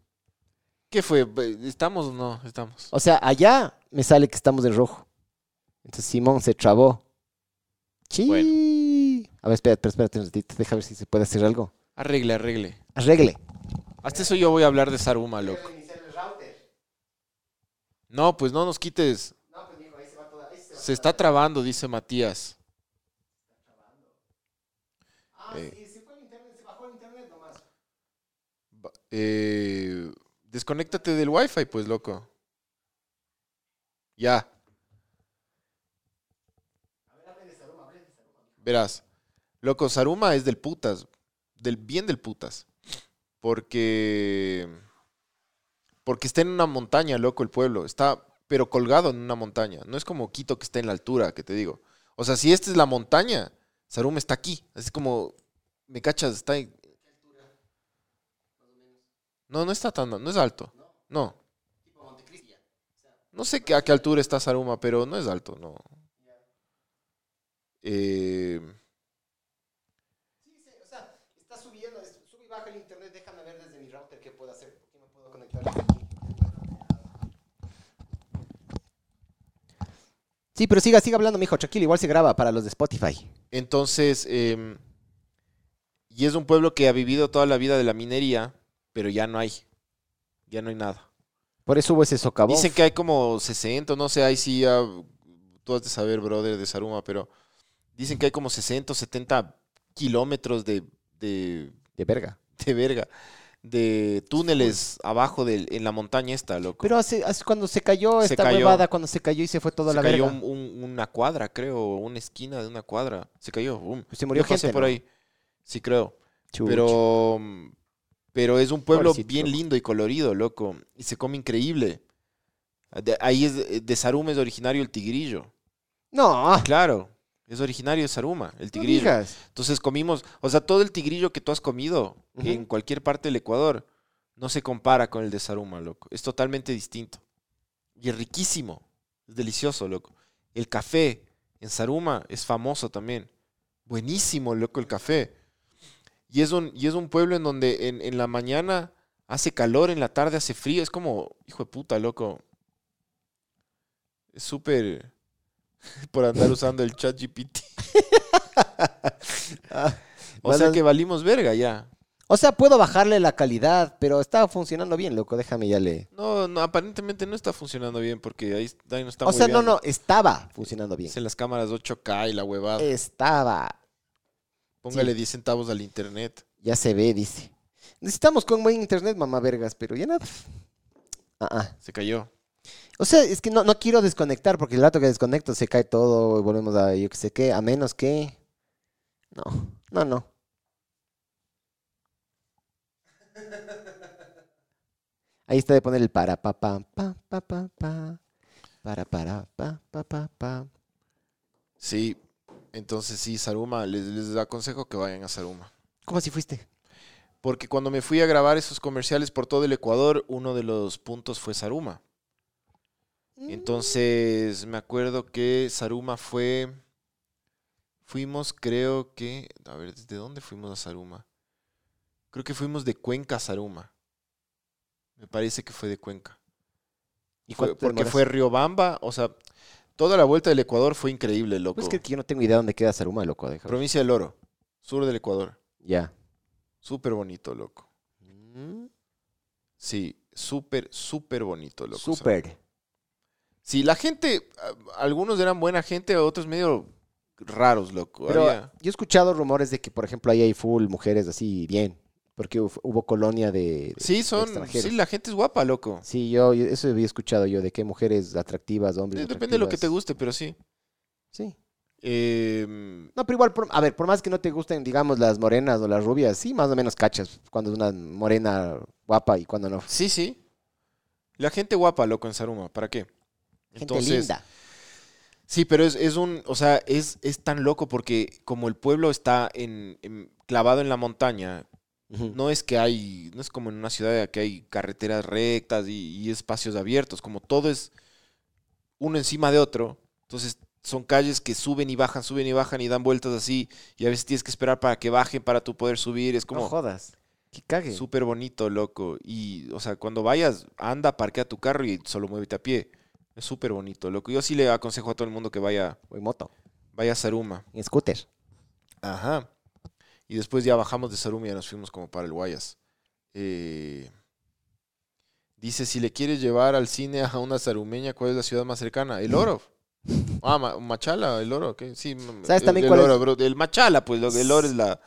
Speaker 3: ¿Qué fue? ¿Estamos o no? Estamos.
Speaker 2: O sea, allá me sale que estamos en rojo. Entonces Simón se trabó. Chi. A ver, espérate, espérate un ratito. Deja ver si se puede hacer algo.
Speaker 3: Arregle, arregle.
Speaker 2: Arregle.
Speaker 3: Hasta eso yo voy a hablar de Saruma, loco. No, pues no nos quites. Se está trabando, dice Matías. Eh. Ba- eh, desconéctate del wifi, pues, loco. Ya. Verás. Loco, Saruma es del putas. Del bien del putas. Porque. Porque está en una montaña, loco, el pueblo. Está, pero colgado en una montaña. No es como Quito que está en la altura, que te digo. O sea, si esta es la montaña, Saruma está aquí. Es como. ¿Me cachas? Está en. No, no está tan. No es alto. No. No sé qué- a qué altura está Saruma, pero no es alto, no. Eh,
Speaker 2: Está subiendo, sube y baja el internet. Déjame ver desde mi router qué puedo hacer. Porque no puedo conectar. Sí, pero siga, siga hablando, mijo. Tranquilo, igual se graba para los de Spotify.
Speaker 3: Entonces, eh, y es un pueblo que ha vivido toda la vida de la minería, pero ya no hay. Ya no hay nada.
Speaker 2: Por eso hubo ese socavón.
Speaker 3: Dicen que hay como 60, no sé, ahí sí ya. Tú has de saber, brother, de Saruma, pero dicen que hay como 60 o 70 kilómetros de, de,
Speaker 2: De verga.
Speaker 3: de verga, de túneles abajo del- en la montaña esta, loco.
Speaker 2: Pero hace, hace cuando se cayó
Speaker 3: Se
Speaker 2: esta
Speaker 3: cayó.
Speaker 2: huevada, cuando se cayó y se fue toda
Speaker 3: se
Speaker 2: la
Speaker 3: cayó
Speaker 2: verga.
Speaker 3: un- un- una cuadra, creo, o una esquina de una cuadra. Se cayó, boom.
Speaker 2: Se murió
Speaker 3: Yo pasé
Speaker 2: gente,
Speaker 3: por
Speaker 2: ¿no?
Speaker 3: ahí. Sí, creo.
Speaker 2: Chuch.
Speaker 3: Pero, pero es un pueblo
Speaker 2: Pobrecito,
Speaker 3: bien
Speaker 2: loco.
Speaker 3: lindo y colorido, loco. Y se come increíble. De- ahí es de Saruma es originario el tigrillo.
Speaker 2: No, no
Speaker 3: Claro, es originario de Saruma, el tigrillo.
Speaker 2: digas.
Speaker 3: Entonces comimos, o sea, todo el tigrillo que tú has comido
Speaker 2: Ujú.
Speaker 3: en cualquier parte del Ecuador no se compara con el de Saruma, loco. Es totalmente distinto. Y es riquísimo. Es delicioso, loco. El café en Saruma es famoso también. Buenísimo, loco, el café. Y es un, y es un pueblo en donde en, en la mañana hace calor, en la tarde hace frío. Es como, hijo de puta, loco. Es súper por andar usando el chat GPT. O
Speaker 2: Vas
Speaker 3: sea
Speaker 2: a-
Speaker 3: que valimos verga ya.
Speaker 2: O sea, puedo bajarle la calidad, pero está funcionando bien, loco. Déjame ya le.
Speaker 3: No, no, aparentemente no está funcionando bien porque ahí, ahí no está
Speaker 2: O sea, no,
Speaker 3: moviando.
Speaker 2: no, estaba funcionando bien.
Speaker 3: Dicen las cámaras 8K y la huevada.
Speaker 2: Eh, Estaba.
Speaker 3: Póngale 10 centavos al internet.
Speaker 2: Ya se ve, dice. Necesitamos con buen internet, mamá vergas, pero ya nada. Ah, ah.
Speaker 3: Se cayó.
Speaker 2: O sea, es que no, no quiero desconectar porque el rato que desconecto se cae todo y volvemos a yo que sé qué, a menos que. No, no, no. Ahí está de poner el para pa pa pa pa pa pa para para pa pa pa pa.
Speaker 3: Sí. Entonces sí, Saruma, les, les aconsejo que vayan a Saruma.
Speaker 2: ¿Cómo así fuiste?
Speaker 3: Porque cuando me fui a grabar esos comerciales por todo el Ecuador, uno de los puntos fue Saruma. Mm. Entonces me acuerdo que Saruma fue... Fuimos, creo que... A ver, ¿desde dónde fuimos a Saruma? Creo que fuimos de Cuenca a Saruma. Me parece que fue de Cuenca.
Speaker 2: ¿Y
Speaker 3: Fue-
Speaker 2: cuánto te
Speaker 3: porque
Speaker 2: demoras?
Speaker 3: fue Riobamba, o sea, toda la vuelta del Ecuador fue increíble, loco.
Speaker 2: Pues que que yo no tengo idea dónde queda Saruma, loco. déjame-
Speaker 3: Provincia del Oro, sur del Ecuador.
Speaker 2: Ya.
Speaker 3: Súper bonito, loco. Sí, súper, súper bonito, loco. o sea,
Speaker 2: Súper.
Speaker 3: Sí, la gente, a- algunos eran buena gente, otros medio raros, loco.
Speaker 2: Pero
Speaker 3: Había-
Speaker 2: yo he escuchado rumores de que, por ejemplo, ahí hay full mujeres así bien. Porque huf- hubo colonia de. de-
Speaker 3: sí, son,
Speaker 2: extranjeros.
Speaker 3: sí, la gente es guapa, loco.
Speaker 2: Sí, yo, yo- eso había escuchado yo, de que mujeres atractivas, hombres.
Speaker 3: Eh, Depende de lo que te
Speaker 2: atractivas.
Speaker 3: guste, pero sí.
Speaker 2: Sí.
Speaker 3: Eh,
Speaker 2: No, pero igual, por- a ver, por más que no te gusten, digamos, las morenas o las rubias, sí, más o menos cachas cuando es una morena guapa y cuando no.
Speaker 3: sí, sí. La gente guapa, loco, en Saruma, ¿para qué?
Speaker 2: Gente linda.
Speaker 3: Sí, pero es, es un, o sea, es, es tan loco porque como el pueblo está en, en- clavado en la montaña,
Speaker 2: Ujú.
Speaker 3: no es que hay, no es como en una ciudad que hay carreteras rectas y, y espacios abiertos, como todo es uno encima de otro, entonces son calles que suben y bajan, suben y bajan y dan vueltas así, y a veces tienes que esperar para que bajen para tú poder subir, es
Speaker 2: No
Speaker 3: como
Speaker 2: jodas. Que cague.
Speaker 3: súper bonito, loco, y, o sea, cuando vayas, anda, parquea tu carro y solo muévete a pie, es súper bonito, loco, yo sí le aconsejo a todo el mundo que vaya...
Speaker 2: O en moto,
Speaker 3: Vaya a Saruma.
Speaker 2: en scooter.
Speaker 3: Ajá. Y después ya bajamos de Saruma y ya nos fuimos como para el Guayas. Eh, dice, si le quieres llevar al cine a una sarumeña, ¿cuál es la ciudad más cercana?
Speaker 2: Mm.
Speaker 3: El Oro. Ah, Ma- Machala, el Oro. ¿qué? Sí, m-
Speaker 2: ¿Sabes
Speaker 3: el-
Speaker 2: también
Speaker 3: el
Speaker 2: cuál es?
Speaker 3: Oro, bro. El Machala, pues lo- el Oro es la...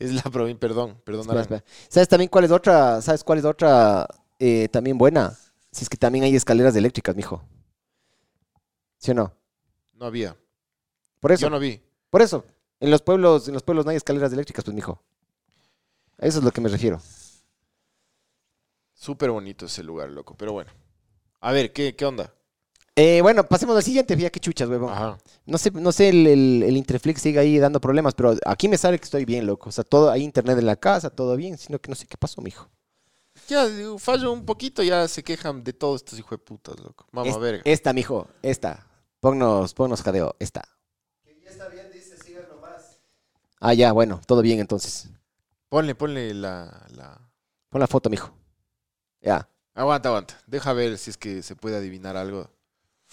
Speaker 3: Es la provincia, perdón, perdón.
Speaker 2: Espera,
Speaker 3: Alan.
Speaker 2: espera. ¿Sabes también cuál es otra? ¿Sabes cuál es otra eh, también buena? Si es que también hay escaleras eléctricas, mijo. ¿Sí o no?
Speaker 3: No había.
Speaker 2: Por eso,
Speaker 3: Yo no vi.
Speaker 2: por eso. En los pueblos, en los pueblos no hay escaleras eléctricas, pues, mijo. A eso es lo que me refiero.
Speaker 3: Súper bonito ese lugar, loco. Pero bueno. A ver, ¿qué, qué onda?
Speaker 2: Eh, bueno, pasemos al siguiente, ya que chuchas, huevón.
Speaker 3: Ajá.
Speaker 2: No sé, no sé, el, el- el Interflix sigue ahí dando problemas, pero aquí me sale que estoy bien, loco. O sea, todo, hay internet en la casa, todo bien, sino que no sé qué pasó, mijo.
Speaker 3: Ya, digo, fallo un poquito, ya se quejan de todos estos hijos de putas, loco. Vamos
Speaker 2: Es-
Speaker 3: a ver.
Speaker 2: Esta, mijo, esta. Ponnos, ponnos jadeo, esta.
Speaker 4: Que ya está bien, dice, sigan nomás.
Speaker 2: Ah, ya, bueno, todo bien entonces.
Speaker 3: Ponle, ponle la, la-
Speaker 2: Pon la foto, mijo. Ya.
Speaker 3: Aguanta, aguanta. Deja ver si es que se puede adivinar algo.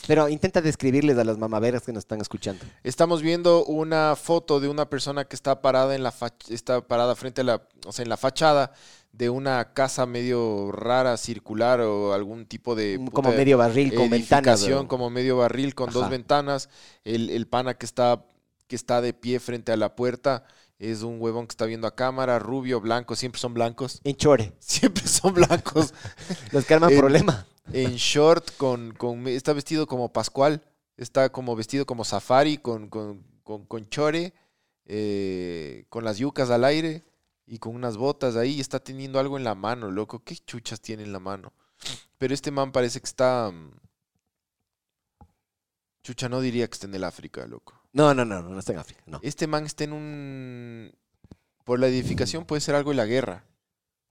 Speaker 2: Pero intenta describirles a las mamaveras que nos están escuchando.
Speaker 3: Estamos viendo una foto de una persona que está parada en la fa- está parada frente a la, o sea, en la fachada de una casa medio rara, circular o algún tipo de
Speaker 2: Un-
Speaker 3: puta
Speaker 2: como medio barril con ventanas.
Speaker 3: edificación,
Speaker 2: weón.
Speaker 3: como medio barril con dos
Speaker 2: Ajá.
Speaker 3: ventanas. El, el pana que está que está de pie frente a la puerta es un huevón que está viendo a cámara, rubio, blanco, siempre son blancos.
Speaker 2: En chore.
Speaker 3: Siempre son blancos.
Speaker 2: Los que arman
Speaker 3: En-
Speaker 2: problema.
Speaker 3: en short, con, con- está vestido como Pascual, está como vestido como Safari, con, con, con- con chore, eh, con las yucas al aire y con unas botas ahí, y está teniendo algo en la mano, loco. ¿Qué chuchas tiene en la mano? Pero este man parece que está... mm, Chucha, no diría que está en el África, loco.
Speaker 2: No, no, no, no, no está en África, no.
Speaker 3: Este man está en un... Por la edificación puede ser algo de la guerra.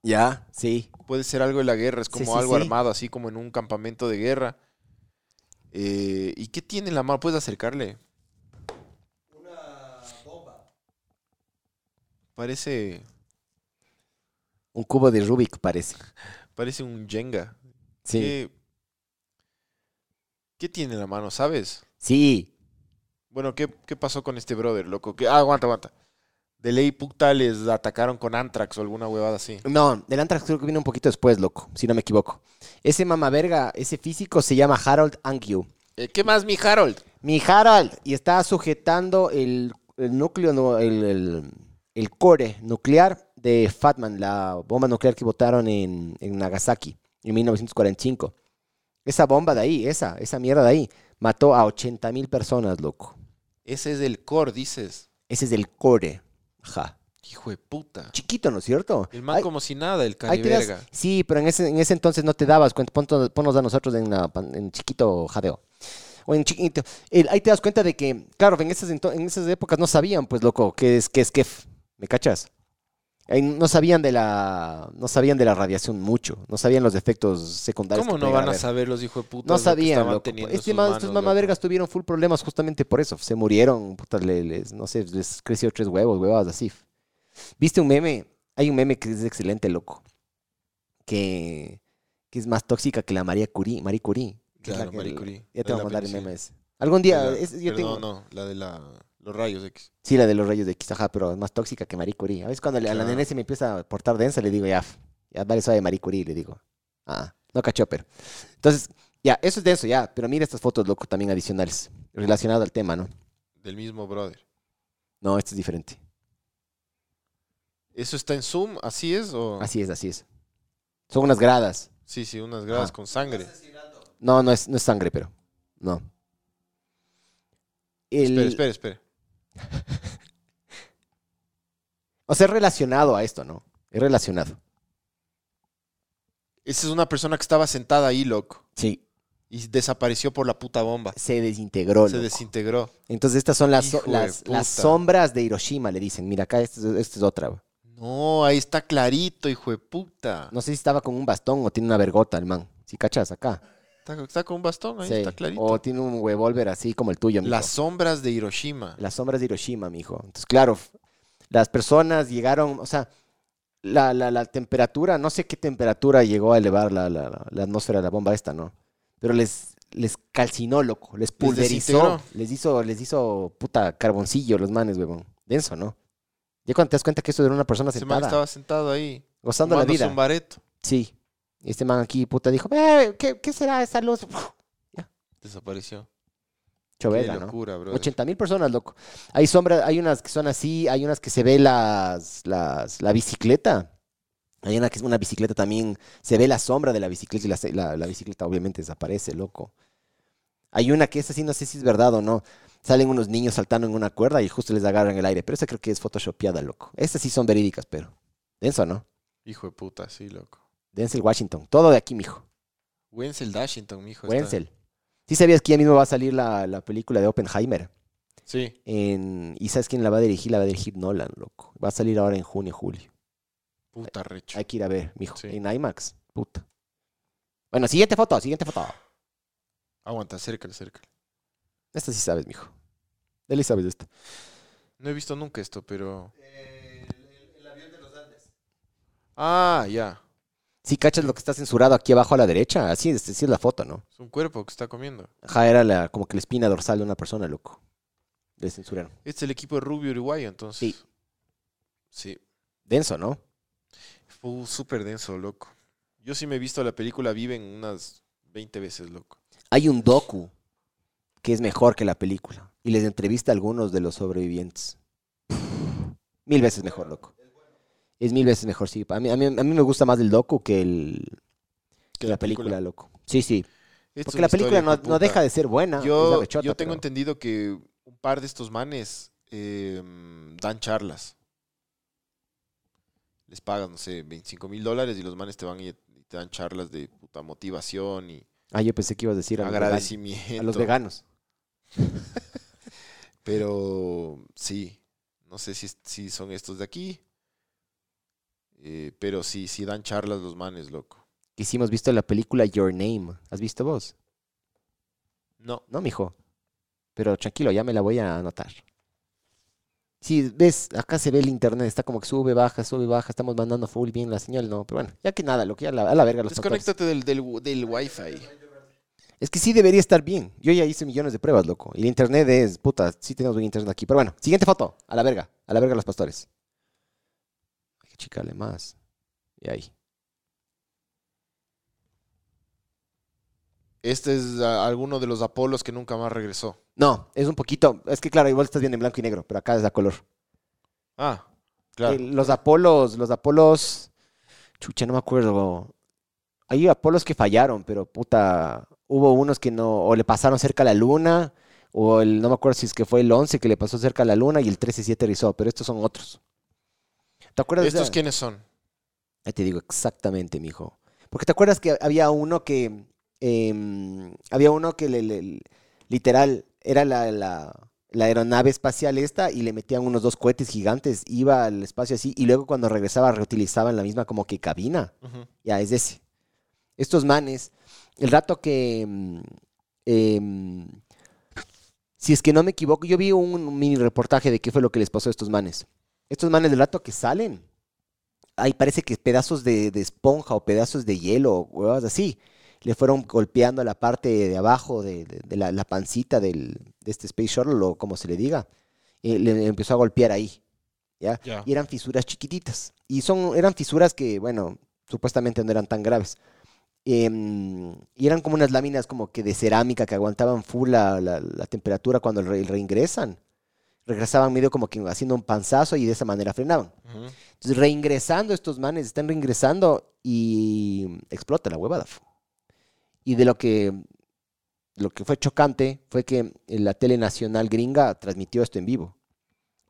Speaker 2: Ya, sí.
Speaker 3: puede ser algo de la guerra, es
Speaker 2: Sí,
Speaker 3: como
Speaker 2: sí,
Speaker 3: algo
Speaker 2: sí.
Speaker 3: armado, así como en un campamento de guerra. Eh, ¿Y qué tiene en la mano? ¿Puedes acercarle?
Speaker 4: Una bomba.
Speaker 3: Parece,
Speaker 2: Un cubo de Rubik parece.
Speaker 3: parece un Jenga.
Speaker 2: Sí.
Speaker 3: ¿Qué, qué tiene en la mano, sabes?
Speaker 2: Sí.
Speaker 3: Bueno, ¿qué, qué pasó con este brother, loco? ¿Qué- ah, aguanta, aguanta. de ley puta les atacaron con Antrax o alguna huevada así.
Speaker 2: No, del Anthrax creo que viene un poquito después, loco, si no me equivoco. Ese mama verga, ese físico se llama Harold Angyu.
Speaker 3: Eh, ¿Qué más, mi Harold?
Speaker 2: Mi Harold, y está sujetando el, el núcleo, no, el, el- el core nuclear de Fatman, la bomba nuclear que botaron en, en Nagasaki en 1945. Esa bomba de ahí, esa, esa mierda de ahí, mató a 80 mil personas, loco.
Speaker 3: Ese es del core, dices.
Speaker 2: Ese es el core. Ajá.
Speaker 3: Hijo de puta.
Speaker 2: Chiquito, ¿no es cierto?
Speaker 3: El man
Speaker 2: Ay,
Speaker 3: como si nada, el
Speaker 2: Ahí te das-
Speaker 3: caniverga.
Speaker 2: sí, pero en ese, en ese entonces no te dabas cuenta. Ponto- ponnos a nosotros en, la pan- en chiquito jadeo. O en chiquito. el- ahí te das cuenta de que, claro, en esas, ento- en esas épocas no sabían, pues, loco, qué es, qué es KEF. ¿Me cachas? Ahí no sabían de la. No sabían de la radiación mucho. No sabían los efectos secundarios.
Speaker 3: ¿Cómo
Speaker 2: que
Speaker 3: no
Speaker 2: podían
Speaker 3: van a
Speaker 2: haber.
Speaker 3: saber los hijos de puta?
Speaker 2: No sabían, loco. Este ma- estos mamavergas tuvieron full problemas justamente por eso. Se murieron, puta, le- les, no sé, les creció tres huevos, huevadas así. ¿Viste un meme? Hay un meme que es excelente, loco. Que, que es más tóxica que la María Curie, Marie Curie. que es la
Speaker 3: Claro,
Speaker 2: que-
Speaker 3: Marie Curie. La
Speaker 2: Ya
Speaker 3: de
Speaker 2: te voy a
Speaker 3: la
Speaker 2: mandar el
Speaker 3: penicilina.
Speaker 2: meme ese. Algún día, es- yo
Speaker 3: yo
Speaker 2: tengo...
Speaker 3: No, la de la, los rayos X.
Speaker 2: Sí, la de los rayos de X, ajá, pero es más tóxica que Marie Curie. A veces cuando le- a la
Speaker 3: Claro.
Speaker 2: nene se me empieza a portar densa, le digo, ya, f- ya vale suave Marie Curie, le digo. Ah, no cachó, pero. Entonces, ya, eso es denso, ya, pero mira estas fotos, loco, también adicionales, relacionado al tema, ¿no?
Speaker 3: Del mismo brother.
Speaker 2: No, esto es diferente.
Speaker 3: ¿Eso está en Zoom? ¿Así es? O...
Speaker 2: Así es, así es. Son unas gradas.
Speaker 3: Sí, sí, unas gradas
Speaker 2: Ah.
Speaker 3: con sangre.
Speaker 2: No, no es, no es sangre, pero. No. El-
Speaker 3: Espera, espera, espera.
Speaker 2: O sea, es relacionado a esto, ¿no? Es relacionado.
Speaker 3: Esa es una persona que estaba sentada ahí, loco.
Speaker 2: Sí.
Speaker 3: Y desapareció por la puta bomba.
Speaker 2: Se desintegró.
Speaker 3: Se
Speaker 2: loco.
Speaker 3: desintegró.
Speaker 2: Entonces estas son las, so-
Speaker 3: Hijo de
Speaker 2: las, las
Speaker 3: puta.
Speaker 2: sombras de Hiroshima, le dicen. Mira, acá esta es- esta es otra. güey.
Speaker 3: No, ahí está clarito, hijo de puta.
Speaker 2: No sé si estaba con un bastón o tiene una vergota el man. Si cachas acá.
Speaker 3: Está, está con un bastón, ahí
Speaker 2: Sí.
Speaker 3: está clarito.
Speaker 2: O tiene un revólver así como el tuyo, mijo.
Speaker 3: Las sombras de Hiroshima.
Speaker 2: Las sombras de Hiroshima, mijo. Entonces, claro, f- las personas llegaron, o sea, la, la- la temperatura, no sé qué temperatura llegó a elevar la, la- la- la atmósfera de la bomba esta, ¿no? Pero les, les calcinó, loco, les pulverizó,
Speaker 3: desintegró.
Speaker 2: les hizo, les hizo puta carboncillo los manes, huevón. Denso, ¿no? Ya cuando te das cuenta que esto era una persona
Speaker 3: Ese man
Speaker 2: sentada,
Speaker 3: estaba sentado ahí.
Speaker 2: gozando la
Speaker 3: fumándose
Speaker 2: vida.
Speaker 3: un bareto.
Speaker 2: Sí. Y este man aquí, puta, dijo, "Eh, ¿qué, qué será esa luz?
Speaker 3: Desapareció.
Speaker 2: Chovela,
Speaker 3: Qué
Speaker 2: ¿no?
Speaker 3: locura, bro.
Speaker 2: 80 mil personas, loco. Hay sombras, hay unas que son así, hay unas que se ve las, las, la bicicleta. Hay una que es una bicicleta también, se ve la sombra de la bicicleta y la, la- la bicicleta obviamente desaparece, loco. Hay una que es así, no sé si es verdad o no. Salen unos niños saltando en una cuerda y justo les agarran el aire, pero esa creo que es photoshopeada, loco. Estas sí son verídicas, pero. Denso, ¿no?
Speaker 3: Hijo de puta, sí, loco.
Speaker 2: Denzel Washington. Todo de aquí, mijo.
Speaker 3: Wenzel Dashington, mijo. está.
Speaker 2: Wenzel. ¿Sí sabías que ya mismo va a salir la, la película de Oppenheimer?
Speaker 3: Sí.
Speaker 2: En, ¿Y sabes quién la va a dirigir? La va a dirigir Nolan, loco. Va a salir ahora en junio, julio.
Speaker 3: Puta recho.
Speaker 2: Hay que ir a ver, mijo.
Speaker 3: Sí.
Speaker 2: En IMAX. Puta. Bueno, siguiente foto, siguiente foto.
Speaker 3: Aguanta, acércale, acércale.
Speaker 2: Esta sí sabes, mijo. Deli sabes de esta.
Speaker 3: No he visto nunca esto, pero.
Speaker 4: Eh, el, el- el avión de los Andes.
Speaker 3: Ah, ya.
Speaker 2: Si cachas lo que está censurado aquí abajo a la derecha, así es, así es la foto, ¿no?
Speaker 3: Es un cuerpo que está comiendo.
Speaker 2: Ajá, era la, como que la espina dorsal de una persona, loco. Le censuraron.
Speaker 3: Este es el equipo de Rubio Uruguayo, entonces.
Speaker 2: Sí.
Speaker 3: Sí.
Speaker 2: Denso, ¿no?
Speaker 3: Fue súper denso, loco. Yo sí me he visto la película Viven unas 20 veces, loco.
Speaker 2: Hay un docu que es mejor que la película. Y les entrevista a algunos de los sobrevivientes. Mil veces mejor, loco. Es mil veces mejor, sí. A mí, a mí- a mí me gusta más el docu que, el, que la película, loco. Sí, sí.
Speaker 3: Esta es
Speaker 2: Porque
Speaker 3: una
Speaker 2: la película
Speaker 3: historia,
Speaker 2: no,
Speaker 3: hijo
Speaker 2: no
Speaker 3: puta.
Speaker 2: deja de ser buena. es
Speaker 3: Yo,
Speaker 2: arrechota,
Speaker 3: yo tengo
Speaker 2: pero-
Speaker 3: entendido que un par de estos manes eh, dan charlas. Les pagan, no sé, 25 mil dólares y los manes te van y y te dan charlas de puta motivación y
Speaker 2: Ah, yo pensé que ibas a decir a los, veganos,
Speaker 3: agradecimiento.
Speaker 2: a los veganos.
Speaker 3: Pero sí, no sé si, si son estos de aquí. eh, pero sí, sí dan charlas los manes, loco.
Speaker 2: Que sí hemos visto la película Your Name. ¿Has visto vos?
Speaker 3: No,
Speaker 2: No, mijo. Pero tranquilo, ya me la voy a anotar. Sí, ves, acá se ve el internet, está como que sube, baja, sube, baja, estamos mandando full bien la señal, no, pero bueno, ya que nada, lo que ya la- a la verga los controles.
Speaker 3: desconéctate del, del, del wifi.
Speaker 2: Es que sí debería estar bien. Yo ya hice millones de pruebas, loco. Y el internet es, puta, sí tenemos buen internet aquí. Pero bueno, siguiente foto, a la verga, a la verga los pastores. que chicarle más. Y ahí.
Speaker 3: Este es a- alguno de los Apolos que nunca más regresó.
Speaker 2: No, es un poquito. Es que claro, igual estás viendo en blanco y negro, pero acá es a color.
Speaker 3: Ah, claro.
Speaker 2: El- los Apolos, los Apolos. Chucha, no me acuerdo. Hay Apolos que fallaron, pero puta. Hubo unos que no. O le pasaron cerca a la luna. O el, no me acuerdo si es que fue el 11 que le pasó cerca a la luna y el 13 y 7 rizó, pero estos son otros. ¿Te acuerdas
Speaker 3: ¿Estos
Speaker 2: de-
Speaker 3: quiénes son?
Speaker 2: Ahí te digo exactamente, mijo. Porque te acuerdas que había uno que. em, había uno que le- le- literal era la, la- la aeronave espacial esta y le metían unos dos cohetes gigantes, iba al espacio así y luego cuando regresaba reutilizaban la misma como que cabina. Ya, es ese. Estos manes, el rato que. mm, em, si es que no me equivoco, yo vi un mini reportaje de qué fue lo que les pasó a estos manes. Estos manes, del rato que salen, ahí parece que pedazos de, de esponja o pedazos de hielo o huevas así, le fueron golpeando la parte de abajo de, de- de la, la pancita del, de este Space Shuttle o como se le diga. Eh, le empezó a golpear ahí. ¿ya?
Speaker 3: Ya.
Speaker 2: Y eran fisuras chiquititas. Y son, eran fisuras que, bueno, supuestamente no eran tan graves. Em, y eran como unas láminas como que de cerámica que aguantaban full la, la- la temperatura cuando re- reingresan. Regresaban medio como que haciendo un panzazo y de esa manera frenaban.
Speaker 3: Ujú.
Speaker 2: Entonces, reingresando estos manes, están reingresando y explota la huevada. fu. Y de lo que, lo que fue chocante fue que la tele nacional gringa transmitió esto en vivo.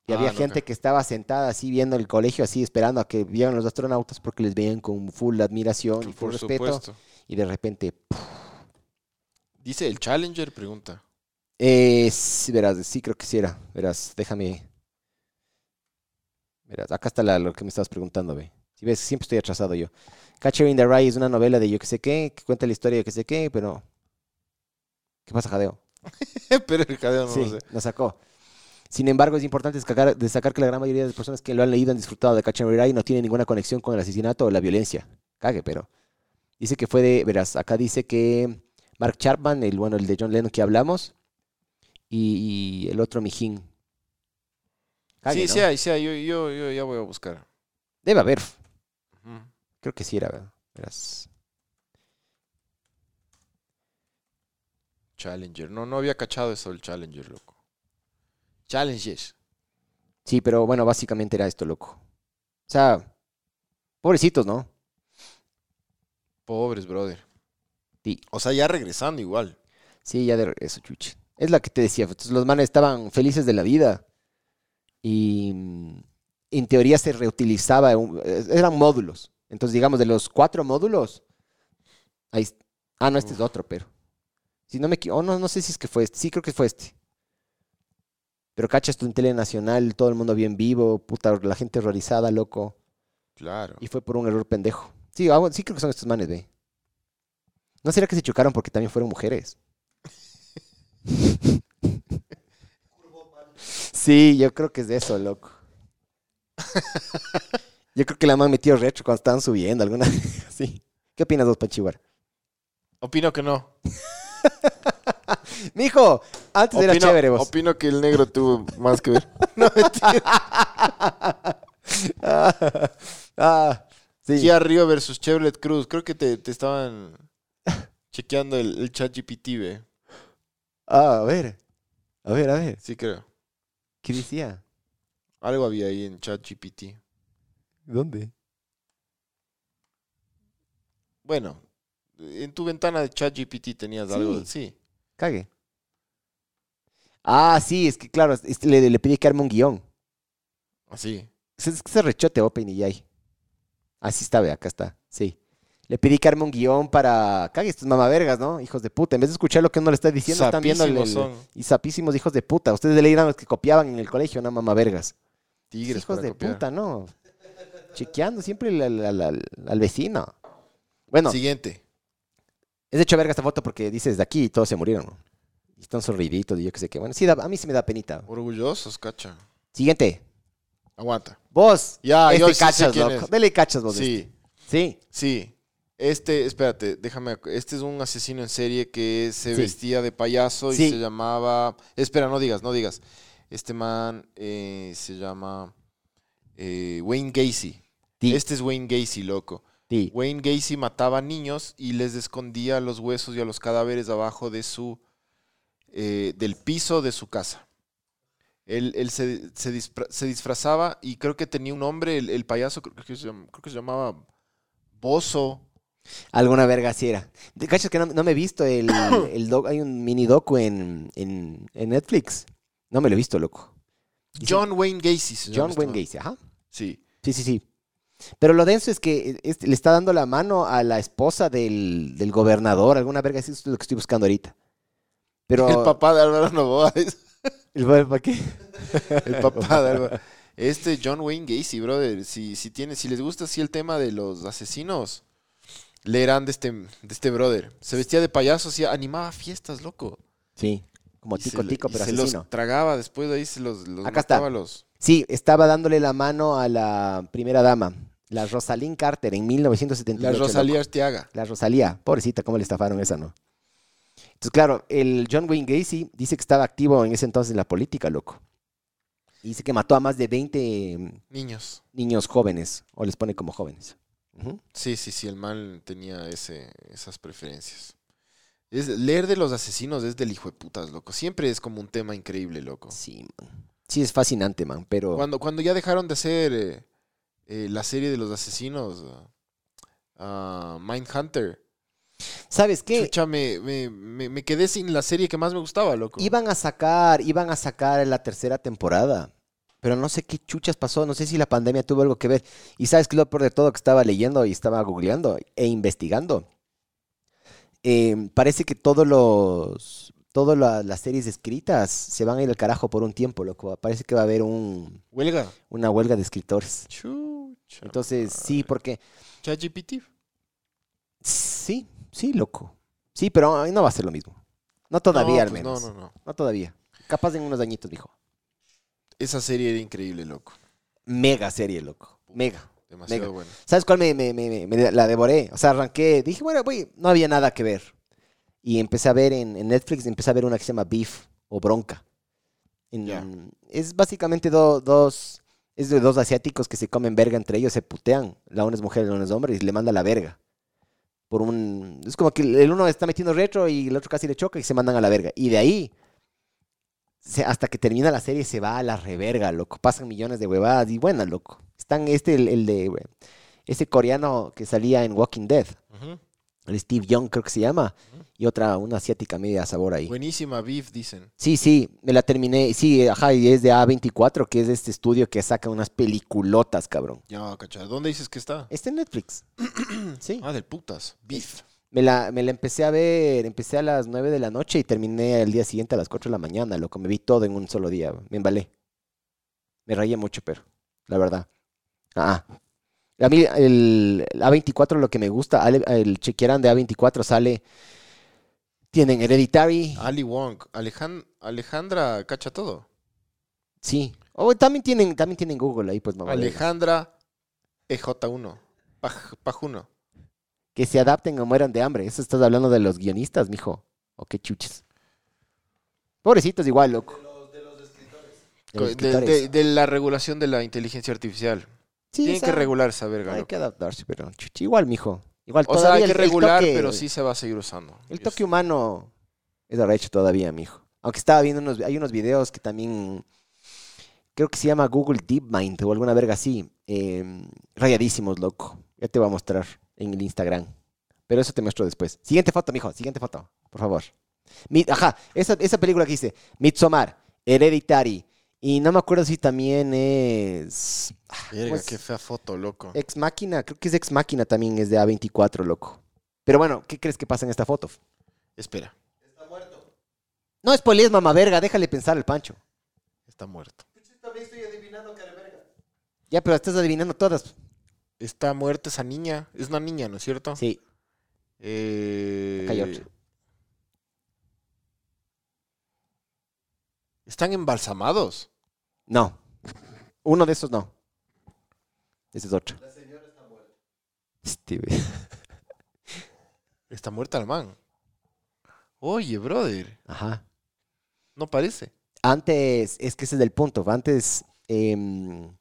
Speaker 2: Y
Speaker 3: Ah,
Speaker 2: había
Speaker 3: loca.
Speaker 2: gente que estaba sentada así viendo el colegio, así esperando a que vieran los astronautas porque les veían con full admiración y full
Speaker 3: Por
Speaker 2: respeto.
Speaker 3: supuesto.
Speaker 2: Y de repente,
Speaker 3: Dice el Challenger, pregunta.
Speaker 2: eh, sí, verás, sí creo que sí era. Verás, déjame. Verás, acá está la- lo que me estabas preguntando, ve. Si ves, siempre estoy atrasado yo. Catcher in the Rye es una novela de yo que sé qué, que cuenta la historia de yo que sé qué, pero. ¿Qué pasa, Jadeo?
Speaker 3: Pero el jadeo no
Speaker 2: sí,
Speaker 3: lo sé.
Speaker 2: la sacó. Sin embargo, es importante destacar, destacar que la gran mayoría de las personas que lo han leído han disfrutado de Catcher in the Rye y no tiene ninguna conexión con el asesinato o la violencia. Cague, pero. Dice que fue de. Verás, acá dice que Mark Chapman, el bueno, el de John Lennon que hablamos, y, y el otro Mijín. Cague,
Speaker 3: sí,
Speaker 2: ¿no?
Speaker 3: sí hay, sí hay. Yo, yo, yo ya voy a buscar.
Speaker 2: Debe haber.
Speaker 3: Ujú.
Speaker 2: Creo que sí era, ¿verdad? Verás.
Speaker 3: Challenger. No, no había cachado eso del Challenger, loco. Challengers.
Speaker 2: Sí, pero bueno, básicamente era esto, loco. O sea, pobrecitos, ¿no?
Speaker 3: Pobres, brother.
Speaker 2: Sí.
Speaker 3: O sea, ya regresando igual.
Speaker 2: Sí, ya de regreso, chuche. Es la que te decía. Entonces, los manes estaban felices de la vida. Y mm, en teoría se reutilizaba, un- eh, eran módulos. Entonces, digamos, de los cuatro módulos. Ahí, es- ah, no, este es
Speaker 3: Uf.
Speaker 2: otro, pero. Si no me equivoco, no, no sé si es que fue este. Sí, creo que fue este. Pero cachas tú en tele nacional, todo el mundo bien vivo, puta, la gente horrorizada, loco.
Speaker 3: Claro.
Speaker 2: Y fue por un error pendejo. Sí, ah, bueno, sí creo que son estos manes, ve. ¿No será que se chocaron porque también fueron mujeres? sí, yo creo que es de eso, loco. Yo creo que la man metió retro cuando estaban subiendo alguna vez. Sí. ¿Qué opinas vos, Pachiguar?
Speaker 3: Opino que no.
Speaker 2: Mijo, antes era
Speaker 3: Opino-
Speaker 2: chévere vos.
Speaker 3: Opino que el negro tuvo más que ver. No, mentira.
Speaker 2: Ah, ah, sí.
Speaker 3: Kia Río versus Chevrolet Cruz. Creo que te, te estaban chequeando el, el chat GPT, ve.
Speaker 2: Ah, a ver. A ver, a ver.
Speaker 3: Sí, creo.
Speaker 2: ¿Qué decía?
Speaker 3: Algo había ahí en chat GPT.
Speaker 2: ¿Dónde?
Speaker 3: Bueno, en tu ventana de chat GPT tenías algo.
Speaker 2: Sí.
Speaker 3: Sí.
Speaker 2: Cague. Ah, sí, es que claro, es- es- le, le pedí que arme un guión.
Speaker 3: Así.
Speaker 2: Es, es que se rechote OpenAI. Así Ah, está, ve, acá está. Sí. Le pedí que arme un guión para. Cague, estos mamavergas, ¿no? Hijos de puta. En vez de escuchar lo que uno le está diciendo, están viendo. el-
Speaker 3: Sapísimos
Speaker 2: el-
Speaker 3: son.
Speaker 2: Y sapísimos hijos de puta. Ustedes le eran los que copiaban en el colegio, no mamavergas.
Speaker 3: Tigres.
Speaker 2: hijos
Speaker 3: para
Speaker 2: de
Speaker 3: copiar.
Speaker 2: puta, ¿no? Chequeando siempre al- al- al- al- al vecino. Bueno,
Speaker 3: Siguiente.
Speaker 2: Es de hecho verga esta foto porque dices de aquí y todos se murieron. ¿no? Y están sonriditos y yo qué sé qué. Bueno, sí, da- a mí sí me da penita.
Speaker 3: Orgullosos, cacha.
Speaker 2: Siguiente.
Speaker 3: Aguanta.
Speaker 2: Vos.
Speaker 3: Ya,
Speaker 2: este
Speaker 3: yo sí sé
Speaker 2: cachas,
Speaker 3: quién
Speaker 2: loco.
Speaker 3: es.
Speaker 2: Dele cachas vos. de
Speaker 3: Sí,
Speaker 2: este. Sí.
Speaker 3: sí. Este, espérate, déjame. ac- Este es un asesino en serie que se
Speaker 2: Sí.
Speaker 3: vestía de payaso y
Speaker 2: Sí.
Speaker 3: se llamaba. Espera, no digas, no digas. Este man eh, se llama eh, Wayne Gacy.
Speaker 2: Ti.
Speaker 3: Este es Wayne Gacy, loco.
Speaker 2: Ti.
Speaker 3: Wayne Gacy mataba niños y les escondía los huesos y a los cadáveres abajo de su eh, del piso de su casa. Él, él se, se dispra- se disfrazaba y creo que tenía un nombre, el, el payaso, creo que, se, llam- creo que se llamaba Bozo.
Speaker 2: Alguna verga así era. ¿Te cachas que no, no me he visto el, el doc- Hay un mini docu en, en, en Netflix. No me lo he visto, loco. Y se-
Speaker 3: John Wayne Gacy. se llama
Speaker 2: John
Speaker 3: este
Speaker 2: Wayne
Speaker 3: man.
Speaker 2: Gacy, ajá.
Speaker 3: Sí.
Speaker 2: Sí, sí, sí. Pero lo denso es que eh, este le está dando la mano a la esposa del, del gobernador, alguna verga así, es lo que estoy buscando ahorita. Pero
Speaker 3: El papá de Álvaro Novoa. es-
Speaker 2: ¿El pa- pa' qué?
Speaker 3: El papá de Álvaro. Este John Wayne Gacy, brother, si, si, tiene, si les gusta así el tema de los asesinos, leerán de este, de este brother. Se vestía de payaso, hacía- animaba fiestas, loco.
Speaker 2: Sí, como
Speaker 3: Y se
Speaker 2: tico
Speaker 3: le-
Speaker 2: tico,
Speaker 3: y
Speaker 2: pero
Speaker 3: se
Speaker 2: asesino.
Speaker 3: los tragaba, después de ahí se los, los
Speaker 2: Acá está.
Speaker 3: mataba los...
Speaker 2: Sí, estaba dándole la mano a la primera dama, la Rosalind Carter, en 1978.
Speaker 3: La
Speaker 2: loco.
Speaker 3: Rosalía Arteaga.
Speaker 2: La Rosalía, pobrecita, cómo le estafaron esa, ¿no? Entonces, claro, el John Wayne Gacy dice que estaba activo en ese entonces en la política, loco. Y dice que mató a más de 20
Speaker 3: Niños.
Speaker 2: niños jóvenes, o les pone como jóvenes. Ujú.
Speaker 3: Sí, sí, sí, el mal tenía ese, esas preferencias. Es, leer de los asesinos es del hijo de putas, loco. Siempre es como un tema increíble, loco.
Speaker 2: Sí, man. Sí, es fascinante, man, pero...
Speaker 3: Cuando, cuando ya dejaron de hacer eh, eh, la serie de los asesinos, ah, ah, Mindhunter,
Speaker 2: ¿Sabes qué?
Speaker 3: chucha, me, me- me- me quedé sin la serie que más me gustaba, loco.
Speaker 2: Iban a sacar, iban a sacar la tercera temporada. Pero no sé qué chuchas pasó, no sé si la pandemia tuvo algo que ver. Y sabes que lo peor de todo que estaba leyendo y estaba googleando e investigando. Eh, parece que todos los todas la- las series escritas se van a ir al carajo por un tiempo, loco. Parece que va a haber un-
Speaker 3: Huelga.
Speaker 2: una huelga de escritores.
Speaker 3: Chucha.
Speaker 2: Entonces, sí, porque
Speaker 3: ChatGPT.
Speaker 2: sí, sí, loco. Sí, pero ay, no va a ser lo mismo. No todavía,
Speaker 3: No,
Speaker 2: al
Speaker 3: pues
Speaker 2: menos.
Speaker 3: No, no, no.
Speaker 2: no todavía. Capaz en unos añitos, dijo.
Speaker 3: Esa serie era increíble, loco.
Speaker 2: Mega serie, loco. Mega.
Speaker 3: Demasiado
Speaker 2: Mega.
Speaker 3: buena.
Speaker 2: ¿Sabes cuál me, me- me- me- me la devoré? O sea, arranqué, dije, bueno, voy, no había nada que ver. Y empecé a ver en, en Netflix, empecé a ver una que se llama Beef o Bronca. En-
Speaker 3: Ya.
Speaker 2: Es básicamente do- dos, es de dos asiáticos que se comen verga entre ellos, se putean. La una es mujer, la una es hombre y le manda la verga. Por un, es como que el uno está metiendo retro y el otro casi le choca y se mandan a la verga. Y de ahí, se- hasta que termina la serie, se va a la reverga, loco. Pasan millones de huevadas y bueno, loco. Están este, el, el de, ese coreano que salía en Walking Dead,
Speaker 3: Ujú.
Speaker 2: el Steve Young creo que se llama, y otra, una asiática media sabor ahí.
Speaker 3: Buenísima, Beef, dicen.
Speaker 2: Sí, sí, me la terminé, sí, ajá, y es de A24, que es este estudio que saca unas peliculotas, cabrón.
Speaker 3: Ya, cachar. ¿Dónde dices que está?
Speaker 2: Está en Netflix. sí.
Speaker 3: Ah, del putas. Beef.
Speaker 2: Me la, me la empecé a ver, empecé a las 9 de la noche y terminé el día siguiente a las 4 de la mañana, loco, me vi todo en un solo día, me embalé. Me rayé mucho, pero, la verdad. Ah, a mí el, el A24 lo que me gusta, ale- el chequearán de A24 sale, tienen Hereditary,
Speaker 3: Ali Wong. Alejan- Alejandra, cacha todo.
Speaker 2: sí. Oh, también tienen, también tienen Google ahí, pues, mamá.
Speaker 3: Alejandra EJ1. Paj- Pajuno.
Speaker 2: Que se adapten o mueran de hambre. Eso estás hablando de los guionistas, mijo. O qué chuches. Pobrecitos igual, loco. De los
Speaker 3: Co- De,
Speaker 2: escritores.
Speaker 3: de- de la regulación de la inteligencia artificial.
Speaker 2: Sí,
Speaker 3: Tienen
Speaker 2: esa-
Speaker 3: que regular esa verga,
Speaker 2: Hay
Speaker 3: loco.
Speaker 2: que adaptarse, pero chuch, igual, mijo. Igual
Speaker 3: O sea, hay
Speaker 2: todavía
Speaker 3: que
Speaker 2: el- el
Speaker 3: regular,
Speaker 2: toque-
Speaker 3: pero sí se va a seguir usando.
Speaker 2: El
Speaker 3: Y
Speaker 2: toque humano es arrecho todavía, mijo. Aunque estaba viendo unos, hay unos videos que también creo que se llama Google DeepMind o alguna verga así. eh, rayadísimos, loco. Ya te voy a mostrar en el Instagram. Pero eso te muestro después. Siguiente foto, mijo. Siguiente foto, por favor. Mi- ajá, esa, esa película que hice. Midsommar, Hereditary. Y no me acuerdo si también es... ah,
Speaker 3: es-
Speaker 2: ¿cómo
Speaker 3: Verga,
Speaker 2: es?
Speaker 3: qué fea foto, loco.
Speaker 2: Ex Máquina, creo que es Ex Máquina también, es de A24, loco. Pero bueno, ¿qué crees que pasa en esta foto?
Speaker 3: Espera,
Speaker 4: Está muerto.
Speaker 2: No spoilees, mamá verga, déjale pensar al Pancho.
Speaker 3: está muerto.
Speaker 4: Yo también estoy adivinando, careverga.
Speaker 2: Ya, pero estás adivinando todas.
Speaker 3: Está muerta esa niña. Es una niña, ¿no es cierto?
Speaker 2: Sí,
Speaker 3: Eh,
Speaker 2: Acá hay otra.
Speaker 3: Están embalsamados.
Speaker 2: no. Uno de esos no. Ese es otro.
Speaker 4: La señora está muerta.
Speaker 2: Este,
Speaker 3: Está muerta el man. Oye, brother.
Speaker 2: Ajá.
Speaker 3: No parece.
Speaker 2: Antes, es que ese es el punto. Antes, em,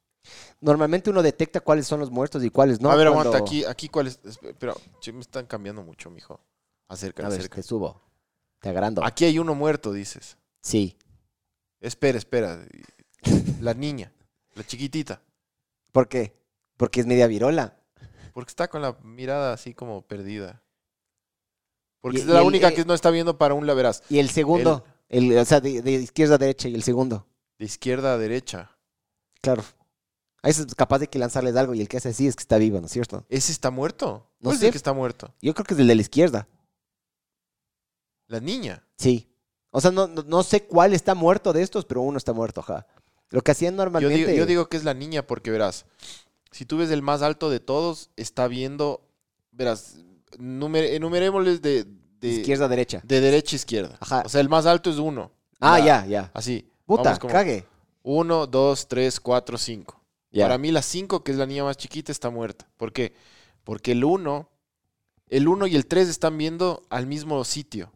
Speaker 2: Normalmente uno detecta cuáles son los muertos y cuáles no.
Speaker 3: a ver,
Speaker 2: cuando-
Speaker 3: aguanta, aquí, aquí cuál es. espe- Pero che, me están cambiando mucho, mijo. Acerca,
Speaker 2: A ver,
Speaker 3: acerca.
Speaker 2: te subo. Te agrando.
Speaker 3: Aquí hay uno muerto, dices.
Speaker 2: Sí.
Speaker 3: Espera, espera. La niña, la chiquitita.
Speaker 2: ¿Por qué? Porque es media virola.
Speaker 3: Porque está con la mirada así como perdida. Porque
Speaker 2: Y-
Speaker 3: es
Speaker 2: y
Speaker 3: la
Speaker 2: el-
Speaker 3: única
Speaker 2: eh,
Speaker 3: que no está viendo para un la verás.
Speaker 2: Y el segundo, el, o sea, de, de izquierda a derecha y el segundo.
Speaker 3: De izquierda a derecha.
Speaker 2: Claro. A eso es capaz de que lanzarles algo y el que hace así es que está vivo, ¿no es cierto?
Speaker 3: ¿Ese está muerto?
Speaker 2: No
Speaker 3: No
Speaker 2: sé.
Speaker 3: sé. que está muerto?
Speaker 2: Yo creo que es el de la izquierda.
Speaker 3: La niña.
Speaker 2: Sí. O sea, no, no, no sé cuál está muerto de estos, pero uno está muerto, ajá. Lo que hacían
Speaker 3: Yo
Speaker 2: normalmente.
Speaker 3: digo, yo digo que es la niña porque verás. Si tú ves el más alto de todos, está viendo. Verás, numer- enumerémosles de, de,
Speaker 2: izquierda a derecha.
Speaker 3: de derecha a izquierda.
Speaker 2: Ajá.
Speaker 3: O sea, el más alto es uno.
Speaker 2: Ah,
Speaker 3: La-
Speaker 2: ya, ya.
Speaker 3: Así.
Speaker 2: Puta,
Speaker 3: Vamos como
Speaker 2: cague.
Speaker 3: Uno, dos, tres, cuatro, cinco.
Speaker 2: Ya.
Speaker 3: Para mí la 5, que es la niña más chiquita, está muerta. ¿Por qué? Porque el 1, el 1 y el 3 están viendo al mismo sitio.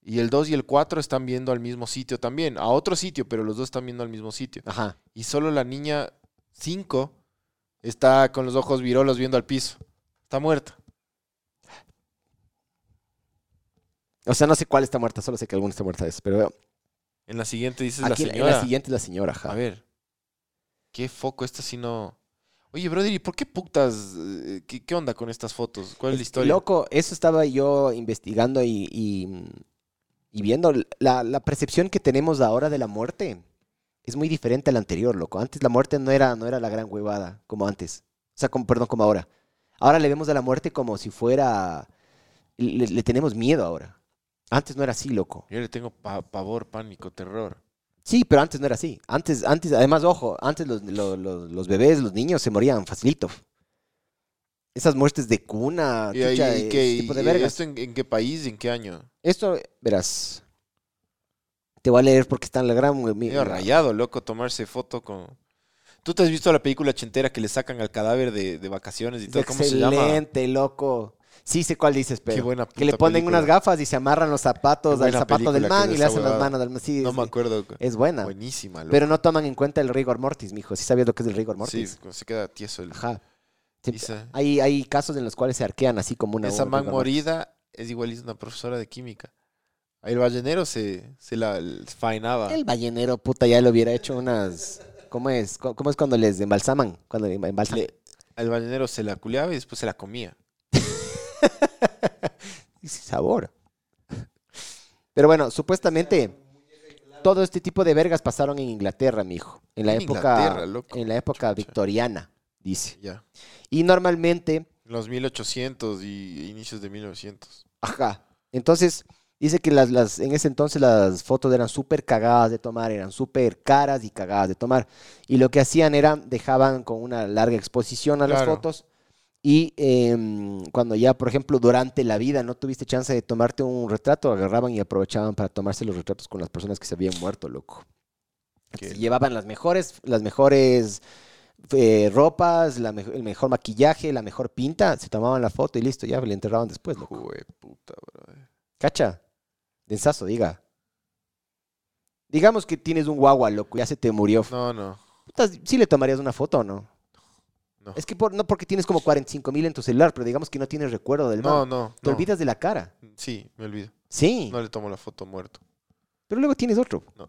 Speaker 3: Y el 2 y el 4 están viendo al mismo sitio también, a otro sitio, pero los dos están viendo al mismo sitio.
Speaker 2: Ajá.
Speaker 3: Y solo la niña 5 está con los ojos virolos viendo al piso. Está muerta.
Speaker 2: O sea, no sé cuál está muerta, solo sé que alguna está muerta de esas, pero
Speaker 3: En la siguiente dices
Speaker 2: aquí
Speaker 3: la
Speaker 2: en
Speaker 3: señora.
Speaker 2: la siguiente es la señora, ajá.
Speaker 3: A ver. Qué foco esta si no. Oye, brother, ¿y por qué putas? eh, ¿Qué, qué onda con estas fotos? ¿Cuál es, la
Speaker 2: Es-
Speaker 3: historia?
Speaker 2: Loco, eso estaba yo investigando y, y- y viendo. La, la percepción que tenemos ahora de la muerte es muy diferente a la anterior, loco. Antes la muerte no era, no era la gran huevada, como antes. O sea, como, perdón, como ahora. Ahora le vemos a la muerte como si fuera... Le, le tenemos miedo ahora. Antes no era así, loco.
Speaker 3: Yo le tengo pa- pavor, pánico, terror.
Speaker 2: Sí, pero antes no era así. Antes, antes, además, ojo, antes los, lo- lo- los bebés, los niños se morían facilito. Esas muertes de cuna,
Speaker 3: ¿Y, ahí-
Speaker 2: chucha,
Speaker 3: y
Speaker 2: ese
Speaker 3: qué-
Speaker 2: tipo de
Speaker 3: y
Speaker 2: vergas.
Speaker 3: esto en, en qué país? ¿En qué año?
Speaker 2: Esto, verás. Te voy a leer porque está en la gran. mi-
Speaker 3: Medio rayado, loco, tomarse foto con... ¿Tú te has visto la película chentera que le sacan al cadáver de, de vacaciones y
Speaker 2: Es
Speaker 3: todo? ¿Cómo se llama?
Speaker 2: Excelente, loco. Sí sé cuál dices, pero.
Speaker 3: Qué buena
Speaker 2: que le
Speaker 3: puta
Speaker 2: ponen
Speaker 3: película.
Speaker 2: unas gafas y se amarran los zapatos
Speaker 3: Qué
Speaker 2: al
Speaker 3: buena
Speaker 2: zapato del
Speaker 3: película que
Speaker 2: man
Speaker 3: es
Speaker 2: y le
Speaker 3: esa
Speaker 2: hacen las
Speaker 3: huevada.
Speaker 2: manos al man. Sí,
Speaker 3: No
Speaker 2: es,
Speaker 3: me acuerdo.
Speaker 2: es buena.
Speaker 3: Buenísima, loco.
Speaker 2: Pero no toman en cuenta el rigor mortis, mijo. Si sabías lo que es el rigor
Speaker 3: sí,
Speaker 2: mortis.
Speaker 3: se queda tieso el...
Speaker 2: Ajá. Sí,
Speaker 3: Esa,
Speaker 2: Hay, hay casos en los cuales se arquean así como una.
Speaker 3: esa
Speaker 2: un
Speaker 3: man
Speaker 2: rigor mortis.
Speaker 3: morida es igualita a una profesora de química. El ballenero se, se la l- faenaba.
Speaker 2: El ballenero, puta, ya le hubiera hecho unas. ¿Cómo es? ¿Cómo cómo es cuando les embalsaman? Cuando le embalsan.
Speaker 3: Le- el ballenero se la culeaba y después se la comía.
Speaker 2: y sin sabor. Pero bueno, supuestamente todo este tipo de vergas pasaron en Inglaterra, mijo, en la
Speaker 3: En
Speaker 2: época
Speaker 3: Inglaterra, loco.
Speaker 2: en la época
Speaker 3: Chucha.
Speaker 2: victoriana, dice.
Speaker 3: Ya.
Speaker 2: Y normalmente,
Speaker 3: En los 1800 y inicios de 1900.
Speaker 2: ajá. Entonces, dice que las, las en ese entonces las fotos eran súper cagadas de tomar, eran súper caras y cagadas de tomar. Y lo que hacían era dejaban con una larga exposición a las
Speaker 3: Claro.
Speaker 2: fotos. Y em, cuando ya, por ejemplo, durante la vida no tuviste chance de tomarte un retrato, agarraban y aprovechaban para tomarse los retratos con las personas que se habían muerto, loco.
Speaker 3: Qué
Speaker 2: Entonces, llevaban las mejores, las mejores eh, ropas, la mejo- el mejor maquillaje, la mejor pinta, se tomaban la foto y listo, ya le enterraban después, loco.
Speaker 3: Jue puta, brother.
Speaker 2: Cacha, densazo, diga. Digamos que tienes un guagua, loco, ya se te murió.
Speaker 3: No, no.
Speaker 2: Puta, ¿Sí le tomarías una foto o no?
Speaker 3: No.
Speaker 2: Es que por- no porque tienes como 45 mil en tu celular, pero digamos que no tienes recuerdo del man.
Speaker 3: No, no.
Speaker 2: Te
Speaker 3: no.
Speaker 2: olvidas de la cara.
Speaker 3: Sí, me olvido.
Speaker 2: Sí,
Speaker 3: No le tomo la foto muerto.
Speaker 2: pero luego tienes otro.
Speaker 3: No.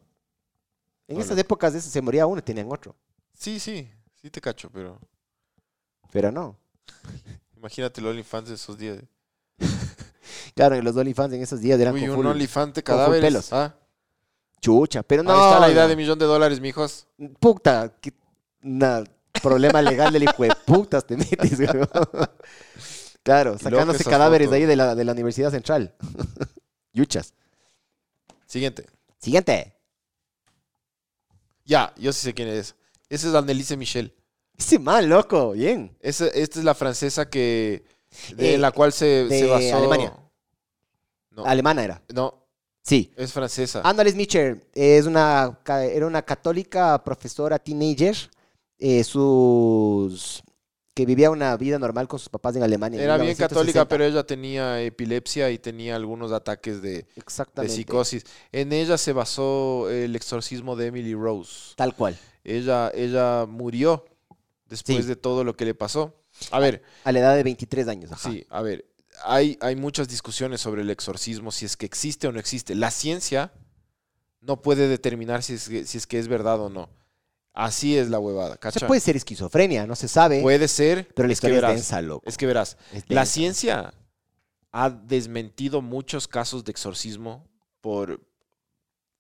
Speaker 2: En
Speaker 3: No,
Speaker 2: esas
Speaker 3: no.
Speaker 2: épocas de esas se moría uno y tenían otro.
Speaker 3: Sí, sí. Sí te cacho, pero
Speaker 2: Pero no.
Speaker 3: imagínate el OnlyFans de esos días.
Speaker 2: Claro, los OnlyFans en esos días eran
Speaker 3: Uy,
Speaker 2: con
Speaker 3: un
Speaker 2: full
Speaker 3: OnlyFans de
Speaker 2: con full
Speaker 3: cadáveres.
Speaker 2: pelos.
Speaker 3: Ah,
Speaker 2: chucha. Pero no.
Speaker 3: ahí está la idea de
Speaker 2: no.
Speaker 3: millón de dólares, mijos.
Speaker 2: Puta, qué na- problema legal del hijo de putas te metes, güey. Claro,
Speaker 3: loco
Speaker 2: sacándose
Speaker 3: esas
Speaker 2: cadáveres de
Speaker 3: fotos.
Speaker 2: ahí de la, de la Universidad Central. Yuchas.
Speaker 3: Siguiente.
Speaker 2: Siguiente.
Speaker 3: Ya, yo sí sé quién es. Esa es Annelise Michel.
Speaker 2: Ese mal, loco. Bien.
Speaker 3: Esa, esta es la francesa que. De
Speaker 2: Eh,
Speaker 3: la cual se,
Speaker 2: de
Speaker 3: se basó.
Speaker 2: Alemania.
Speaker 3: No, Ah.
Speaker 2: Alemana era.
Speaker 3: no,
Speaker 2: Sí.
Speaker 3: es francesa.
Speaker 2: Ándales Mitchell es una, ca- era una católica profesora teenager eh, sus, que vivía una vida normal con sus papás en Alemania. en
Speaker 3: Era bien
Speaker 2: 1960.
Speaker 3: católica, pero ella tenía epilepsia y tenía algunos ataques de, de
Speaker 2: Exactamente.
Speaker 3: psicosis. En ella se basó el exorcismo de Emily Rose.
Speaker 2: Tal cual.
Speaker 3: Ella, ella murió después
Speaker 2: Sí.
Speaker 3: de todo lo que le pasó. A ver,
Speaker 2: A la edad de 23 años, ajá.
Speaker 3: Sí, a ver, hay, hay muchas discusiones sobre el exorcismo, si es que existe o no existe. La ciencia no puede determinar si es que, si es, que es verdad o no. Así es la huevada,
Speaker 2: O sea,
Speaker 3: ¿cacha?
Speaker 2: puede ser esquizofrenia, no se sabe.
Speaker 3: Puede ser,
Speaker 2: pero la
Speaker 3: es que
Speaker 2: historia es,
Speaker 3: verás.
Speaker 2: densa, loco.
Speaker 3: Es que verás,
Speaker 2: Es
Speaker 3: la
Speaker 2: densa.
Speaker 3: ciencia ha desmentido muchos casos de exorcismo por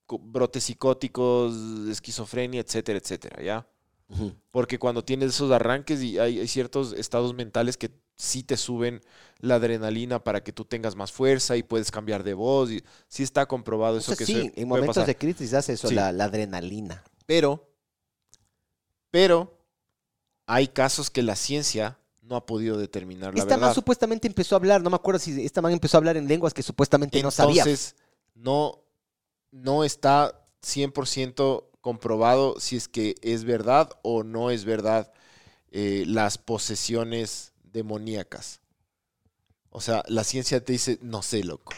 Speaker 3: co- brotes psicóticos, esquizofrenia, etcétera, etcétera, ¿ya?
Speaker 2: Ujú.
Speaker 3: Porque cuando tienes esos arranques y hay, hay ciertos estados mentales que sí te suben la adrenalina para que tú tengas más fuerza y puedes cambiar de voz. Y sí está comprobado
Speaker 2: O
Speaker 3: eso
Speaker 2: sea,
Speaker 3: que
Speaker 2: sí,
Speaker 3: se
Speaker 2: en
Speaker 3: puede
Speaker 2: momentos
Speaker 3: pasar.
Speaker 2: de crisis hace eso,
Speaker 3: Sí.
Speaker 2: la, la adrenalina.
Speaker 3: Pero, pero hay casos que la ciencia no ha podido determinar la
Speaker 2: esta man
Speaker 3: verdad.
Speaker 2: supuestamente empezó a hablar, no me acuerdo si esta man empezó a hablar en lenguas que supuestamente no sabía.
Speaker 3: Entonces, no, no está 100% comprobado si es que es verdad o no es verdad eh, las posesiones demoníacas. O sea, la ciencia te dice, no sé, loco.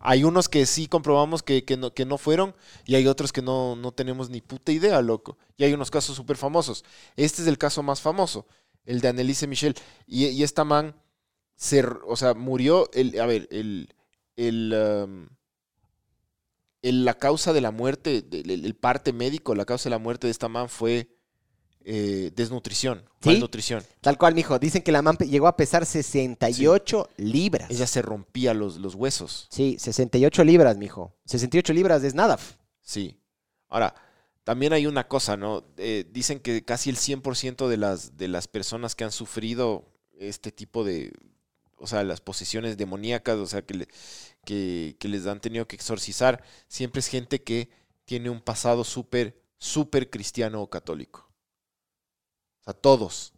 Speaker 3: Hay unos que sí comprobamos que, que no, que no fueron y hay otros que no, no tenemos ni puta idea, loco. Y hay unos casos súper famosos. Este es el caso más famoso, el de Annelise Michel. Y, y esta man, se, r- o sea, murió, el, a ver, el, el, am, el- la causa de la muerte, del- el, el parte médico, la causa de la muerte de esta man fue eh, desnutrición,
Speaker 2: ¿Sí?
Speaker 3: malnutrición.
Speaker 2: Tal cual, mijo. Dicen que la man pe- llegó a pesar 68 libras.
Speaker 3: Ella se rompía los, los huesos,
Speaker 2: Sí, 68 libras, mijo. 68 libras es nada. f.
Speaker 3: sí. Ahora, también hay una cosa, ¿no? Eh, dicen que casi el 100% de las, de las personas que han sufrido este tipo de, o sea, las posesiones demoníacas, o sea, que, le- que, que les han tenido que exorcizar, siempre es gente que tiene un pasado súper, súper cristiano o católico. O sea, todos.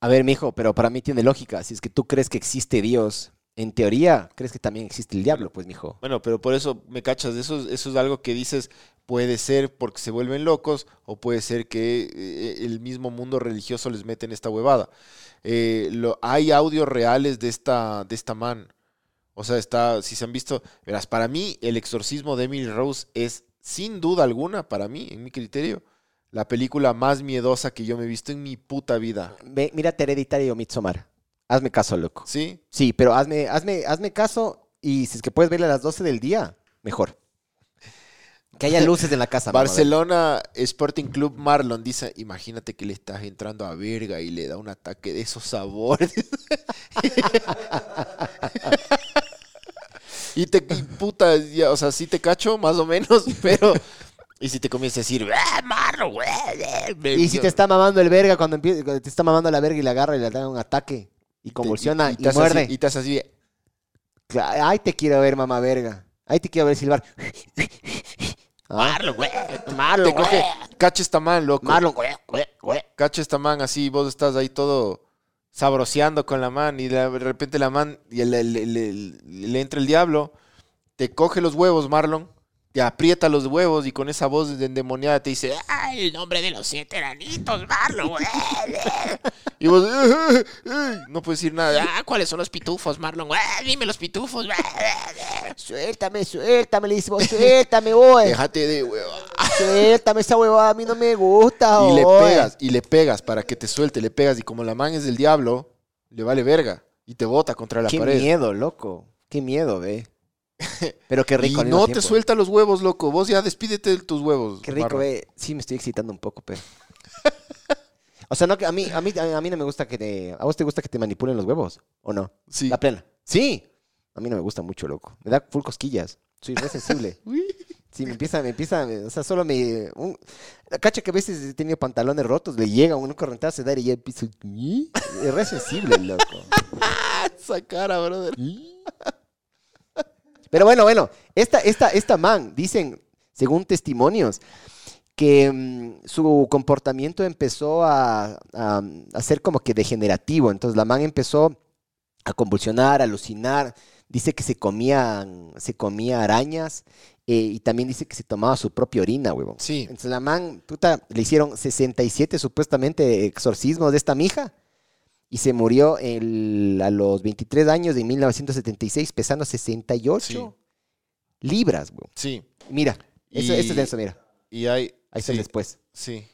Speaker 2: A ver, mijo, pero para mí tiene lógica. Si es que tú crees que existe Dios, en teoría, crees que también existe el diablo, pues, mijo.
Speaker 3: Bueno, pero por eso me cachas, eso, es- eso es algo que dices, puede ser porque se vuelven locos o puede ser que eh, el mismo mundo religioso les mete en esta huevada. Eh, lo, hay audios reales de esta, de esta man. O sea, está, si se han visto, verás, para mí el exorcismo de Emily Rose es sin duda alguna, para mí, en mi criterio, la película más miedosa que yo me he visto en mi puta vida.
Speaker 2: Ve, mírate Hereditario o Midsommar. Hazme caso, loco.
Speaker 3: ¿Sí?
Speaker 2: Sí, pero hazme, hazme, hazme caso y si es que puedes verla a las 12 del día, mejor. Que haya luces en la casa. mamá,
Speaker 3: Barcelona Sporting Club Marlon dice, imagínate que le estás entrando a verga y le da un ataque de esos sabores. y te y puta, ya, o sea, sí te cacho más o menos, pero y si te comienza a decir, "Ah, Marlon, güey, eh, me-
Speaker 2: ve. Y si te está mamando el verga cuando empie- cuando te está mamando la verga y la agarra y le da un ataque y convulsiona y,
Speaker 3: te hace
Speaker 2: muerde.
Speaker 3: así- y te hace así,
Speaker 2: Cla- Ay, te quiero ver, mamá verga. Ay, te quiero ver Ah. silbar.
Speaker 3: Marlon, güey.
Speaker 2: Marlon,
Speaker 3: Te coge, cacha esta man, loco.
Speaker 2: Marlon, güey, güey, güey.
Speaker 3: cacho esta man así, vos estás ahí todo sabroseando con la man y de repente la man y el- el- el- el- le entra el diablo, te coge los huevos, Marlon, te aprieta los huevos y con esa voz de endemoniada te dice, "Ah", ¡ay, el nombre de los siete enanitos, Marlon! güey". y vos, "Eh, eh, eh". no puedes decir nada.
Speaker 5: Ah, ¿cuáles son los pitufos, Marlon? Ah, dime los pitufos.
Speaker 2: Suéltame, suéltame, le dice, vos, suéltame, güey.
Speaker 3: "Ah, Déjate de huevo.
Speaker 2: Suéltame esa huevada, a mí no me gusta,
Speaker 3: Y le
Speaker 2: güey.
Speaker 3: pegas, y le pegas para que te suelte, le pegas. Y como la man es del diablo, le vale verga. Y te bota contra la
Speaker 2: Qué
Speaker 3: pared.
Speaker 2: miedo, loco. Qué miedo, ve. Pero qué rico. al
Speaker 3: y
Speaker 2: mismo
Speaker 3: no te
Speaker 2: tiempo.
Speaker 3: suelta los huevos, loco. Vos ya despídete de tus huevos.
Speaker 2: Qué rico, eh.
Speaker 3: Marro.
Speaker 2: ve. Sí, me estoy excitando un poco, pero. O sea, no, que a, mí, a, mí, a mí no me gusta que te... ¿A vos te gusta que te manipulen los huevos? ¿O no?
Speaker 3: Sí.
Speaker 2: La plena. Sí. A mí no me gusta mucho, loco. Me da full cosquillas. Soy re sensible. Sí, me empieza, me empieza, me- o sea, solo me... un- la cacha que a veces he tenido pantalones rotos, le llega un correntazo se da y ya empiezo... "¿Y?". Es re sensible, loco.
Speaker 3: Esa cara, brother.
Speaker 2: Pero bueno, bueno, esta, esta, esta man, dicen, según testimonios, que mm, su comportamiento empezó a, a- a ser como que degenerativo. Entonces la man empezó a convulsionar, a alucinar. Dice que se comían, se comía arañas eh, y también dice que se tomaba su propia orina, huevón.
Speaker 3: Sí.
Speaker 2: Entonces la man, puta, le hicieron 67 supuestamente exorcismos de esta mija y se murió el- a los 23 años de 1976 pesando 68 libras, güey.
Speaker 3: Sí.
Speaker 2: Mira, eso,
Speaker 3: Y-
Speaker 2: esto es denso, mira.
Speaker 3: Y hay.
Speaker 2: Ahí está el
Speaker 3: sí,
Speaker 2: después.
Speaker 3: Sí.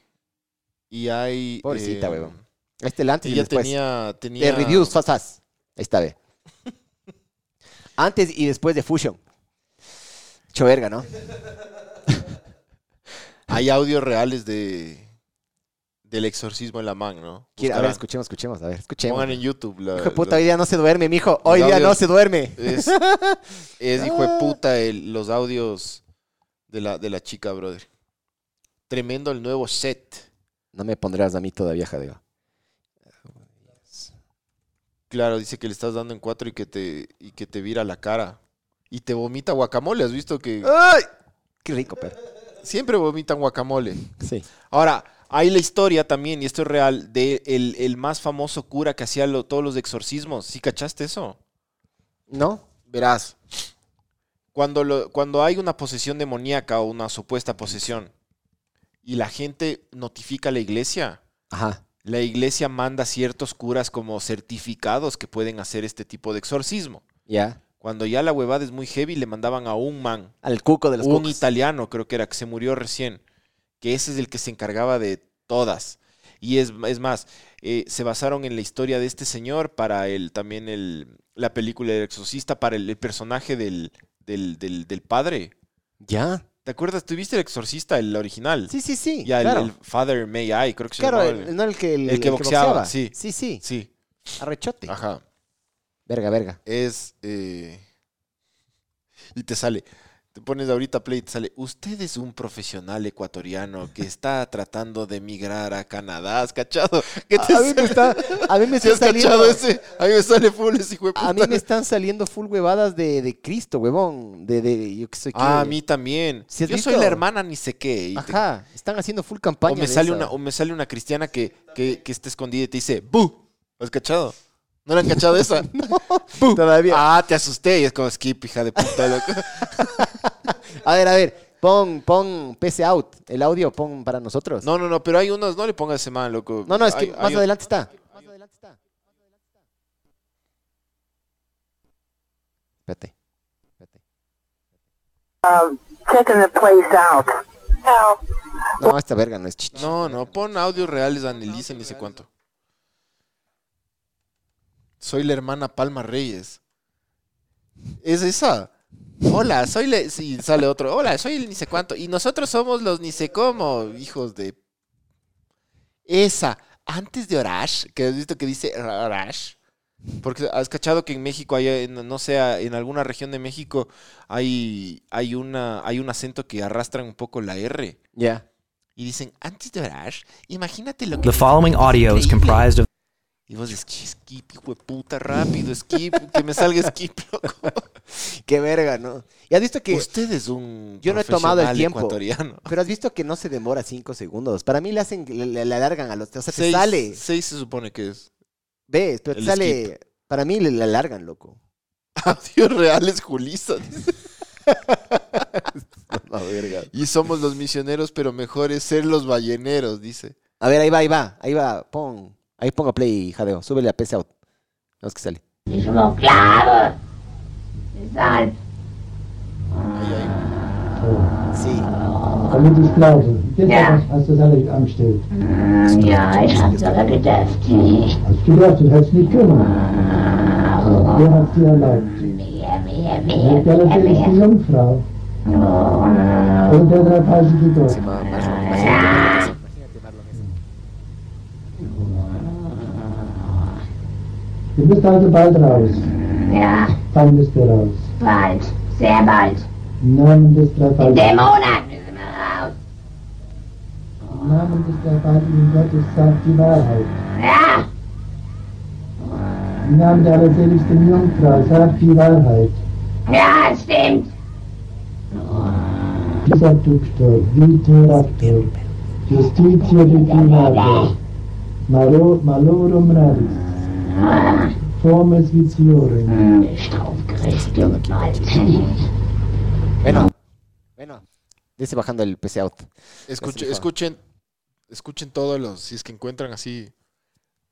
Speaker 3: Y hay.
Speaker 2: Pobrecita,
Speaker 3: eh,
Speaker 2: huevón. Este el antes y,
Speaker 3: Y ya
Speaker 2: después.
Speaker 3: tenía, tenía.
Speaker 2: De Reduce Fast Fast. Ahí está, ve. Antes y después de Fusion. Hecho verga, ¿no?
Speaker 3: Hay audios reales de. Del exorcismo en la man, ¿no?
Speaker 2: Quiere- a ver,
Speaker 3: Buscarán.
Speaker 2: escuchemos, escuchemos. A ver,
Speaker 3: Pongan
Speaker 2: escuchemos.
Speaker 3: en YouTube. La,
Speaker 2: Hijo de puta,
Speaker 3: la-
Speaker 2: hoy día no se duerme, mijo. Hoy
Speaker 3: Los
Speaker 2: día no
Speaker 3: audios.
Speaker 2: se duerme.
Speaker 3: Es, es hijo
Speaker 2: Ah.
Speaker 3: de puta el- los audios de la, de la chica, brother. Tremendo el nuevo set.
Speaker 2: No me pondrás a mí todavía, jadeo.
Speaker 3: Claro, dice que le estás dando en cuatro y que te, y que te vira la cara. Y te vomita guacamole. ¿Has visto que
Speaker 2: ¡Ay! Qué rico, pero.
Speaker 3: siempre vomitan guacamole?
Speaker 2: Sí.
Speaker 3: Ahora, hay la historia también, y esto es real, de el, el más famoso cura que hacía lo- todos los exorcismos. ¿Sí cachaste eso?
Speaker 2: ¿No?
Speaker 3: Verás. Cuando, lo- cuando hay una posesión demoníaca o una supuesta posesión y la gente notifica a la iglesia,
Speaker 2: Ajá.
Speaker 3: la iglesia manda ciertos curas como certificados que pueden hacer este tipo de exorcismo.
Speaker 2: Ya.
Speaker 3: Cuando ya la huevada es muy heavy, le mandaban a un man,
Speaker 2: Al cuco de los
Speaker 3: un
Speaker 2: cucos.
Speaker 3: italiano creo que era, que se murió recién, que ese es el que se encargaba de todas. Y es, es más, eh, se basaron en la historia de este señor para el, también el, la película del exorcista, para el, el personaje del, del, del- del padre.
Speaker 2: Ya.
Speaker 3: ¿Te acuerdas? ¿Tuviste el exorcista, el original?
Speaker 2: Sí, sí, sí.
Speaker 3: Ya, el-
Speaker 2: claro.
Speaker 3: el, Father May I, creo que se
Speaker 2: Claro,
Speaker 3: llamaba.
Speaker 2: el- no el que, el,
Speaker 3: que
Speaker 2: el que
Speaker 3: boxeaba,
Speaker 2: boxeaba.
Speaker 3: sí. Ah.
Speaker 2: Sí, sí.
Speaker 3: Sí,
Speaker 2: Arrechote.
Speaker 3: ajá.
Speaker 2: Verga, verga.
Speaker 3: es. eh, y te sale. Te pones ahorita play y te sale. Usted es un profesional ecuatoriano que está tratando de emigrar a Canadá. ¿Has cachado? ¿Qué te
Speaker 2: A mí me
Speaker 3: sale?
Speaker 2: está, a mí me
Speaker 3: ¿Sí
Speaker 2: está
Speaker 3: has
Speaker 2: saliendo.
Speaker 3: cachado ese? A mí me sale full ese hijo de
Speaker 2: A mí
Speaker 3: puta.
Speaker 2: me están saliendo full huevadas de, de Cristo, huevón. De, de, yo que soy que-
Speaker 3: Ah, a mí también.
Speaker 2: ¿Sí has
Speaker 3: Yo soy
Speaker 2: visto?
Speaker 3: la hermana ni sé qué. y te-
Speaker 2: Ajá. Están haciendo full campaña.
Speaker 3: o, me
Speaker 2: de
Speaker 3: sale
Speaker 2: esa.
Speaker 3: una, o me sale una cristiana que, que, que está escondida y te dice, ¡Bu! ¿Has cachado? ¿No la han cachado esa?
Speaker 2: Todavía.
Speaker 3: Ah, te asusté. Y es como skip, hija de puta. loco.
Speaker 2: A ver, a ver. Pon, pon PC out. El audio pon para nosotros.
Speaker 3: No, no, no, pero hay unos, no le pongas ese man, loco.
Speaker 2: no, no, es que
Speaker 3: Hay-
Speaker 2: más
Speaker 3: hay-
Speaker 2: adelante está. Más adelante está. Espérate. Espérate.
Speaker 6: checking the place out. Now,
Speaker 2: No, esta verga no es chicha.
Speaker 3: No, no, pon audios reales, Anelisa, ni sé cuánto. Soy la hermana Palma Reyes. Es esa. Hola, soy la. Y sale otro. Hola, soy el ni sé cuánto. Y nosotros somos los ni sé cómo, hijos de. Esa. Antes de Orash, que has visto que dice Orash. Porque has cachado que en México, hay, en- no sé, en alguna región de México hay, hay, una, hay un acento que arrastran un poco la R.
Speaker 2: Ya.
Speaker 3: Y dicen, antes de orar, imagínate lo que...
Speaker 7: The following audio is comprised of
Speaker 3: Y vos dices, "Ch, Skip, hijo de puta, rápido, Skip, que me salga Skip, loco.
Speaker 2: Qué verga, ¿no? Y has visto que.
Speaker 3: Usted es un
Speaker 2: Yo no he tomado el
Speaker 3: profesional
Speaker 2: tiempo.
Speaker 3: ecuatoriano.
Speaker 2: Pero has visto que no se demora cinco segundos. Para mí le hacen, le, le- le alargan a los. O sea, te
Speaker 3: Seis-
Speaker 2: sale.
Speaker 3: Seis se supone que es.
Speaker 2: Ves, pero te
Speaker 3: el
Speaker 2: sale. Para mí le, le alargan, loco.
Speaker 3: Adiós reales, Julisa.
Speaker 2: La verga.
Speaker 3: Y somos los misioneros, pero mejor es ser los balleneros, dice.
Speaker 2: A ver, ahí va, ahí va, ahí va, pon, ahí pongo play, jadeo, súbele a PC out. Vamos que sale.
Speaker 8: Dice uno, claro. Sal.
Speaker 3: Ahí, ahí.
Speaker 2: Sí.
Speaker 9: Vermittels bleiben. Jetzt
Speaker 8: Ja. Mm,
Speaker 9: aber hast du es alle angestellt.
Speaker 8: Ja, ich hab's aber gedacht.
Speaker 9: Hast du gedacht, du hättest nicht können. Wer hat dir erlaubt?
Speaker 8: Mehr, mehr, mehr,
Speaker 9: Der
Speaker 8: mehr,
Speaker 9: Galatea ist die
Speaker 8: mehr.
Speaker 9: Jungfrau. Und der dreipeißige Gott.
Speaker 2: Se
Speaker 3: Ah,
Speaker 2: llama Marlon, imagínate, imagínate Marlon eso.
Speaker 9: Du bist also bald raus.
Speaker 8: Mm, Ja,
Speaker 9: Wann bist du raus?
Speaker 8: bald. Sehr bald.
Speaker 9: Im Namen des
Speaker 8: In dem
Speaker 9: dreifaltigen
Speaker 8: Monat müssen wir raus.
Speaker 9: Im Namen des dreifaltigen Gottes sagt die Wahrheit.
Speaker 8: Ja,
Speaker 9: Im Namen der allerseligsten Jungfrau sagt die Wahrheit.
Speaker 8: ja, es stimmt.
Speaker 9: Dieser Duktor, Vitoraptor, Justitia Divinator, Malo, Malorum Radis, Formes Vitiorum.
Speaker 8: Mm, Strafgericht, Jugendwald.
Speaker 2: Bueno, bueno, dice bajando el PC out.
Speaker 3: Escuche-
Speaker 2: dijo.
Speaker 3: escuchen, escuchen todos los, si es que encuentran así,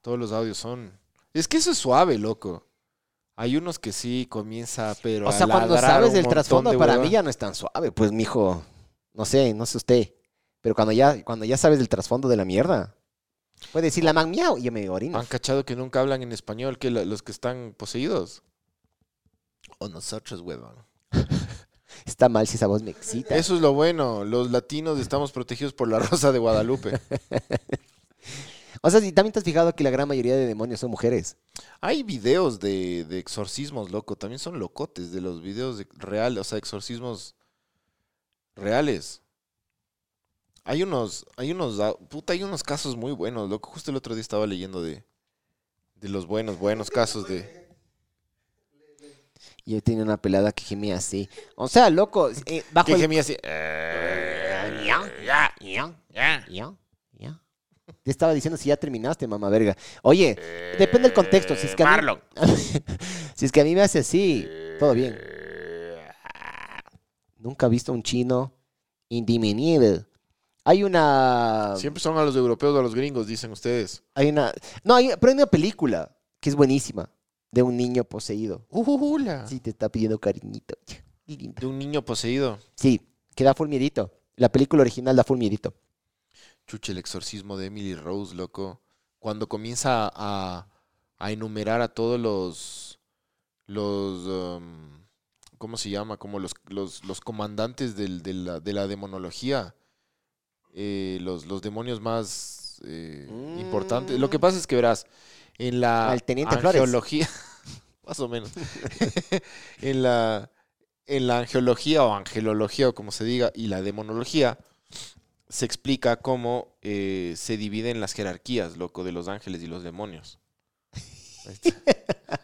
Speaker 3: todos los audios son... Es que eso es suave, loco. Hay unos que sí comienza, pero
Speaker 2: O
Speaker 3: a
Speaker 2: sea, cuando
Speaker 3: ladrar
Speaker 2: sabes
Speaker 3: un
Speaker 2: el
Speaker 3: montón
Speaker 2: trasfondo,
Speaker 3: de
Speaker 2: para
Speaker 3: hueva.
Speaker 2: mí ya no es tan suave, pues mijo, no sé, no sé usted, pero cuando ya, cuando ya sabes el trasfondo de la mierda, Puede decir la man miau y yo me orino.
Speaker 3: Han cachado que nunca hablan en español que la- los que están poseídos. O nosotros, huevón.
Speaker 2: Está mal si esa voz me excita.
Speaker 3: Eso es lo bueno. Los latinos estamos protegidos por la rosa de Guadalupe.
Speaker 2: O sea, si también te has fijado que la gran mayoría de demonios son mujeres.
Speaker 3: Hay videos de, de exorcismos, loco. También son locotes de los videos de- reales, o sea, exorcismos reales. Hay unos, hay unos, ah, puta, hay unos casos muy buenos, loco. Justo el otro día estaba leyendo de, de los buenos, buenos casos de...
Speaker 2: Y yo tenía una pelada que gemía así. O sea, loco, eh, bajo
Speaker 3: Que
Speaker 2: el...
Speaker 3: gemía así.
Speaker 2: Ya, ya. Te estaba diciendo si ya terminaste, mamá verga. Oye, depende del contexto. Si es que a mí- si es que a mí me hace así, todo bien. Nunca he visto un chino indimenible. Hay una...
Speaker 3: Siempre son a los europeos o a los gringos, dicen ustedes.
Speaker 2: Hay una... No, hay- pero hay una película que es buenísima. De un niño poseído.
Speaker 3: Ujujula.
Speaker 2: Sí, te está pidiendo cariñito. Lindo.
Speaker 3: De un niño poseído.
Speaker 2: Sí, que da full miedito. La película original da full miedito.
Speaker 3: Chuche, el exorcismo de Emily Rose, loco. Cuando comienza a, a enumerar a todos los. los em, ¿Cómo se llama? Como los, los, los comandantes del- de, la, de la demonología. Eh, los, los demonios más eh, importantes. Lo que pasa es que verás, en la
Speaker 2: Al Teniente Flores.
Speaker 3: angeología. más o menos. en la. En la angeología o angelología o como se diga, y la demonología, se explica cómo eh, se dividen las jerarquías, loco, de los ángeles y los demonios. Ahí está.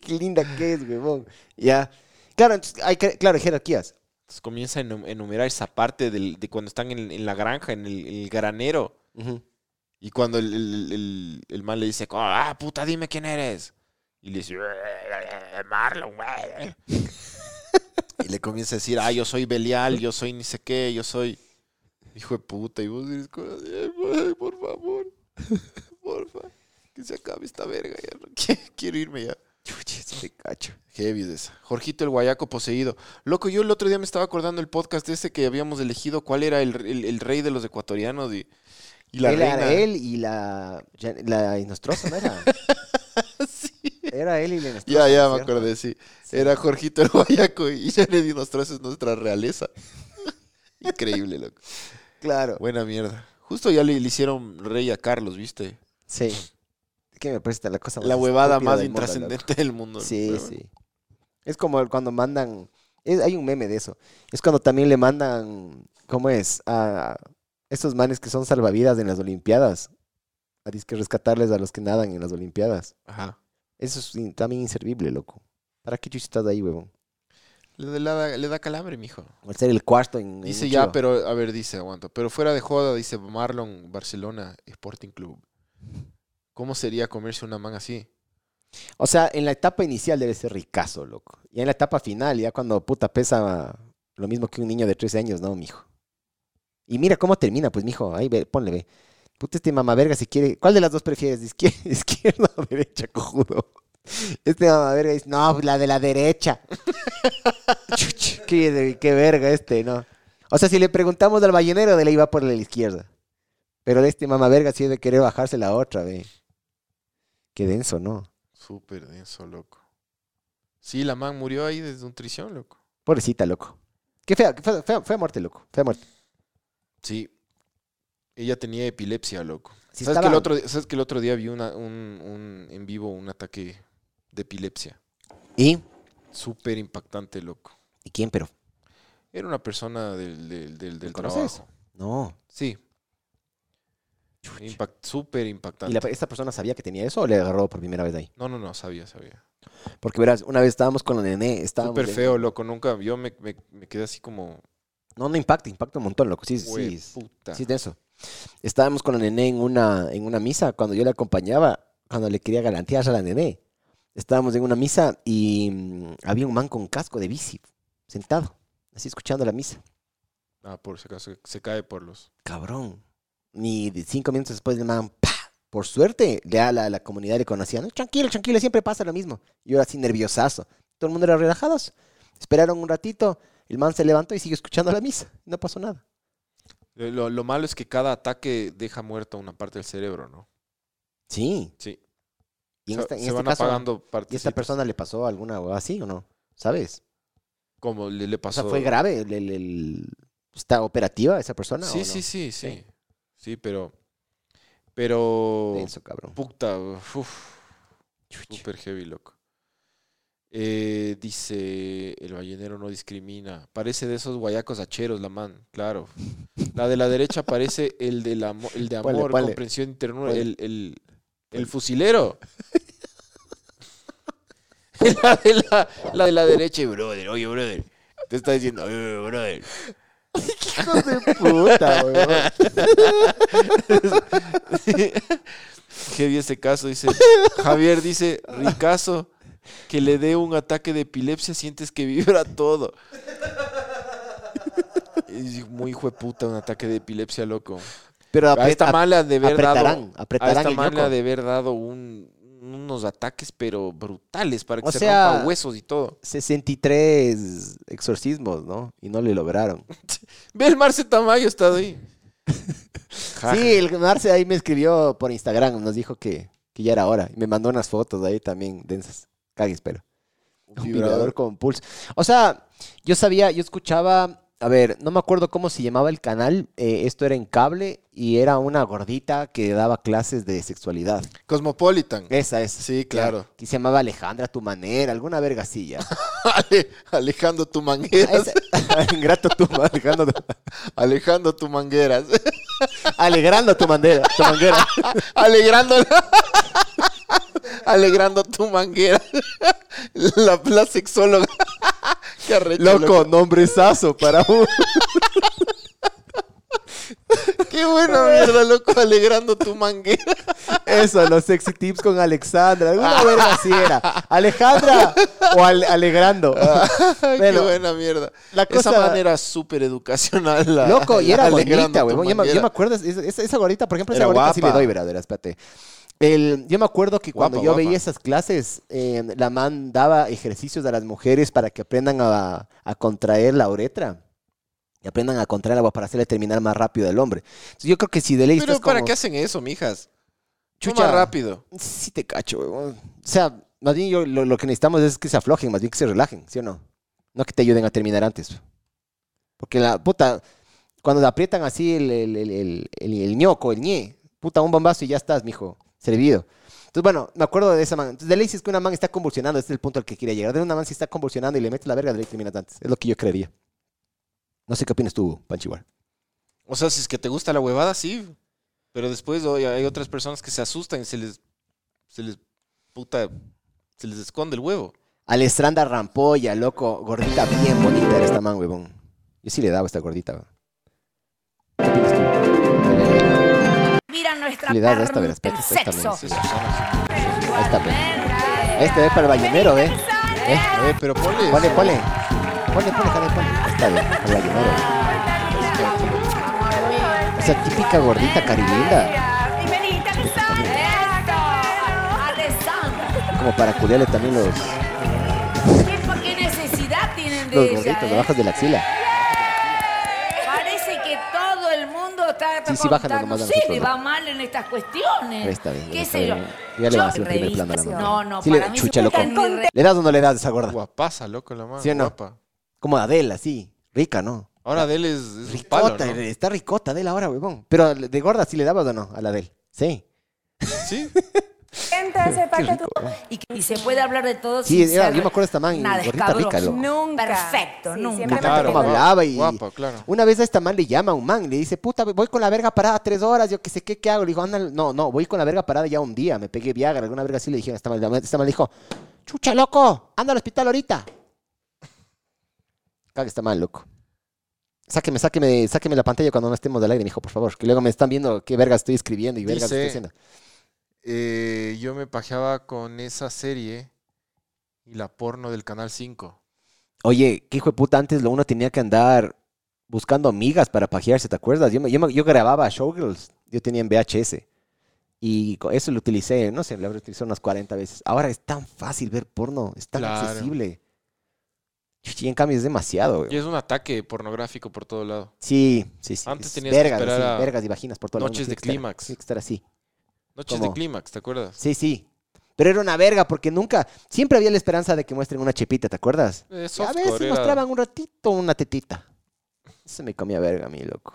Speaker 2: Qué linda que es, huevón. Ya. Claro, entonces, hay que- claro, jerarquías.
Speaker 3: Entonces comienza a enu- enumerar esa parte del- de cuando están en, en la granja, en el, el granero, y cuando el, el- el- el man le dice, ah, puta, dime quién eres. Y le dice, "Eh, Marlon, güey". Y le comienza a decir, ah, yo soy Belial, yo soy ni sé qué, yo soy hijo de puta. Y vos dices, por favor, porfa, que se acabe esta verga. ya no qui- Quiero irme ya.
Speaker 2: Te cacho.
Speaker 3: Heavy de esa. Jorgito el Guayaco poseído. Loco, yo el otro día me estaba acordando el podcast ese que habíamos elegido cuál era el, el- el rey de los ecuatorianos y, y la
Speaker 2: él
Speaker 3: reina.
Speaker 2: era él y la. ya- La Inostrosa, ¿no era? sí. Era él y la Inostrosa.
Speaker 3: Ya, ya
Speaker 2: ¿no
Speaker 3: me
Speaker 2: es cierto?
Speaker 3: acordé, sí. Era Jorgito el Guayaco y ya le dimos es nuestra realeza. Increíble, loco.
Speaker 2: Claro.
Speaker 3: Buena mierda. Justo ya le, le hicieron rey a Carlos, ¿viste?
Speaker 2: Sí. ¿Qué me parece la cosa más
Speaker 3: La huevada
Speaker 2: estúpida
Speaker 3: más
Speaker 2: del mundo, loco?
Speaker 3: intrascendente del mundo.
Speaker 2: Sí,
Speaker 3: Pero bueno.
Speaker 2: sí. Es como cuando mandan. es- hay un meme de eso. Es cuando también le mandan. ¿Cómo es? A estos manes que son salvavidas en las Olimpiadas. A disque rescatarles a los que nadan en las Olimpiadas.
Speaker 3: Ajá.
Speaker 2: Eso es in- también inservible, loco. ¿Para qué chucho estás ahí, huevón?
Speaker 3: Le, da- le da calambre, mijo.
Speaker 2: Al ser el cuarto en. en
Speaker 3: Dice
Speaker 2: un
Speaker 3: ya,
Speaker 2: chivo.
Speaker 3: pero, a ver, dice, aguanto. Pero fuera de joda, dice Marlon, Barcelona, Sporting Club. ¿Cómo sería comerse una man así?
Speaker 2: O sea, en la etapa inicial debe ser ricazo, loco. Y en la etapa final, ya cuando puta pesa lo mismo que un niño de 13 años, ¿no, mijo? Y mira cómo termina, pues, mijo. Ahí ve, ponle, ve. Puta, este mamaverga si quiere. ¿Cuál de las dos prefieres? ¿Izquierda, izquierda o derecha, cojudo? Este mamaverga dice, no, pues, la de la derecha. Chuch, qué, de- qué verga este, ¿no? O sea, si le preguntamos al ballenero, de ley va por la izquierda. Pero de este mamaverga sí debe querer bajarse la otra, ve. Qué denso, ¿no?
Speaker 3: Súper denso, loco. Sí, la man murió ahí de desnutrición, loco.
Speaker 2: Pobrecita, loco. Qué fea, qué fea, fea, fea muerte, loco. Fea muerte.
Speaker 3: Sí. Ella tenía epilepsia, loco.
Speaker 2: Sí
Speaker 3: ¿Sabes,
Speaker 2: estaba-
Speaker 3: que el otro, di- ¿Sabes que el otro día vi una, un, un- en vivo un ataque de epilepsia?
Speaker 2: ¿Y?
Speaker 3: Súper impactante, loco.
Speaker 2: ¿Y quién, pero?
Speaker 3: Era una persona del, del, del, del
Speaker 2: conoces?
Speaker 3: trabajo.
Speaker 2: No.
Speaker 3: Sí. Impact- Súper impactante.
Speaker 2: ¿Y la- esta persona sabía que tenía eso o le agarró por primera vez de ahí?
Speaker 3: No, no, no, sabía, sabía.
Speaker 2: Porque verás, una vez estábamos con la nené, estábamos...
Speaker 3: Súper
Speaker 2: en-
Speaker 3: feo, loco. Nunca, yo me, me- me quedé así como,
Speaker 2: No, no impacta, impacta un montón, loco. Sí, sí,
Speaker 3: "Hue
Speaker 2: sí.
Speaker 3: puta.
Speaker 2: Sí, es de eso. Estábamos con la nené en una, en una misa, cuando yo la acompañaba, cuando le quería galantear a la nené. Estábamos en una misa y mm, había un man con casco de bici, sentado, así escuchando la misa.
Speaker 3: Ah, por si acaso, se cae por los...
Speaker 2: cabrón. Ni de cinco minutos después del man, ¡pa! Por suerte, ya la, la comunidad le conocía. ¿no? Tranquilo, tranquilo, siempre pasa lo mismo. Yo era así nerviosazo. Todo el mundo era relajados. Esperaron un ratito, el man se levantó y siguió escuchando la misa. No pasó nada.
Speaker 3: eh, Lo, lo malo es que cada ataque deja muerta una parte del cerebro, ¿no?
Speaker 2: Sí.
Speaker 3: Sí.
Speaker 2: Y en
Speaker 3: se,
Speaker 2: esta- en
Speaker 3: se
Speaker 2: este
Speaker 3: van
Speaker 2: caso,
Speaker 3: apagando
Speaker 2: ¿Y esta
Speaker 3: partecitas,
Speaker 2: persona le pasó alguna hueva así o no? ¿Sabes?
Speaker 3: como le, le
Speaker 2: O
Speaker 3: pasó.
Speaker 2: sea, ¿fue grave? el- el- el- ¿Está operativa esa persona?
Speaker 3: sí,
Speaker 2: o no?
Speaker 3: sí, sí, sí,
Speaker 2: Sí.
Speaker 3: sí. pero. Pero.
Speaker 2: Denso, cabrón.
Speaker 3: Puta, uf,
Speaker 2: Chuch.
Speaker 3: super heavy, loco. Eh, dice, el ballenero no discrimina. Parece de esos guayacos hacheros, la man, claro. La de la derecha parece el, del amo- el de amor,
Speaker 2: Ponle, ponle.
Speaker 3: comprensión y ternura,
Speaker 2: Ponle.
Speaker 3: el, el, el fusilero. la, de la, la de la derecha, y, brother, oye, brother. Te está diciendo, oye, brother.
Speaker 2: Hijos de puta, weón.
Speaker 3: Heavy ese caso, dice. Javier dice, ricazo, que le dé un ataque de epilepsia, sientes que vibra todo. Y Muy hijo de puta, un ataque de epilepsia, loco.
Speaker 2: Pero
Speaker 3: A
Speaker 2: apre-
Speaker 3: esta
Speaker 2: ap-
Speaker 3: mala de haber
Speaker 2: apretarán,
Speaker 3: dado. A
Speaker 2: apretarán
Speaker 3: esta
Speaker 2: el
Speaker 3: mala
Speaker 2: ñoco.
Speaker 3: de haber dado un- unos ataques, pero brutales, para que
Speaker 2: O
Speaker 3: se
Speaker 2: sea-
Speaker 3: rompa huesos y todo.
Speaker 2: 63 exorcismos, ¿no? Y no le lograron.
Speaker 3: Ve el Marce Tamayo, está ahí. Ja,
Speaker 2: Sí, el Marce ahí me escribió por Instagram, nos dijo que, que ya era hora. Y me mandó unas fotos ahí también densas. Cagues, pero. Un vibrador. con pulso. O sea, yo sabía, yo escuchaba, a ver, no me acuerdo cómo se llamaba el canal, eh, esto era en cable y era una gordita que daba clases de sexualidad.
Speaker 3: Cosmopolitan.
Speaker 2: Esa es.
Speaker 3: Sí,
Speaker 2: Ya,
Speaker 3: claro.
Speaker 2: Que se llamaba Alejandra a tu manera, alguna vergasilla.
Speaker 3: Ale- Alejando tu manguera.
Speaker 2: Ingrato tu ma- Alejandro tu-
Speaker 3: Alejando tu mangueras.
Speaker 2: Alegrando tu manera, tu manguera.
Speaker 3: Alegrando Alegrando tu manguera. La, la sexóloga. Qué arrecho,
Speaker 2: Loco, nombrezazo para un.
Speaker 3: Qué buena mierda, loco. Alegrando tu manguera.
Speaker 2: Eso, los sexy tips con Alexandra. Alguna
Speaker 3: Ah.
Speaker 2: verga así era. Alejandra o Ale- Alegrando.
Speaker 3: Qué
Speaker 2: Bueno,
Speaker 3: buena mierda.
Speaker 2: la cosa-
Speaker 3: Ah. Esa manera súper educacional. la-
Speaker 2: Loco, y
Speaker 3: la
Speaker 2: era
Speaker 3: alegrando
Speaker 2: bonita,
Speaker 3: tu
Speaker 2: huevón. Yo, me- yo
Speaker 3: manguera.
Speaker 2: me acuerdo, esa, esa- esa gordita, por ejemplo, esa
Speaker 3: Era
Speaker 2: gordita sí le
Speaker 3: guapa.
Speaker 2: doy, verdad, espérate. El, yo me acuerdo que cuando
Speaker 3: Guapa,
Speaker 2: yo
Speaker 3: guapa.
Speaker 2: veía esas clases, eh, la man daba ejercicios a las mujeres para que aprendan a, a contraer la uretra. Y aprendan a contraer el agua para hacerle terminar más rápido al hombre. Entonces, yo creo que si de ley
Speaker 3: Pero
Speaker 2: estás
Speaker 3: ¿para
Speaker 2: como-
Speaker 3: qué hacen eso, mijas?
Speaker 2: Chucha.
Speaker 3: Chucha. Más rápido.
Speaker 2: Sí te cacho, huevón. O sea, más bien yo, lo, lo que necesitamos es que se aflojen, más bien que se relajen, ¿sí o no? No que te ayuden a terminar antes. Porque la puta, cuando le aprietan así el, el, el, el, el- el ñoco, el ñe, puta, un bombazo y ya estás, mijo, servido. Entonces, bueno, me acuerdo de esa man. Entonces, de ley, si es que una man está convulsionando, este es el punto al que quería llegar. De una man si está convulsionando y le metes la verga, de ley terminas antes. Es lo que yo creería. No sé qué opinas tú, Panchiwar.
Speaker 3: O sea, si es que te gusta la huevada, sí. Pero después oye, hay otras personas que se asustan y se les. Se les. Puta. Se les esconde el huevo.
Speaker 2: Alessandra Rampolla, loco, gordita bien bonita era esta man, huevón. Yo sí le daba a esta gordita, weón. ¿Qué opinas tú?
Speaker 10: Mira nuestra
Speaker 2: Le das a esta, verás,
Speaker 10: parte,
Speaker 2: espérate,
Speaker 10: el sexo.
Speaker 2: esta también.
Speaker 3: Eh,
Speaker 2: Ahí está, ve. Este es para el ballenero, ¿eh? ¿Eh?
Speaker 3: Eh, pero ponle.
Speaker 2: Ponle, ponle. Ponle, ponle, jale, ponle. Ahí Está bien, para el ballenero. O sea, típica gordita carilinda.
Speaker 10: Primerita que sale. Alessandra.
Speaker 2: Como para culiarle también los,
Speaker 10: ¿Qué, por ¿Qué necesidad tienen de
Speaker 2: los
Speaker 10: ella?
Speaker 2: gorditos,
Speaker 10: eh?
Speaker 2: los bajos de la axila.
Speaker 10: Parece que todo el mundo está
Speaker 2: Sí, sí,
Speaker 10: contando-
Speaker 2: bájalo nomás, dame
Speaker 10: sí,
Speaker 2: su
Speaker 10: le
Speaker 2: problema.
Speaker 10: va mal en estas cuestiones.
Speaker 2: Ahí está bien,
Speaker 10: ¿Qué
Speaker 2: está
Speaker 10: sé yo?
Speaker 2: bien. Ya le
Speaker 10: Yo
Speaker 2: vas a hacer un primer
Speaker 10: revista-
Speaker 2: plano a la mamá.
Speaker 10: No, no,
Speaker 2: Sí le-
Speaker 10: para mí
Speaker 2: chucha,
Speaker 10: se
Speaker 2: loco.
Speaker 10: trata ni de-
Speaker 2: ¿Le das o no le das a esa gorda?
Speaker 3: Guapasa, loco, la mano.
Speaker 2: ¿Sí o no?
Speaker 3: Guapa.
Speaker 2: Como Adela, sí. Rica, ¿no?
Speaker 3: Ahora Adele es, es un Pues palo,
Speaker 2: Ricota,
Speaker 3: ¿no?
Speaker 2: está ricota Adel ahora, huevón. Pero de gorda sí le dabas o no a la Adel. Sí.
Speaker 3: Sí.
Speaker 2: Qué rico, huevón.
Speaker 10: y, que- y se puede hablar de todo
Speaker 2: Sí,
Speaker 10: Pues sin
Speaker 2: era-
Speaker 10: ser
Speaker 2: yo me acuerdo de esta man,
Speaker 10: nada
Speaker 2: gordita rica,
Speaker 10: escabroso.
Speaker 2: loco.
Speaker 11: Nunca.
Speaker 10: Perfecto,
Speaker 11: Sí,
Speaker 10: nunca.
Speaker 11: siempre
Speaker 2: Puta,
Speaker 11: me
Speaker 3: Claro,
Speaker 2: cómo
Speaker 3: guapa,
Speaker 2: hablaba y...
Speaker 3: guapa, claro.
Speaker 2: Una vez a esta man le llama a un man, le dice, puta, voy con la verga parada tres horas, yo qué sé qué, qué hago. Le dijo, anda, no, no, voy con la verga parada ya un día, me pegué Viagra, alguna verga así le dijeron, a esta man, La man- esta man le dijo, chucha, loco, anda al hospital ahorita. Caga, está mal, loco. Sáqueme, sáqueme, sáqueme la pantalla cuando no estemos de aire, mijo, por favor. Que luego me están viendo qué verga estoy escribiendo y verga estoy
Speaker 3: Dice-
Speaker 2: haciendo.
Speaker 3: Eh, yo me pajeaba con esa serie y la porno del Canal 5.
Speaker 2: Oye, qué hijo de puta, antes lo uno tenía que andar buscando amigas para pajearse, ¿te acuerdas? Yo, me- yo, me- yo grababa Showgirls, yo tenía en VHS. Y co- eso lo utilicé, no sé, lo habré utilizado unas 40 veces. Ahora es tan fácil ver porno, es tan
Speaker 3: Claro.
Speaker 2: accesible. Chuchi, en cambio es demasiado, güey.
Speaker 3: Y es un ataque pornográfico por todo lado.
Speaker 2: Sí, sí, sí.
Speaker 3: Antes
Speaker 2: es
Speaker 3: tenías que
Speaker 2: vergas,
Speaker 3: esperar
Speaker 2: sí,
Speaker 3: a
Speaker 2: vergas y vaginas por todo el mundo,
Speaker 3: noches
Speaker 2: tiene
Speaker 3: de
Speaker 2: que estar-
Speaker 3: clímax.
Speaker 2: Tiene que estar así.
Speaker 3: Noches
Speaker 2: Como-
Speaker 3: de clímax, ¿te acuerdas?
Speaker 2: Sí, sí. Pero era una verga porque nunca, siempre había la esperanza de que muestren una chepita, ¿te acuerdas?
Speaker 3: Eh,
Speaker 2: Y a
Speaker 3: softcore
Speaker 2: veces
Speaker 3: era-
Speaker 2: mostraban un ratito una tetita. Eso me comía verga, mi loco.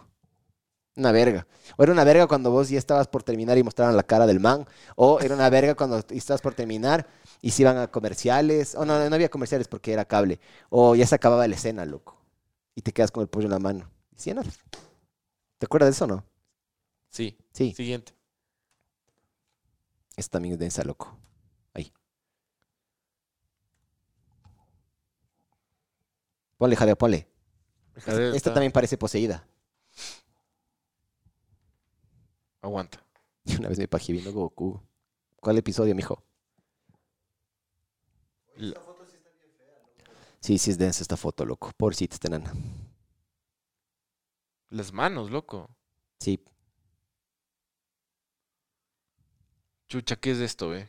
Speaker 2: Una verga. O era una verga cuando vos ya estabas por terminar y mostraban la cara del man. O era una verga cuando estabas por terminar y se iban a comerciales. O no, no había comerciales porque era cable. O ya se acababa la escena, loco. Y te quedas con el pollo en la mano. Y sí, no. ¿Te acuerdas de eso o no?
Speaker 3: Sí.
Speaker 2: Sí.
Speaker 3: Siguiente.
Speaker 2: Esto también es densa, loco. Ahí. Ponle, Javier, ponle.
Speaker 3: Javier,
Speaker 2: Esta
Speaker 3: está-
Speaker 2: también parece poseída.
Speaker 3: Aguanta.
Speaker 2: Y una vez me pajeé viendo Goku. ¿Cuál episodio, mijo? Sí, sí es densa esta foto, loco. Pobrecita esta nana.
Speaker 3: Las manos, loco.
Speaker 2: Sí.
Speaker 3: Chucha, ¿qué es esto, eh?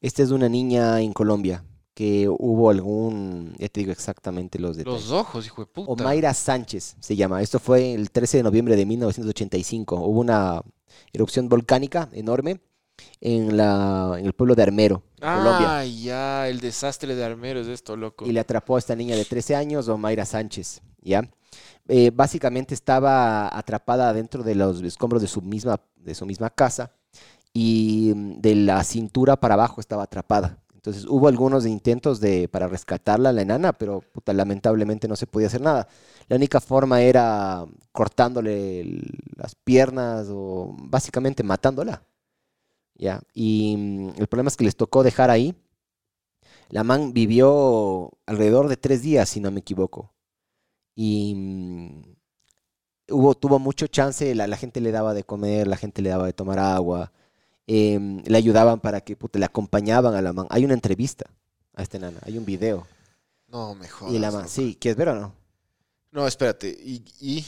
Speaker 2: Esta es de una niña en Colombia que hubo algún... Ya te digo exactamente los detalles.
Speaker 3: Los ojos, hijo de puta.
Speaker 2: Omaira Sánchez se llama. Esto fue el 13 de noviembre de 1985. Hubo una erupción volcánica enorme en, la, en el pueblo de Armero, en Colombia.
Speaker 3: Ah, ya, el desastre de Armero es esto, loco.
Speaker 2: Y le atrapó a esta niña de 13 años, Omaira Sánchez, ¿ya? Eh, básicamente estaba atrapada dentro de los escombros de su misma, de su misma casa y mm, de la cintura para abajo estaba atrapada. Entonces hubo algunos intentos de, para rescatarla, la enana, pero puta, lamentablemente no se podía hacer nada. La única forma era cortándole el- las piernas o básicamente matándola. Ya. Y mm, el problema es que les tocó dejar ahí. La man vivió alrededor de tres días, si no me equivoco. Y mm, hubo, tuvo mucho chance, la, la gente le daba de comer, la gente le daba de tomar agua, em, le ayudaban para que, puta, le acompañaban a la man. Hay una entrevista a esta nana, hay un video.
Speaker 3: No, mejor.
Speaker 2: Y la man, sí, ¿quieres ver o no?
Speaker 3: No, espérate. Y, y-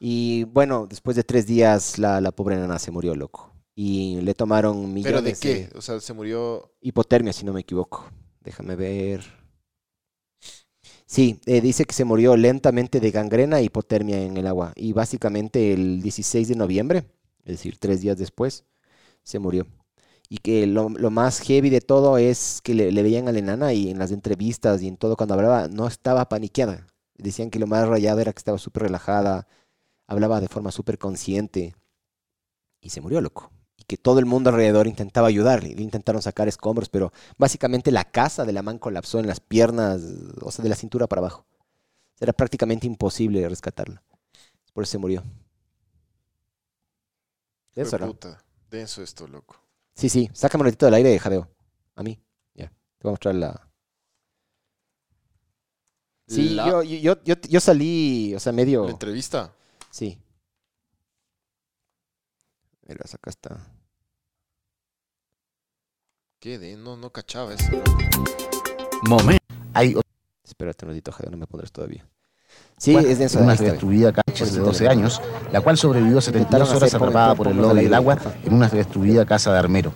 Speaker 2: Y bueno, después de tres días la, la pobre nana se murió, loco. Y le tomaron millones
Speaker 3: ¿Pero de qué? O sea, se murió...
Speaker 2: hipotermia, si no me equivoco. Déjame ver. Sí, eh, dice que se murió lentamente de gangrena e hipotermia en el agua. Y básicamente el 16 de noviembre, es decir, tres días después, se murió. Y que lo, lo más heavy de todo es que le, le veían a la enana y en las entrevistas y en todo cuando hablaba, no estaba paniqueada. Decían que lo más rayado era que estaba súper relajada, hablaba de forma súper consciente. Y se murió, loco. Y que todo el mundo alrededor intentaba ayudarle. Le intentaron sacar escombros, pero básicamente la casa de la man colapsó en las piernas, o sea, de la cintura para abajo. Era prácticamente imposible rescatarla. Por eso se murió.
Speaker 3: hijo de
Speaker 2: Eso, ¿no?
Speaker 3: puta. Denso esto, loco.
Speaker 2: Sí, sí, sácame un ratito del aire, jadeo. A mí, ya. Te voy a mostrar la... Sí,
Speaker 3: La-
Speaker 2: yo, yo, yo, yo, yo salí, o sea, medio...
Speaker 3: ¿La entrevista?
Speaker 2: Sí. Verás, acá está.
Speaker 3: ¿Qué? de- No, no cachaba eso, loco.
Speaker 11: Momento. Hay
Speaker 2: Espérate un ratito, Jadeo, no me pondrás todavía. Sí,
Speaker 11: Bueno,
Speaker 2: es denso.
Speaker 11: Una
Speaker 2: ahí, ahí,
Speaker 11: destruida
Speaker 2: Por
Speaker 11: Cáceres
Speaker 2: si
Speaker 11: este, de
Speaker 2: te
Speaker 11: 12
Speaker 2: lo-
Speaker 11: años, la cual sobrevivió 72
Speaker 2: Intentaron
Speaker 11: horas
Speaker 2: hacer, pon-
Speaker 11: atrapada
Speaker 2: pon-
Speaker 11: por el
Speaker 2: ponlos
Speaker 11: lodo
Speaker 2: al
Speaker 11: y el
Speaker 2: aire,
Speaker 11: agua
Speaker 2: porfa.
Speaker 11: en una destruida casa de Armero.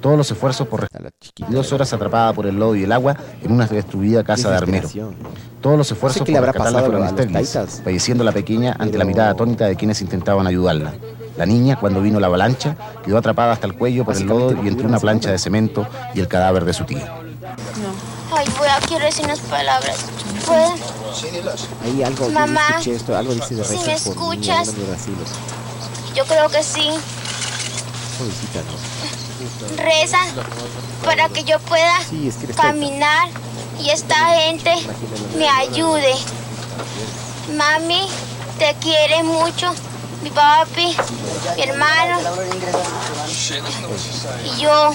Speaker 11: Todos los esfuerzos por
Speaker 2: a la chiquita.
Speaker 11: 72 horas atrapada por el lodo y el agua en una destruida casa de Armero. Todos los esfuerzos
Speaker 2: qué le
Speaker 11: por
Speaker 2: habrá pasado
Speaker 11: rescatarla
Speaker 2: a
Speaker 11: fueron
Speaker 2: los
Speaker 11: estériles,
Speaker 2: taitas.
Speaker 11: falleciendo la pequeña ante
Speaker 2: Pero-
Speaker 11: la mirada atónita de quienes intentaban ayudarla. La niña, cuando vino la avalancha, quedó atrapada hasta el cuello por el
Speaker 2: Básicamente
Speaker 11: lodo
Speaker 2: lo
Speaker 11: y entre
Speaker 2: tuvieron
Speaker 11: una
Speaker 2: así,
Speaker 11: plancha
Speaker 2: ¿no?
Speaker 11: de cemento y el cadáver de su tía.
Speaker 8: Ay, voy a quiero decir unas palabras. ¿Puedes?
Speaker 2: Ahí algo, yo
Speaker 8: Mamá,
Speaker 2: escuché esto, algo dice de
Speaker 8: si me
Speaker 2: Rachel por mí,
Speaker 8: escuchas.
Speaker 2: alguna mierda así, los-
Speaker 8: Yo creo que sí.
Speaker 2: pobrecita, ¿no?
Speaker 8: Reza para que yo pueda
Speaker 2: Sí, es que eres
Speaker 8: caminar y esta gente me ayude. Mami, te quiere mucho. Mi papi, mi hermano y yo.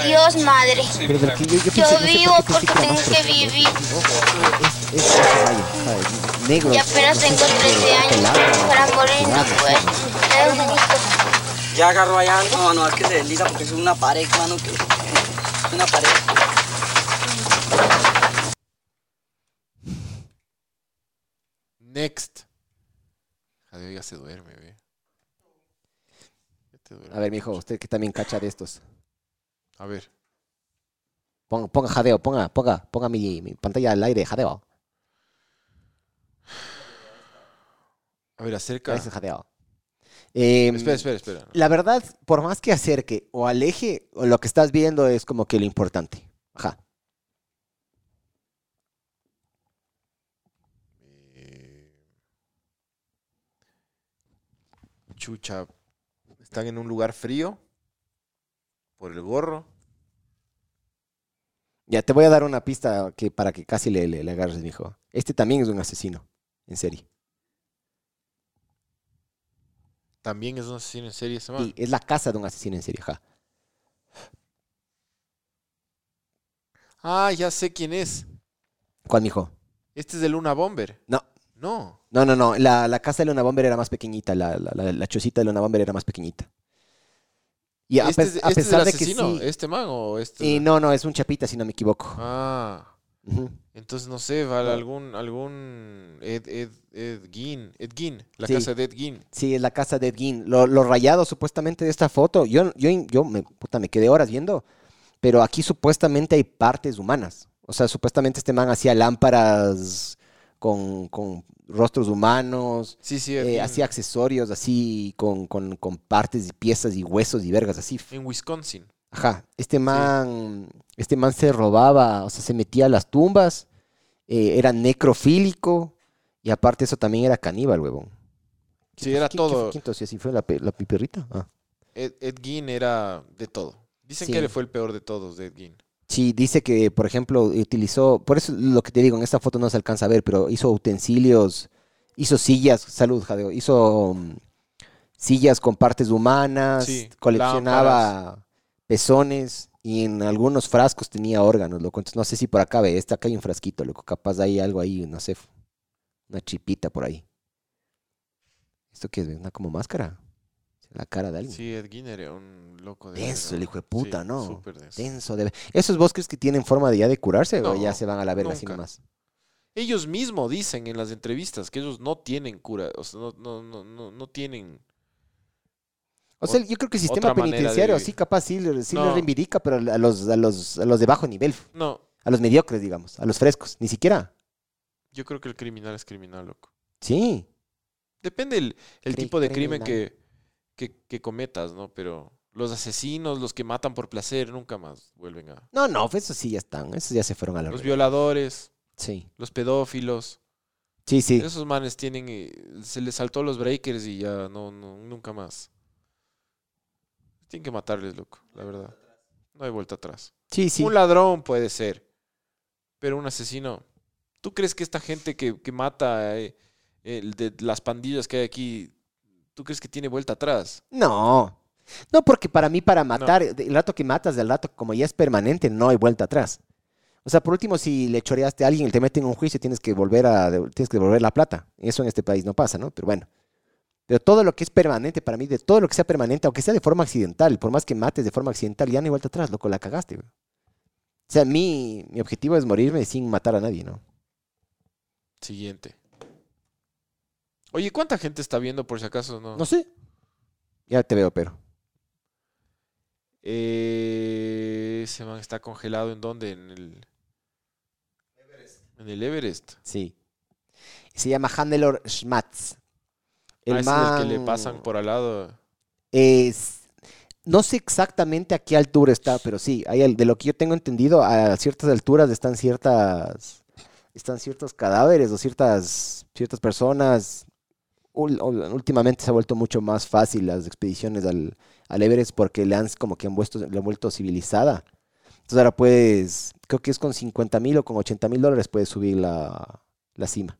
Speaker 8: Adiós, madre.
Speaker 2: taifa. Pero del que yo, yo
Speaker 8: Yo
Speaker 2: pensé- no sé por qué
Speaker 8: vivo
Speaker 2: pensé
Speaker 8: porque
Speaker 2: que era
Speaker 8: tengo
Speaker 2: más
Speaker 8: que
Speaker 2: profundo.
Speaker 8: vivir.
Speaker 2: Es- es- vaya, vaya, negro.
Speaker 8: Y apenas
Speaker 2: no sé,
Speaker 8: tengo 13
Speaker 2: pero
Speaker 8: años.
Speaker 2: pelado,
Speaker 8: Para morir no
Speaker 2: pelado.
Speaker 8: puedo. Es bonito.
Speaker 9: Ya agarró allá algo, mano, es que se desliza porque es una pared, mano, que es una pared.
Speaker 3: Next. Javier ya se duerme, ve. Ya te duerme.
Speaker 2: A ver, mijo, usted que también cacha de estos.
Speaker 3: A ver.
Speaker 2: Ponga, ponga jadeo, ponga, ponga, ponga mi, mi pantalla al aire, jadeo.
Speaker 3: A ver, acerca.
Speaker 2: Ese jadeo. Em,
Speaker 3: Espera, espera, espera.
Speaker 2: La verdad, por más que acerque o aleje, o lo que estás viendo es como que lo importante. Ajá.
Speaker 3: Eh, Chucha. Están en un lugar frío. Por el gorro.
Speaker 2: Ya, te voy a dar una pista que, para que casi le, le, le agarres, mijo. Este también es un asesino, en serie.
Speaker 3: También es un asesino en serie ese man.
Speaker 2: Y es la casa de un asesino en serie, ajá.
Speaker 3: Ah, ya sé quién es.
Speaker 2: ¿Cuál, mijo?
Speaker 3: Este es de Luna Bomber.
Speaker 2: No,
Speaker 3: No.
Speaker 2: no, no, no. La, la casa de Luna Bomber era más pequeñita. La, la, la, la chocita de Luna Bomber era más pequeñita. Y a,
Speaker 3: este
Speaker 2: pe-
Speaker 3: es, este
Speaker 2: a
Speaker 3: es
Speaker 2: pesar
Speaker 3: el
Speaker 2: de que
Speaker 3: asesino,
Speaker 2: sí...
Speaker 3: este man o este.
Speaker 2: Y no, no, es un chapita, si no me equivoco.
Speaker 3: Ah,
Speaker 2: Ujú.
Speaker 3: entonces no sé, vale, algún, algún Ed, Ed, Ed Gein, Ed Gein, la
Speaker 2: Sí.
Speaker 3: casa de Ed Gein.
Speaker 2: Sí, es la casa de Ed Gein. Lo, lo rayado supuestamente de esta foto, yo, yo, yo me, puta, me quedé horas viendo, pero aquí supuestamente hay partes humanas. O sea, supuestamente este man hacía lámparas con, con rostros humanos,
Speaker 3: Sí, sí, Ed
Speaker 2: eh,
Speaker 3: Gein.
Speaker 2: hacía accesorios así con, con- con partes y piezas y huesos y vergas así.
Speaker 3: En Wisconsin.
Speaker 2: Ajá, este man, este man se robaba, o sea, se metía a las tumbas, eh, era necrofílico y aparte eso también era caníbal, huevón.
Speaker 3: Sí, era
Speaker 2: ¿Quién- quién fue-
Speaker 3: todo.
Speaker 2: ¿Quién tosió? ¿Sí fue la, pe- la- mi perrita? Ah.
Speaker 3: Ed, Ed Gein era de todo. Dicen
Speaker 2: Sí.
Speaker 3: que él fue el peor de todos, de Ed Gein.
Speaker 2: Sí, dice que, por ejemplo, utilizó, por eso lo que te digo, en esta foto no se alcanza a ver, pero hizo utensilios, hizo sillas, salud, Jadeo, hizo mm, sillas con partes humanas,
Speaker 3: Sí,
Speaker 2: coleccionaba pezones y en algunos frascos tenía órganos, loco. Entonces no sé si por acá ve, esta acá hay un frasquito, loco, capaz hay algo ahí, no sé, una chipita por ahí. ¿Esto qué es? ¿Una como máscara? La cara de alguien.
Speaker 3: Sí, Ed Gein era un loco de...
Speaker 2: Denso,
Speaker 3: verga.
Speaker 2: el hijo de puta,
Speaker 3: Sí,
Speaker 2: ¿no?
Speaker 3: súper denso.
Speaker 2: Denso de... ¿Esos bosques que tienen forma de ya de curarse o
Speaker 3: No,
Speaker 2: ya se van a la verga así
Speaker 3: nunca.
Speaker 2: nomás?
Speaker 3: Ellos mismos dicen en las entrevistas que ellos no tienen cura, o sea, no, no, no, no, no tienen...
Speaker 2: O
Speaker 3: Ot-
Speaker 2: sea, yo creo que el sistema
Speaker 3: otra manera de
Speaker 2: penitenciario
Speaker 3: vivir.
Speaker 2: sí capaz sí, le- sí le
Speaker 3: No.
Speaker 2: reivindica, pero a los, a, los, a los de bajo nivel,
Speaker 3: No,
Speaker 2: a los mediocres, digamos, a los frescos, ni siquiera.
Speaker 3: yo creo que el criminal es criminal, loco.
Speaker 2: Sí.
Speaker 3: Depende el, el
Speaker 2: Cri-
Speaker 3: tipo de crimen
Speaker 2: criminal.
Speaker 3: que, que, que cometas, ¿no? Pero los asesinos, los que matan por placer, nunca más vuelven a...
Speaker 2: No, no, pues esos sí ya están, esos ya se fueron a la
Speaker 3: Los
Speaker 2: verga.
Speaker 3: violadores,
Speaker 2: Sí,
Speaker 3: los pedófilos,
Speaker 2: sí, sí.
Speaker 3: esos manes tienen... eh, Se les saltó los breakers y ya no, no, nunca más. Tienen que matarles, loco, la verdad. No hay vuelta atrás.
Speaker 2: Sí, sí.
Speaker 3: Un ladrón puede ser, pero un asesino... ¿Tú crees que esta gente que, que mata eh, el de las pandillas que hay aquí, ¿tú crees que tiene vuelta atrás?
Speaker 2: No. No, porque para mí, para matar, el rato que matas, del rato, como ya es permanente, no hay vuelta atrás. O sea, por último, si le choreaste a alguien, te meten en un juicio, tienes que volver a, tienes que devolver la plata. Eso en este país no pasa, ¿no? Pero bueno. Pero todo lo que es permanente, para mí, de todo lo que sea permanente, aunque sea de forma accidental, por más que mates de forma accidental, ya no hay vuelta atrás, loco, la cagaste, güey. O sea, mi, mi objetivo es morirme sin matar a nadie, ¿no?
Speaker 3: Siguiente. Oye, ¿cuánta gente está viendo por si acaso? No.
Speaker 2: No sé. Ya te veo, pero.
Speaker 3: Eh, ese man está congelado en dónde? En el. En el Everest.
Speaker 2: Sí. Se llama Handelor Schmatz.
Speaker 3: Ah, ese es el que le
Speaker 2: man-
Speaker 3: pasan por al lado.
Speaker 2: Es, no sé exactamente a qué altura está, pero sí, hay, al- de lo que yo tengo entendido, a ciertas alturas están ciertas, están ciertos cadáveres o ciertas, ciertas personas. Ul- ul- últimamente se ha vuelto mucho más fácil las expediciones al, al Everest porque le han como que han vuelto, lo han vuelto civilizada. Entonces ahora puedes, creo que es con 50 mil o con 80 mil dólares puedes subir la, la cima.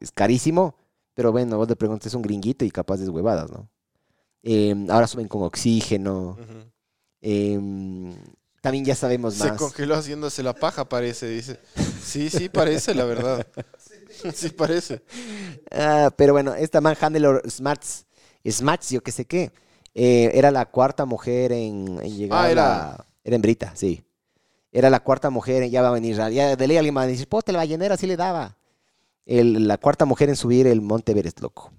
Speaker 2: Es carísimo, pero bueno, vos le preguntas a un gringuito y capaz de huevadas, ¿no? Em, ahora suben con oxígeno. em, también ya sabemos
Speaker 3: Se
Speaker 2: más.
Speaker 3: congeló haciéndose la paja, parece, dice. Sí, sí, parece, la verdad. Sí, parece.
Speaker 2: Ah, pero bueno, esta Manhandler Smarts, Smarts, yo qué sé qué, eh, era la cuarta mujer en, en llegar
Speaker 3: Ah,
Speaker 2: a
Speaker 3: era-
Speaker 2: la- Era en Brita, sí. Era la cuarta mujer, ya va a venir, ya de ley alguien va a decir, pote, el ballenero así le daba. El- la cuarta mujer en subir el Monte Everest, loco.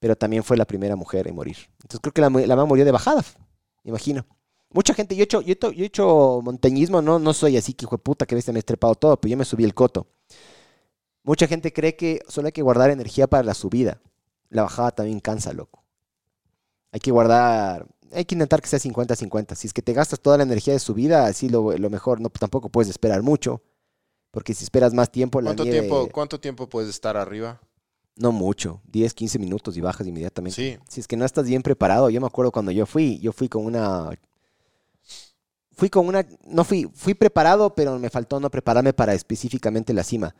Speaker 2: Pero también fue la primera mujer en morir. Entonces creo que la, mu- la man murió de bajada, me imagino. Mucha gente, yo he hecho, yo he to- yo he hecho montañismo, no, no soy así que hijo de puta que ves, me he trepado todo, pero yo me subí el coto. Mucha gente cree que solo hay que guardar energía para la subida. La bajada también cansa, loco. Hay que guardar, hay que intentar que sea 50-50. Si es que te gastas toda la energía de su vida, así lo, lo mejor, no, pues tampoco puedes esperar mucho. Porque si esperas más tiempo, la
Speaker 3: ¿Cuánto
Speaker 2: nieve-
Speaker 3: tiempo, ¿Cuánto tiempo puedes estar arriba?
Speaker 2: No mucho, 10, 15 minutos y bajas inmediatamente.
Speaker 3: Sí.
Speaker 2: Si es que no estás bien preparado, yo me acuerdo cuando yo fui, yo fui con una... Fui con una... No fui, fui preparado, pero me faltó no prepararme para específicamente la cima.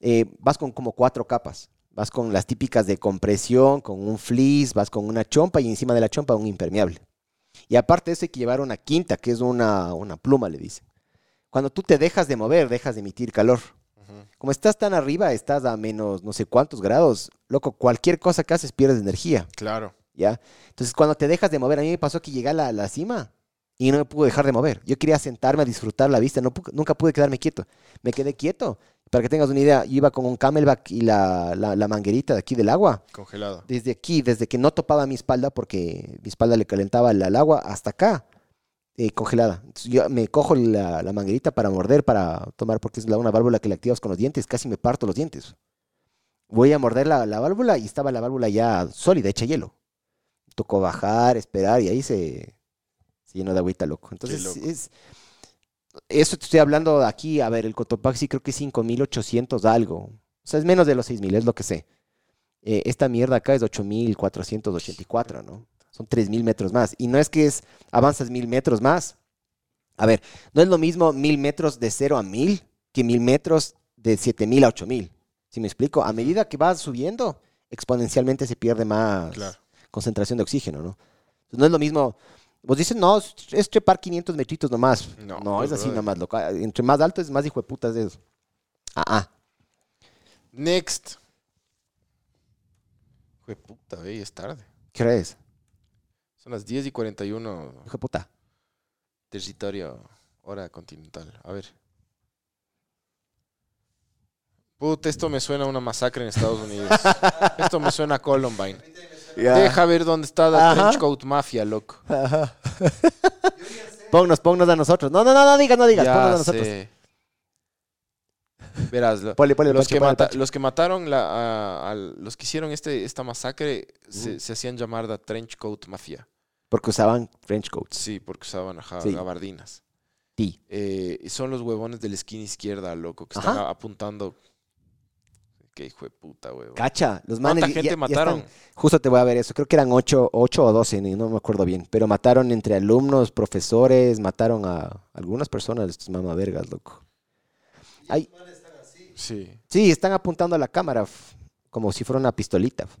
Speaker 2: Eh, vas con como cuatro capas. Vas con las típicas de compresión, con un fleece, vas con una chompa y encima de la chompa un impermeable. Y aparte de eso hay que llevar una quinta, que es una, una pluma, le dicen. Cuando tú te dejas de mover, dejas de emitir calor. Como estás tan arriba, estás a menos no sé cuántos grados, loco, cualquier cosa que haces pierdes energía,
Speaker 3: Claro.
Speaker 2: ¿ya? Entonces, cuando te dejas de mover, a mí me pasó que llegué a la, a la cima y no me pude dejar de mover. Yo quería sentarme a disfrutar la vista, no pu- nunca pude quedarme quieto. Me quedé quieto. Para que tengas una idea, yo iba con un camelback y la, la- la manguerita de aquí del agua.
Speaker 3: Congelado.
Speaker 2: Desde aquí, desde que no topaba mi espalda, porque mi espalda le calentaba el, el agua, hasta acá, eh, congelada. Entonces, yo me cojo la, la manguerita para morder, para tomar, porque es la, una válvula que la activas con los dientes, casi me parto los dientes. Voy a morder la, la válvula y estaba la válvula ya sólida, hecha hielo. Tocó bajar, esperar y ahí se, se llenó de agüita, loco. Entonces,
Speaker 3: loco.
Speaker 2: es. Eso te estoy hablando de aquí, a ver, el Cotopaxi creo que es 5.800 algo. O sea, es menos de los 6.000, es lo que sé. Eh, esta mierda acá es 8.484, ¿no? Son 3.000 metros más. Y no es que es avanzas 1.000 metros más. A ver, no es lo mismo 1.000 metros de 0 a 1.000 que 1.000 metros de 7.000 a 8.000. Si me explico, a medida que vas subiendo, exponencialmente se pierde más
Speaker 3: Claro.
Speaker 2: concentración de oxígeno, ¿no? No es lo mismo. Vos dicen, no, es- es trepar 500 metritos nomás.
Speaker 3: No,
Speaker 2: No,
Speaker 3: pues,
Speaker 2: es así
Speaker 3: brother.
Speaker 2: nomás. Loca. Entre más alto es más hijo de putas de eso. Ah, ah.
Speaker 3: Next. Hijo de puta, ve, ya es tarde.
Speaker 2: ¿Qué hora es?
Speaker 3: Son las 10 y 41,
Speaker 2: Hijo de puta.
Speaker 3: territorio, hora continental. A ver. Puta, esto me suena a una masacre en Estados Unidos. esto me suena a Columbine. Deja ver dónde está la
Speaker 2: Ajá.
Speaker 3: Trenchcoat Mafia, loco.
Speaker 2: Pónganos, pónganos a nosotros. No, no, no, no digas, no digas. Pónganos a nosotros.
Speaker 3: sé. Verás, lo-
Speaker 2: Ponle, ponle el
Speaker 3: los,
Speaker 2: parche,
Speaker 3: que
Speaker 2: ponle el
Speaker 3: mata-
Speaker 2: parche.
Speaker 3: los que mataron, la, a- a- los que hicieron este, esta masacre, se, se hacían llamar la Trenchcoat Mafia.
Speaker 2: Porque usaban French coats.
Speaker 3: Sí, porque usaban ajá,
Speaker 2: Sí.
Speaker 3: gabardinas.
Speaker 2: Sí.
Speaker 3: Eh, y son los huevones de la esquina izquierda, loco, que están
Speaker 2: Ajá.
Speaker 3: a- apuntando. Qué hijo de puta, huevo.
Speaker 2: Cacha, los manes.
Speaker 3: ¿Cuánta
Speaker 2: ya-
Speaker 3: gente
Speaker 2: ya- ya
Speaker 3: mataron?
Speaker 2: están- justo te voy a ver eso. Creo que eran 8, ocho o 12, ni- no me acuerdo bien. Pero mataron entre alumnos, profesores, mataron a algunas personas, estos mamavergas, loco. Ay,
Speaker 3: Sí.
Speaker 2: sí, están apuntando a la cámara f- como si fuera una pistolita. f.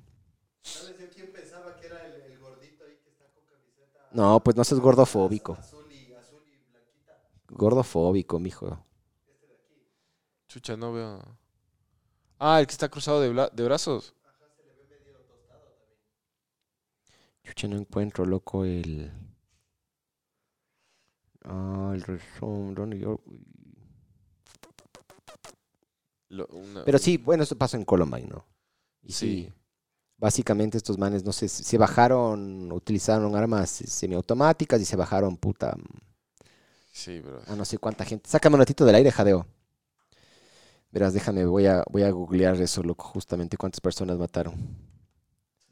Speaker 4: ¿Sabes yo quién pensaba que era el, el gordito ahí que está con camiseta
Speaker 2: No, pues no seas gordofóbico.
Speaker 4: azul y azul y blanquita?
Speaker 2: Gordofóbico, mijo.
Speaker 3: Chucha, no veo. Ah, el que está cruzado de, bla- de brazos.
Speaker 2: Chucha, no encuentro, loco, el. Ah, el resumen. ¿dónde yo?
Speaker 3: Lo- una-
Speaker 2: Pero sí, bueno, eso pasó en Columbine, ¿no? Y sí.
Speaker 3: Sí.
Speaker 2: Básicamente estos manes, no sé, se se bajaron, utilizaron armas semiautomáticas y se bajaron, puta,
Speaker 3: Sí, bro.
Speaker 2: a no sé cuánta gente. Sácame un ratito del aire, jadeo. Verás, déjame, voy a, voy a googlear eso, loco, justamente cuántas personas mataron.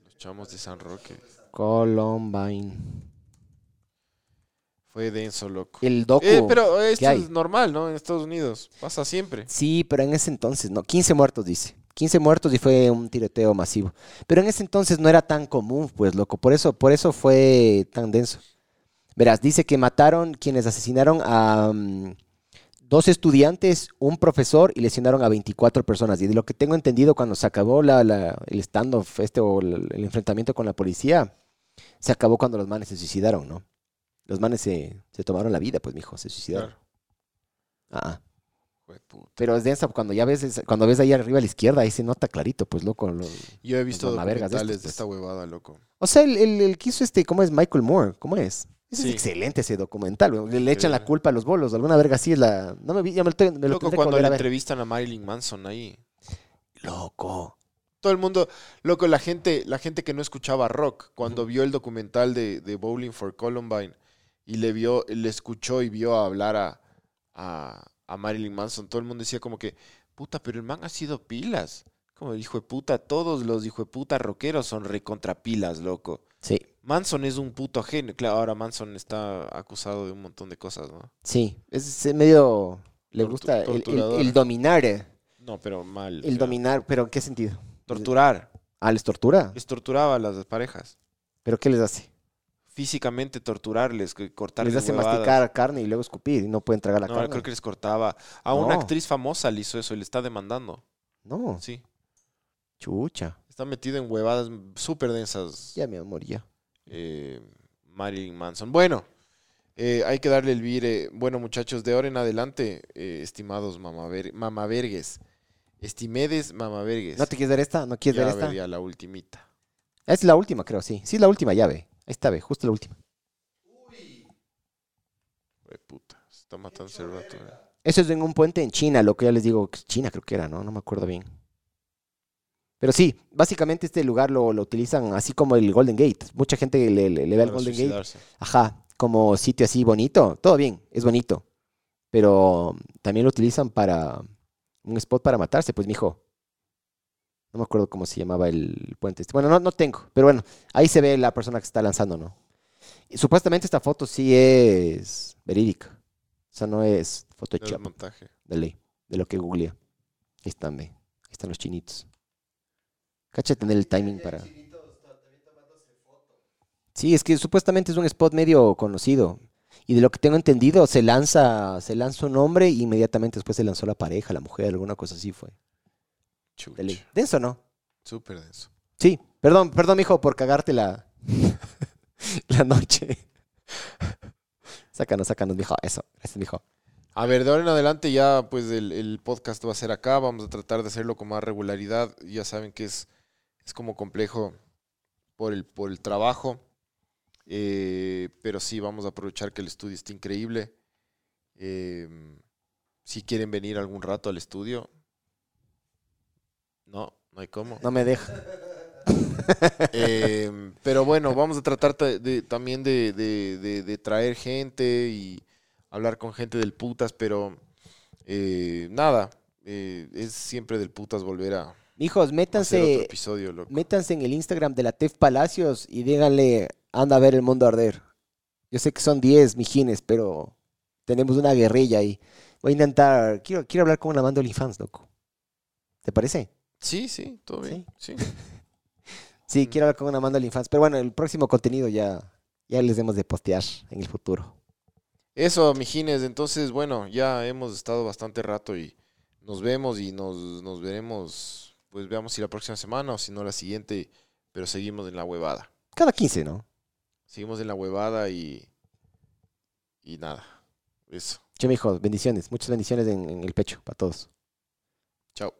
Speaker 3: Los chamos de San Roque.
Speaker 2: Columbine.
Speaker 3: Fue denso, loco.
Speaker 2: El docu.
Speaker 3: Eh, pero esto
Speaker 2: hay?
Speaker 3: es normal, ¿no? En Estados Unidos. Pasa siempre.
Speaker 2: Sí, pero en ese entonces, no, 15 muertos dice. 15 muertos y fue un tiroteo masivo. Pero en ese entonces no era tan común, pues loco, por eso, por eso fue tan denso. Verás, dice que mataron quienes asesinaron a mm, dos estudiantes, un profesor y lesionaron a 24 personas. Y de lo que tengo entendido cuando se acabó la, la- el standoff este o el, el enfrentamiento con la policía, se acabó cuando los manes se suicidaron, ¿no? Los manes se, se tomaron la vida, pues mijo, se suicidaron.
Speaker 3: Claro.
Speaker 2: Ah.
Speaker 3: Hijo de puta.
Speaker 2: Pero es densa cuando ya ves, es- cuando ves ahí arriba a la izquierda, ahí se nota clarito, pues loco. lo-
Speaker 3: Yo he visto
Speaker 2: mamavergas
Speaker 3: documentales
Speaker 2: de
Speaker 3: de
Speaker 2: estos, pues.
Speaker 3: esta huevada, loco.
Speaker 2: O sea, el, el, el que hizo este, ¿cómo es? Michael Moore, ¿cómo es? Ese
Speaker 3: Sí.
Speaker 2: Es excelente ese documental, weón. le, le echan
Speaker 3: Sí.
Speaker 2: la culpa a los bolos, alguna verga así es la... No me vi, ya me lo, te- me lo
Speaker 3: Loco,
Speaker 2: tendré que
Speaker 3: cuando
Speaker 2: volver
Speaker 3: le
Speaker 2: a ver.
Speaker 3: entrevistan a Marilyn Manson ahí.
Speaker 2: Loco.
Speaker 3: Todo el mundo, loco, la gente, la gente que no escuchaba rock, cuando vio el documental de, de Bowling for Columbine y le vio, le escuchó y vio hablar a, a, a Marilyn Manson, todo el mundo decía como que, puta, pero el man ha sido pilas. Como el hijo de puta, todos los hijo de puta rockeros son recontrapilas, loco.
Speaker 2: Sí,
Speaker 3: Manson es un puto genio. Claro, ahora Manson está acusado de un montón de cosas, ¿no?
Speaker 2: sí. Es es medio. Le
Speaker 3: Tortu-
Speaker 2: gusta el, el-
Speaker 3: torturador.
Speaker 2: el dominar. eh.
Speaker 3: No, pero mal. o
Speaker 2: El
Speaker 3: sea,
Speaker 2: dominar, pero ¿en qué sentido?
Speaker 3: Torturar.
Speaker 2: Ah, les tortura.
Speaker 3: Les torturaba a las parejas.
Speaker 2: ¿Pero qué les hace?
Speaker 3: Físicamente torturarles, que- cortarles
Speaker 2: Les hace
Speaker 3: huevadas.
Speaker 2: masticar carne y luego escupir y no pueden tragar la
Speaker 3: No,
Speaker 2: carne.
Speaker 3: creo que les cortaba. A una
Speaker 2: No.
Speaker 3: actriz famosa le hizo eso y le está demandando.
Speaker 2: No,
Speaker 3: Sí.
Speaker 2: chucha.
Speaker 3: Está metida en huevadas súper densas.
Speaker 2: Ya mi amor, ya.
Speaker 3: eh, Marilyn Manson. Bueno, eh, hay que darle el vire. Bueno, muchachos, de ahora en adelante, eh, estimados mamaver- mamavergues. Estimedes mamavergues.
Speaker 2: ¿No te quieres dar esta? ¿No quieres
Speaker 3: Ya,
Speaker 2: dar
Speaker 3: a
Speaker 2: esta?
Speaker 3: ver, ya la ultimita.
Speaker 2: Es la última, creo, sí. Sí, es la última llave. Ahí está, ve, justo la última.
Speaker 3: Hue puta, se está matando ese rato. eh.
Speaker 2: Eso es en un puente en China, lo que ya les digo, que es China creo que era, ¿no? No me acuerdo bien. Pero sí, básicamente este lugar lo, lo utilizan así como el Golden Gate. Mucha gente le, le- le ve al
Speaker 3: Para
Speaker 2: Golden Gate.
Speaker 3: suicidarse.
Speaker 2: Ajá, como sitio así bonito. Todo bien, es bonito. Pero también lo utilizan para un spot para matarse, pues, mijo. No me acuerdo cómo se llamaba el puente. este. Bueno, no, no tengo. Pero bueno, ahí se ve la persona que está lanzando, ¿no? Y supuestamente esta foto sí es verídica. O sea, no es
Speaker 3: El
Speaker 2: Photoshop
Speaker 3: montaje.
Speaker 2: de ley, de lo que googleé. Ahí están, ve. Ahí están los chinitos. Cacha tener el timing para. Sí, es que supuestamente es un spot medio conocido. Y de lo que tengo entendido, se lanza, se lanza un hombre y inmediatamente después se lanzó la pareja, la mujer, alguna cosa así fue. De ley.
Speaker 3: Chucha,
Speaker 2: ¿Denso o no?
Speaker 3: Súper denso.
Speaker 2: Sí. Perdón, perdón, mijo, por cagarte la, la noche. sácanos, sácanos, mijo. Eso, gracias, mijo.
Speaker 3: A ver, de ahora en adelante ya pues el, el podcast va a ser acá, vamos a tratar de hacerlo con más regularidad, ya saben que es, es como complejo por el, por el trabajo, Eh, pero sí, vamos a aprovechar que el estudio está increíble. Eh, si quieren venir algún rato al estudio, no, no hay cómo.
Speaker 2: No me deja.
Speaker 3: Eh, pero bueno, vamos a tratar ta- de- también de, de- de- de traer gente y hablar con gente del putas, pero eh, nada, eh, es siempre del putas volver a
Speaker 2: Mijos,
Speaker 3: hacer otro
Speaker 2: métanse,
Speaker 3: episodio, loco.
Speaker 2: métanse en el Instagram de la Tef Palacios y díganle, anda a ver el mundo arder. Yo sé que son 10 mijines, pero tenemos una guerrilla ahí. Voy a intentar, quiero, quiero hablar con una banda de OnlyFans, loco. ¿Te parece?
Speaker 3: Sí, sí, todo bien. Sí.
Speaker 2: Sí, quiero hablar con una banda de OnlyFans. Pero bueno, el próximo contenido ya, ya les demos de postear en el futuro.
Speaker 3: Eso, mijines, entonces bueno, ya hemos estado bastante rato y nos vemos y nos, nos veremos, pues veamos si la próxima semana o si no la siguiente, pero seguimos en la huevada.
Speaker 2: Cada 15, ¿no?
Speaker 3: Seguimos en la huevada y. Y nada. Eso.
Speaker 2: Che, mijos, bendiciones. Muchas bendiciones en- en el pecho para todos.
Speaker 3: Chao.